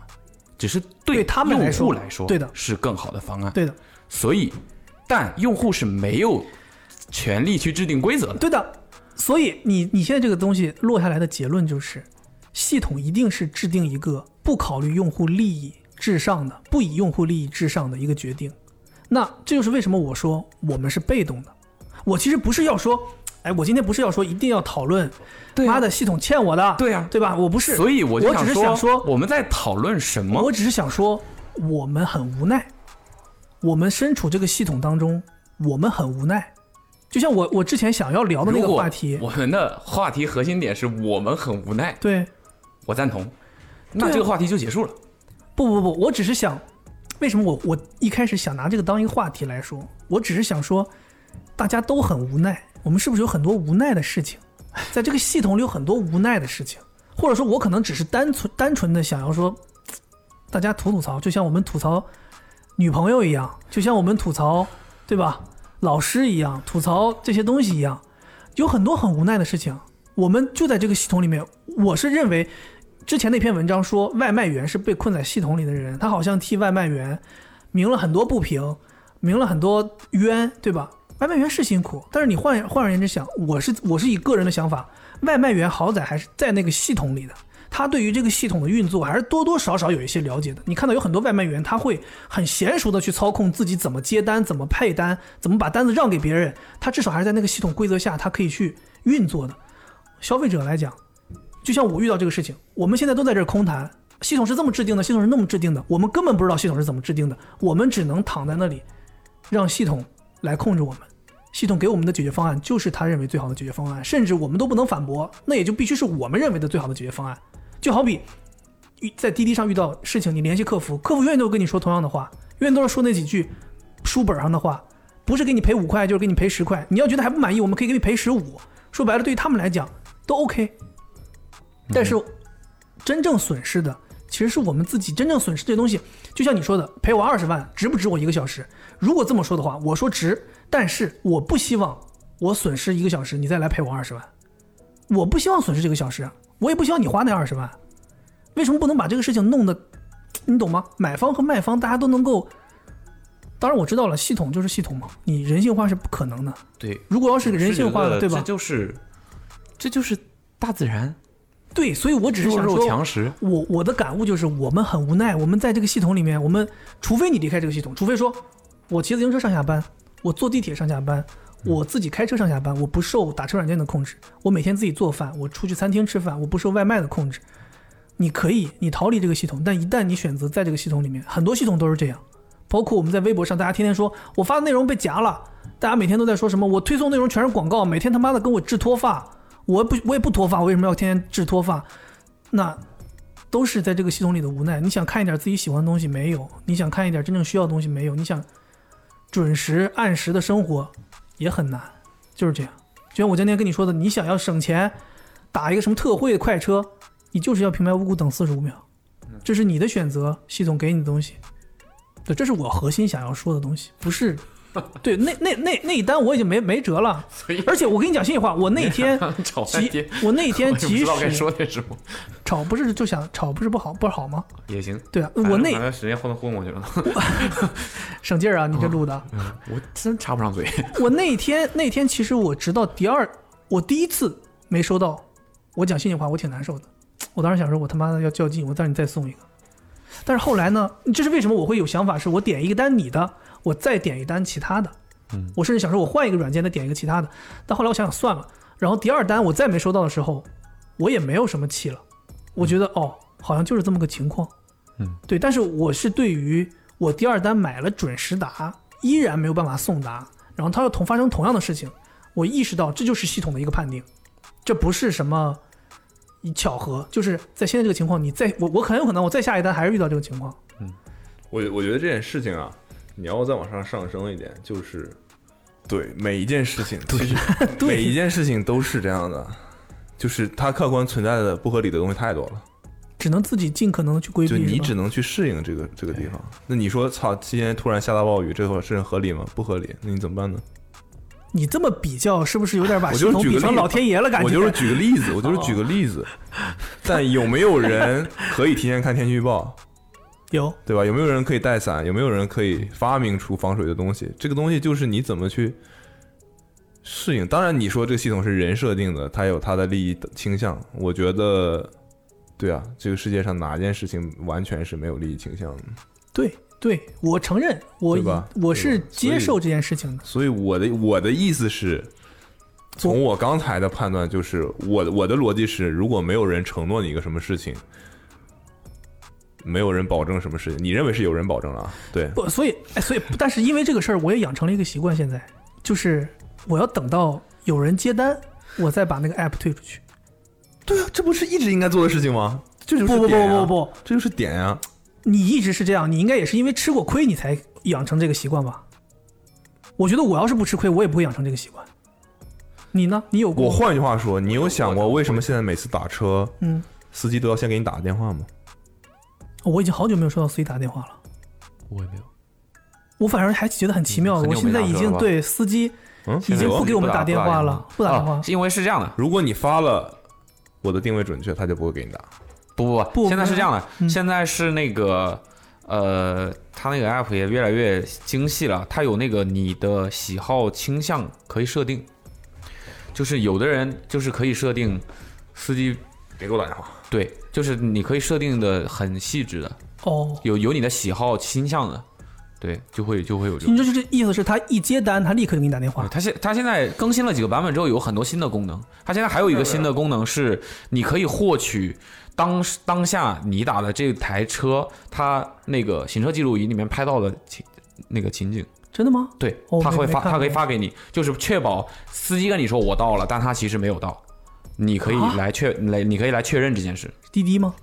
S4: 只是
S2: 对他们来
S4: 用
S2: 说
S4: 户来说，
S2: 对的
S4: 是更好的方案。
S2: 对的，
S4: 所以，但用户是没有权利去制定规则的。
S2: 对的。所以你你现在这个东西落下来的结论就是，系统一定是制定一个不考虑用户利益至上的、不以用户利益至上的一个决定。那这就是为什么我说我们是被动的。我其实不是要说，哎，我今天不是要说一定要讨论，
S4: 对啊
S2: 妈的系统欠我的，
S4: 对啊
S2: 对吧？我不是，
S4: 所以我就
S2: 我只是
S4: 想
S2: 想说，
S4: 我们在讨论什么？
S2: 我只是想说，我们很无奈，我们身处这个系统当中，我们很无奈。就像我我之前想要聊的那
S4: 如
S2: 个
S4: 果
S2: 话题，
S4: 我们的话题核心点是我们很无奈，
S2: 对，
S4: 我赞同。那
S2: 对啊
S4: 这个话题就结束了。
S2: 不不不，我只是想，为什么我我一开始想拿这个当一个话题来说，我只是想说，大家都很无奈，我们是不是有很多无奈的事情，在这个系统里有很多无奈的事情，或者说，我可能只是单纯单纯的想要说，大家吐吐槽，就像我们吐槽女朋友一样，就像我们吐槽对吧，老师一样，吐槽这些东西一样，有很多很无奈的事情，我们就在这个系统里面，我是认为。之前那篇文章说，外卖员是被困在系统里的人，他好像替外卖员鸣了很多不平，鸣了很多冤，对吧？外卖员是辛苦，但是你换换而言之想，我是我是以个人的想法，外卖员好歹还是在那个系统里的，他对于这个系统的运作还是多多少少有一些了解的。你看到有很多外卖员，他会很娴熟的去操控自己怎么接单、怎么配单、怎么把单子让给别人，他至少还是在那个系统规则下，他可以去运作的。消费者来讲，就像我遇到这个事情，我们现在都在这儿空谈，系统是这么制定的，系统是那么制定的，我们根本不知道系统是怎么制定的，我们只能躺在那里，让系统来控制我们。系统给我们的解决方案就是他认为最好的解决方案，甚至我们都不能反驳，那也就必须是我们认为的最好的解决方案。就好比遇在滴滴上遇到事情，你联系客服，客服永远都跟你说同样的话，永远都是说那几句书本上的话，不是给你赔五块，就是给你赔十块。你要觉得还不满意，我们可以给你赔十五。说白了，对于他们来讲都 OK，但
S4: 嗯
S2: 是真正损失的其实是我们自己真正损失这些东西。就像你说的，赔我二十万，值不值我一个小时？如果这么说的话，我说值，但是我不希望我损失一个小时，你再来赔我二十万。我不希望损失这个小时，啊我也不希望你花那二十万。为什么不能把这个事情弄得，你懂吗？买方和卖方大家都能够。当然我知道了，系统就是系统嘛，你人性化是不可能的。
S4: 对，
S2: 如果要是人性化的，对吧
S4: 这？就是，这就是大自然
S2: 对，所以我只是
S4: 弱
S2: 想
S4: 肉
S2: 说，
S4: 强食。
S2: 我我的感悟就是，我们很无奈，我们在这个系统里面，我们除非你离开这个系统，除非说我骑自行车上下班，我坐地铁上下班，我自己开车上下班，我不受打车软件的控制，我每天自己做饭，我出去餐厅吃饭，我不受外卖的控制。你可以，你逃离这个系统，但一旦你选择在这个系统里面，很多系统都是这样，包括我们在微博上，大家天天说我发的内容被夹了，大家每天都在说什么我推送内容全是广告，每天他妈的跟我治脱发，我不我也不脱发，我为什么要天天治脱发？那都是在这个系统里的无奈。你想看一点自己喜欢的东西没有？你想看一点真正需要的东西没有？你想准时按时的生活也很难，就是这样。就像我今天跟你说的，你想要省钱，打一个什么特惠的快车，你就是要平白无故等四十五秒，
S4: 嗯
S2: 这
S4: *laughs*
S2: 是你的选择，系统给你的东西。对，这是我核心想要说的东西，不是对，那那那那一单我已经没没辙了。而且我跟你讲心里话，我那
S4: *laughs*
S2: 天
S4: 吵半
S2: 即
S4: 天，
S2: 我那天
S4: 我也不
S2: 即
S4: 知道该
S2: 使
S4: 说点什么，
S2: 吵不是就想吵不是不好不好吗？
S4: 也行。
S2: 对啊，我那
S4: 反正时间混混过去了，
S2: 省劲儿啊，你这录的。
S4: 嗯我真插不上嘴。
S2: *laughs* 我那天那天其实我直到第二，我第一次没收到，我讲心里话，我挺难受的。我当时想说，我他妈的要较劲，我让你再送一个。但是后来呢，这是为什么我会有想法，是我点一个单你的，我再点一单其他的。
S4: 嗯
S2: 我甚至想说，我换一个软件再点一个其他的。但后来我想想算了，然后第二单我再没收到的时候，我也没有什么气了。我觉得哦，好像就是这么个情况。
S4: 嗯，
S2: 对。但是我是对于我第二单买了准时达，依然没有办法送达，然后它又同发生同样的事情，我意识到这就是系统的一个判定，这不是什么巧合，就是在现在这个情况，你再我我很有可能我再下一单还是遇到这个情况。
S3: 我我觉得这件事情啊，你要再往上上升一点，就是对每一件事情，其实 *laughs* 每一件事情都是这样的，就是它客观存在的不合理的东西太多了，
S2: 只能自己尽可能的去规避。
S3: 就你
S2: 是吧
S3: 只能去适应这个这个地方。那你说，操，今天突然下大暴雨，这会事情合理吗？不合理，那你怎么办呢？
S2: 你这么比较，是不是有点把
S3: 我
S2: 系
S3: 就是
S2: 统
S3: 举个
S2: 比
S3: 例
S2: 成
S3: 子
S2: 老天爷了？感觉哦
S3: 我就是举个例子，我就是举个例子。但有没有人可以提前看天气预报？
S2: 有
S3: 对吧？有没有人可以带伞？有没有人可以发明出防水的东西？这个东西就是你怎么去适应。当然，你说这个系统是人设定的，它有它的利益倾向。我觉得，对啊，这个世界上哪件事情完全是没有利益倾向的？
S2: 对对，我承认，我
S3: 对吧
S2: 我
S3: 对
S2: 是
S3: 吧所
S2: 接
S3: 以
S2: 受这件事情的。
S3: 所以我的我的意思是，从我刚才的判断就是，我我的逻辑是，如果没有人承诺你一个什么事情，没有人保证什么事情，你认为是有人保证了啊？对，
S2: 不，所以哎，所以但是因为这个事儿，我也养成了一个习惯，现在就是我要等到有人接单，我再把那个 app 退出去。
S3: 对啊，这不是一直应该做的事情吗？这就是
S2: 不不
S3: 点呀
S2: 不不不，
S3: 这就是点呀、
S2: 啊你一直是这样，你应该也是因为吃过亏，你才养成这个习惯吧？我觉得我要是不吃亏，我也不会养成这个习惯。你呢？你有过
S3: 我
S2: 吗？
S3: 换句话说，你有想过为什么现在每次打车，
S2: 嗯，
S3: 司机都要先给你打个电话吗？
S2: 我已经好久没有收到司机打电话了。
S4: 我也没有，
S2: 我反正还觉得很奇妙，我
S4: 嗯很久没
S2: 现在
S4: 打
S2: 已
S4: 车
S2: 经
S4: 了吧
S2: 对司机
S3: 嗯，
S2: 已经
S3: 有
S2: 不给我们打电话了，不打电话
S4: 啊。是因为是这样的，
S3: 如果你发了我的定位准确，他就不会给你打。
S4: 不不
S2: 不
S4: 不，现在是这样的，
S2: 嗯
S4: 现在是那个。呃，它那个 app 也越来越精细了，它有那个你的喜好倾向可以设定，就是有的人就是可以设定司机，
S3: 别给我打电话。
S4: 对，就是你可以设定的很细致的，
S2: 哦，
S4: 有有你的喜好倾向的，对，就会就会有这
S2: 你
S4: 种。
S2: 这就是意思是他一接单，他立刻就给你打电话
S4: 对。它现它现在更新了几个版本之后，有很多新的功能。它现在还有一个新的功能是，你可以获取当时当下你打的这台车，它那个行车记录仪里面拍到的情那个情景。
S2: 真的吗？
S4: 对
S2: 哦，
S4: 它
S2: 没
S4: 会
S2: 没
S4: 发，
S2: 看
S4: 它可以
S2: 过
S4: 发给你，就是确保司机跟你说我到了，但他其实没有到，你可以
S2: 啊
S4: 来确来，你可以来确认这件事。
S2: 滴滴吗？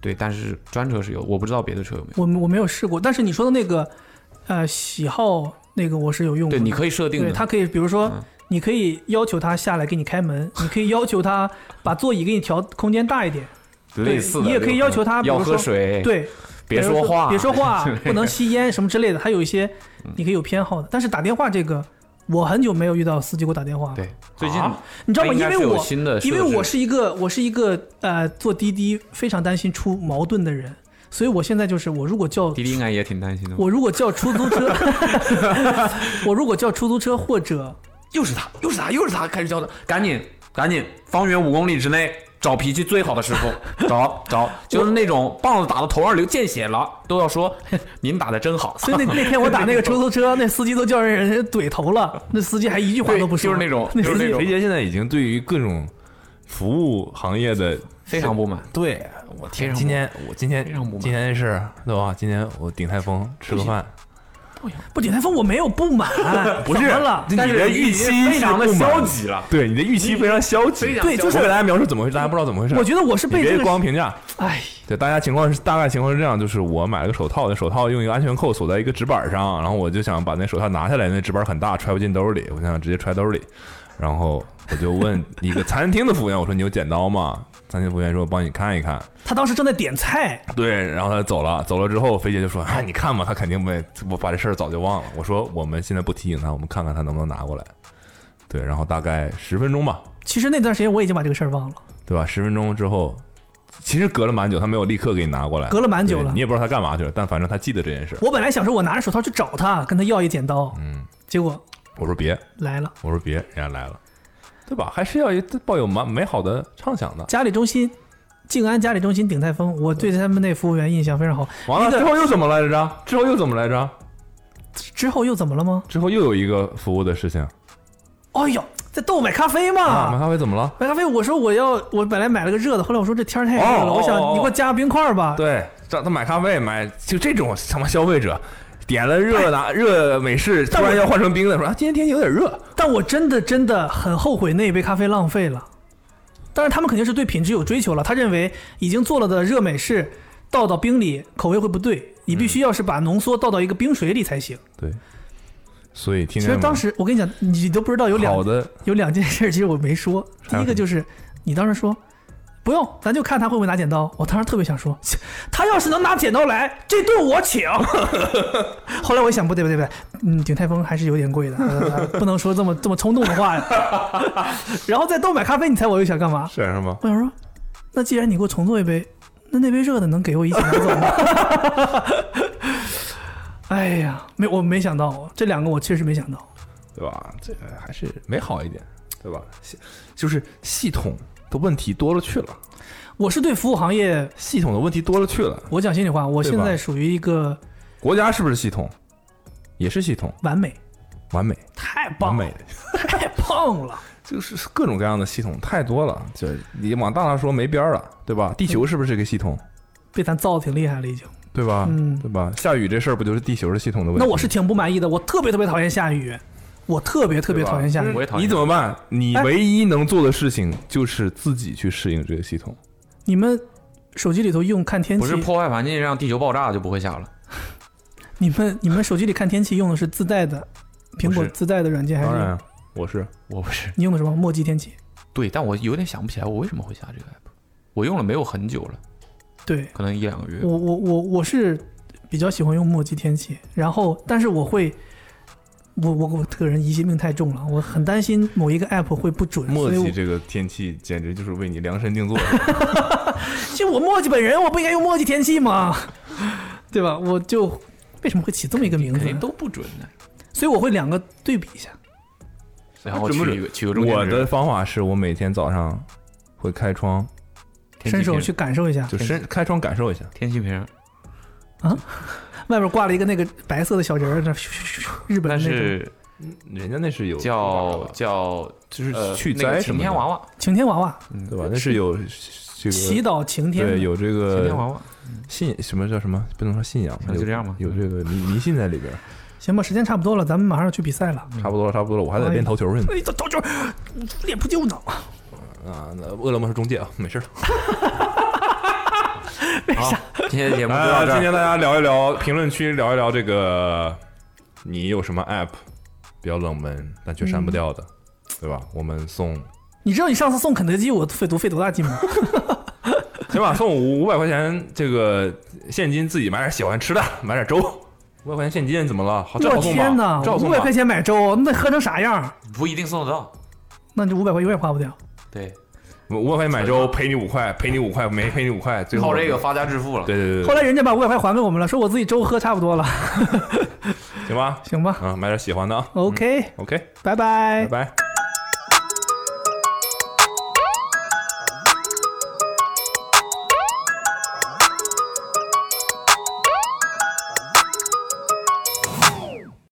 S4: 对，但是专车是有，我不知道别的车有没有。
S2: 我我没有试过，但是你说的那个，呃，喜好那个我是有用的。
S4: 对，你可以设定
S2: 对
S4: 的。嗯
S2: 他可以，比如说，你可以要求他下来给你开
S4: *laughs*
S2: 门，你可以要求他把座椅给你调空间大一点，对
S4: 类似的，
S2: 你也可以要求他比
S4: 要
S2: 如
S4: 喝
S2: 说
S4: 水，，
S2: 对，
S4: 别
S2: 比如
S4: 说话，嗯
S2: 别说
S4: *laughs*
S2: 话，不能吸烟什么之类的，还有一些你可以有偏好的。但是打电话这个，我很久没有遇到司机给我打电话了。
S4: 对，最近
S8: 啊
S2: 你知道吗？
S4: 它应
S2: 因
S4: 该
S2: 为
S4: 是有
S2: 我
S4: 新的设
S2: 因为
S4: 置
S2: 我是一个我是一个呃做滴滴非常担心出矛盾的人，所以我现在就是我如果叫
S4: 滴滴应该也挺担心的吧。
S2: 我如果叫出租车， *laughs* 我如果叫出租车或者
S4: 又是他，又是他，又是他，开始叫他，赶紧赶紧，方圆五公里之内找脾气最好的师 *laughs* 傅，找找，就是那种棒子打到头上流见血了，都要说 *laughs* 您打的真 *laughs* 好。
S2: 所以那那天我打那个出租车，那司机都叫人人怼头了，那司机还一句话都不说，
S4: 对就是 *laughs* 那种
S2: 司
S4: 就是
S2: 机
S4: 那种
S3: 肥姐现在已经对于各种服务行业的，
S4: 非常不满，
S3: 对我
S4: 非常
S3: 今天我今天
S4: 非常不满
S3: 今天是对吧？今天我顶台风吃个饭，
S2: 不顶台风我没有不满，
S3: *laughs*
S2: 不是了，
S3: 但是预期非常的消极了，对你的预期非常消极，
S2: 对就是
S3: 我给大家描述怎么回事，大家不知道怎么回事。
S2: 我觉得我是
S3: 你
S2: 被这
S3: 别
S2: 个
S3: 光评价，
S2: 哎
S3: 对，大家情况是大概情况是这样，就是我买了个手套，那手套用一个安全扣锁在一个纸板上，然后我就想把那手套拿下来，那纸板很大，揣不进兜里，我想直接揣兜里，然后我就问一个餐厅的服务员，我说你有剪刀吗？咱就服务员说：“我帮你看一看。
S2: 他当时正在点菜，”
S3: 对，然后他走了，走了之后，肥姐就说：“啊，你看吧，他肯定不会，我把这事儿早就忘了。”我说：“我们现在不提醒他，我们看看他能不能拿过来。”对，然后大概十分钟吧，
S2: 其实那段时间我已经把这个事儿忘了，
S3: 对吧？十分钟之后，其实隔了蛮久，他没有立刻给你拿过来，
S2: 隔了蛮久
S3: 对
S2: 了
S3: 你。也不知道他干嘛去了，但反正他记得这件事。
S2: 我本来想说我拿着手套去找他，跟他要一剪刀，
S3: 嗯，
S2: 结果
S3: 我说别，
S2: 来了。
S3: 我说别，人家来了，对吧？还是要有抱有蛮美好的畅想的。
S2: 嘉里中心，静安嘉里中心鼎泰丰，我对他们那服务员印象非常好。
S3: 完了
S2: 一个
S3: 之后又怎么来着？之后又怎么来着？
S2: 之后又怎么了吗？
S3: 之后又有一个服务的事情
S2: 哎呦，在逗我买咖啡
S3: 啊，买
S2: 嘛。
S3: 咖啡怎么了？
S2: 买咖啡，我说我要，我本来买了个热的，后来我说这天儿太热了，
S3: 哦哦
S2: 我想
S3: 哦
S2: 你给我加个冰块儿吧。
S3: 对，这他买咖啡买就这种他妈消费者，点了热拿热美式，突
S2: 但我
S3: 然要换成冰的，说啊今天天气有点热，
S2: 但我真的真的很后悔那一杯咖啡浪费了。当然，他们肯定是对品质有追求了。他认为已经做了的热美式倒到冰里口味会不对，你必须要是把浓缩倒到一个冰水里才行。
S3: 对，所以听
S2: 其实当时我跟你讲，你都不知道有两
S3: 好的
S2: 有两件事，其实我没说。第
S3: 还有
S2: 一
S3: 什
S2: 个
S3: 么
S2: 就是你当时说不用，咱就看他会不会拿剪刀。我当时特别想说， *laughs* 切他要是能拿剪刀来，这顿我请。 *laughs* 后来我一想，不对不对不对，嗯，鼎泰丰还是有点贵的，呃不能说这么这么冲动的话 *laughs* 呀。然后再多买咖啡，你猜我又想干嘛？
S3: 是什么？
S2: 我想说，那既然你给我重做一杯，那那杯热的能给我一起拿走吗？ *laughs* 哎呀，没我没想到，这两个我确实没想到。
S3: 对吧？这个还是美好一点，对吧？系就是系统的问题多了去了，
S2: 我是对服务行业，
S3: 系统的问题多了去了。
S2: 我讲心里话，我
S3: 对
S2: 现
S3: 吧
S2: 在属于一个
S3: 国家是不是系统？也是系统，
S2: 完美，
S3: 完美，
S2: 太
S3: 完
S2: 棒了，
S3: 美的，
S2: 太棒了。
S3: 就是各种各样的系统太多了，就是你往大了说没边儿了，
S2: 嗯
S3: 对吧？地球是不是这个系统？
S2: 被咱造的挺厉害了，已经。
S3: 对吧？
S2: 嗯
S3: 对吧？下雨这啊事儿不就是地球的系统的问题？
S2: 那我是挺不满意的，我特别特别讨厌下雨，我特别特别讨厌下雨。
S4: 嗯我也讨
S3: 你
S4: 厌。
S3: 怎么办？你
S2: 哎
S3: 唯一能做的事情就是自己去适应这个系统。
S2: 你们手机里头用看天
S4: 不是
S2: 气，
S4: 破坏环境让地球爆炸就不会下了？
S2: 你们你们手机里看天气用的是自带的苹
S3: 不
S2: 果
S3: 是
S2: 自带的软件，还
S3: 当
S2: 是
S3: 然，我是
S4: 我不是。
S2: 你用的什么墨迹天气？
S4: 对，但我有点想不起来我为什么会下这个 app。我用了没有很久了，
S2: 对
S4: 可能一两个月。
S2: 我我我我是比较喜欢用墨迹天气，然后但是我会。我我我这个人疑心病太重了，我很担心某一个 app 会不准，
S3: 墨
S2: 所以我
S3: 迹这个天气简直就是为你量身定做。
S2: 哎就我墨迹本人，我不应该用墨迹天气吗？ *laughs* 对吧？我就为什么会起这么一个名
S4: 肯
S2: 字
S4: 定
S2: 呢？
S4: 都不准的，
S2: 所以我会两个对比一下。
S4: 然后
S3: 准不
S4: 取
S3: 准
S4: 一个取个中间值
S3: 我的方法是我每天早上会开窗，
S4: 天气
S2: 伸手
S4: 屏
S2: 去感受一下
S3: 就，伸开窗感受一下。
S4: 天气屏，
S2: 外边挂了一个那个白色的小人儿，那咻咻咻咻日本
S4: 但
S2: 的那种
S4: 是
S3: 人家那是有
S4: 叫叫
S3: 就是
S4: 呃
S3: 去
S4: 那
S3: 灾
S4: 个
S3: 什
S4: 晴
S3: 么的
S4: 天娃娃，
S2: 晴天娃娃，
S3: 对吧？那是有这
S2: 祈
S3: 个
S2: 祷晴天的
S3: 对，有这
S4: 晴天娃
S3: 个
S4: 娃，
S3: 信什么叫什么？不能说信仰，
S4: 那就这样吧
S3: 有啊这个迷迷信在里边。
S2: 行吧，时间差不多了，咱们马上要去比赛了。
S3: 差不多了，差不多了，我还得
S2: 哎
S3: 练投球去呢。
S2: 哎，这头球脸不就呢？
S3: 啊，那饿了么是中介啊，没事儿。
S4: 今天的节目就
S3: 啊，
S4: 到这 *laughs*
S3: 今
S4: 儿。
S3: 天大家聊一聊，评论区聊一聊这个，你有什么 app 比较冷门但却删不掉的，对吧？我们送
S2: 你知道你上次送肯德基我费多费多大劲吗？
S3: 行吧，送五五百块钱这个现金，自己买点喜欢吃的，买点粥。五百块钱现金怎么了？ *laughs* 好，这
S2: 我
S3: 好送吧
S2: 天哪，
S3: 这好
S2: 五
S3: 送
S2: 百
S3: 吧
S2: 块。钱买粥，那喝成啥样？
S4: 不一定送得到。
S2: 那这五百块永远花不掉。
S4: 对，
S3: 五百块钱买粥，赔你五块，赔你五块，没赔你五块，最后
S4: 靠这个。发家致富了。
S3: 对对对
S2: 后
S3: 对，
S2: 来人家把五百块还给我们了，说我自己粥喝差不多了， *laughs*
S3: 行吧，
S2: 行吧哎
S3: 啊，买点喜欢的啊。
S2: ？OK，
S3: OK，
S2: 拜拜
S3: 拜。拜。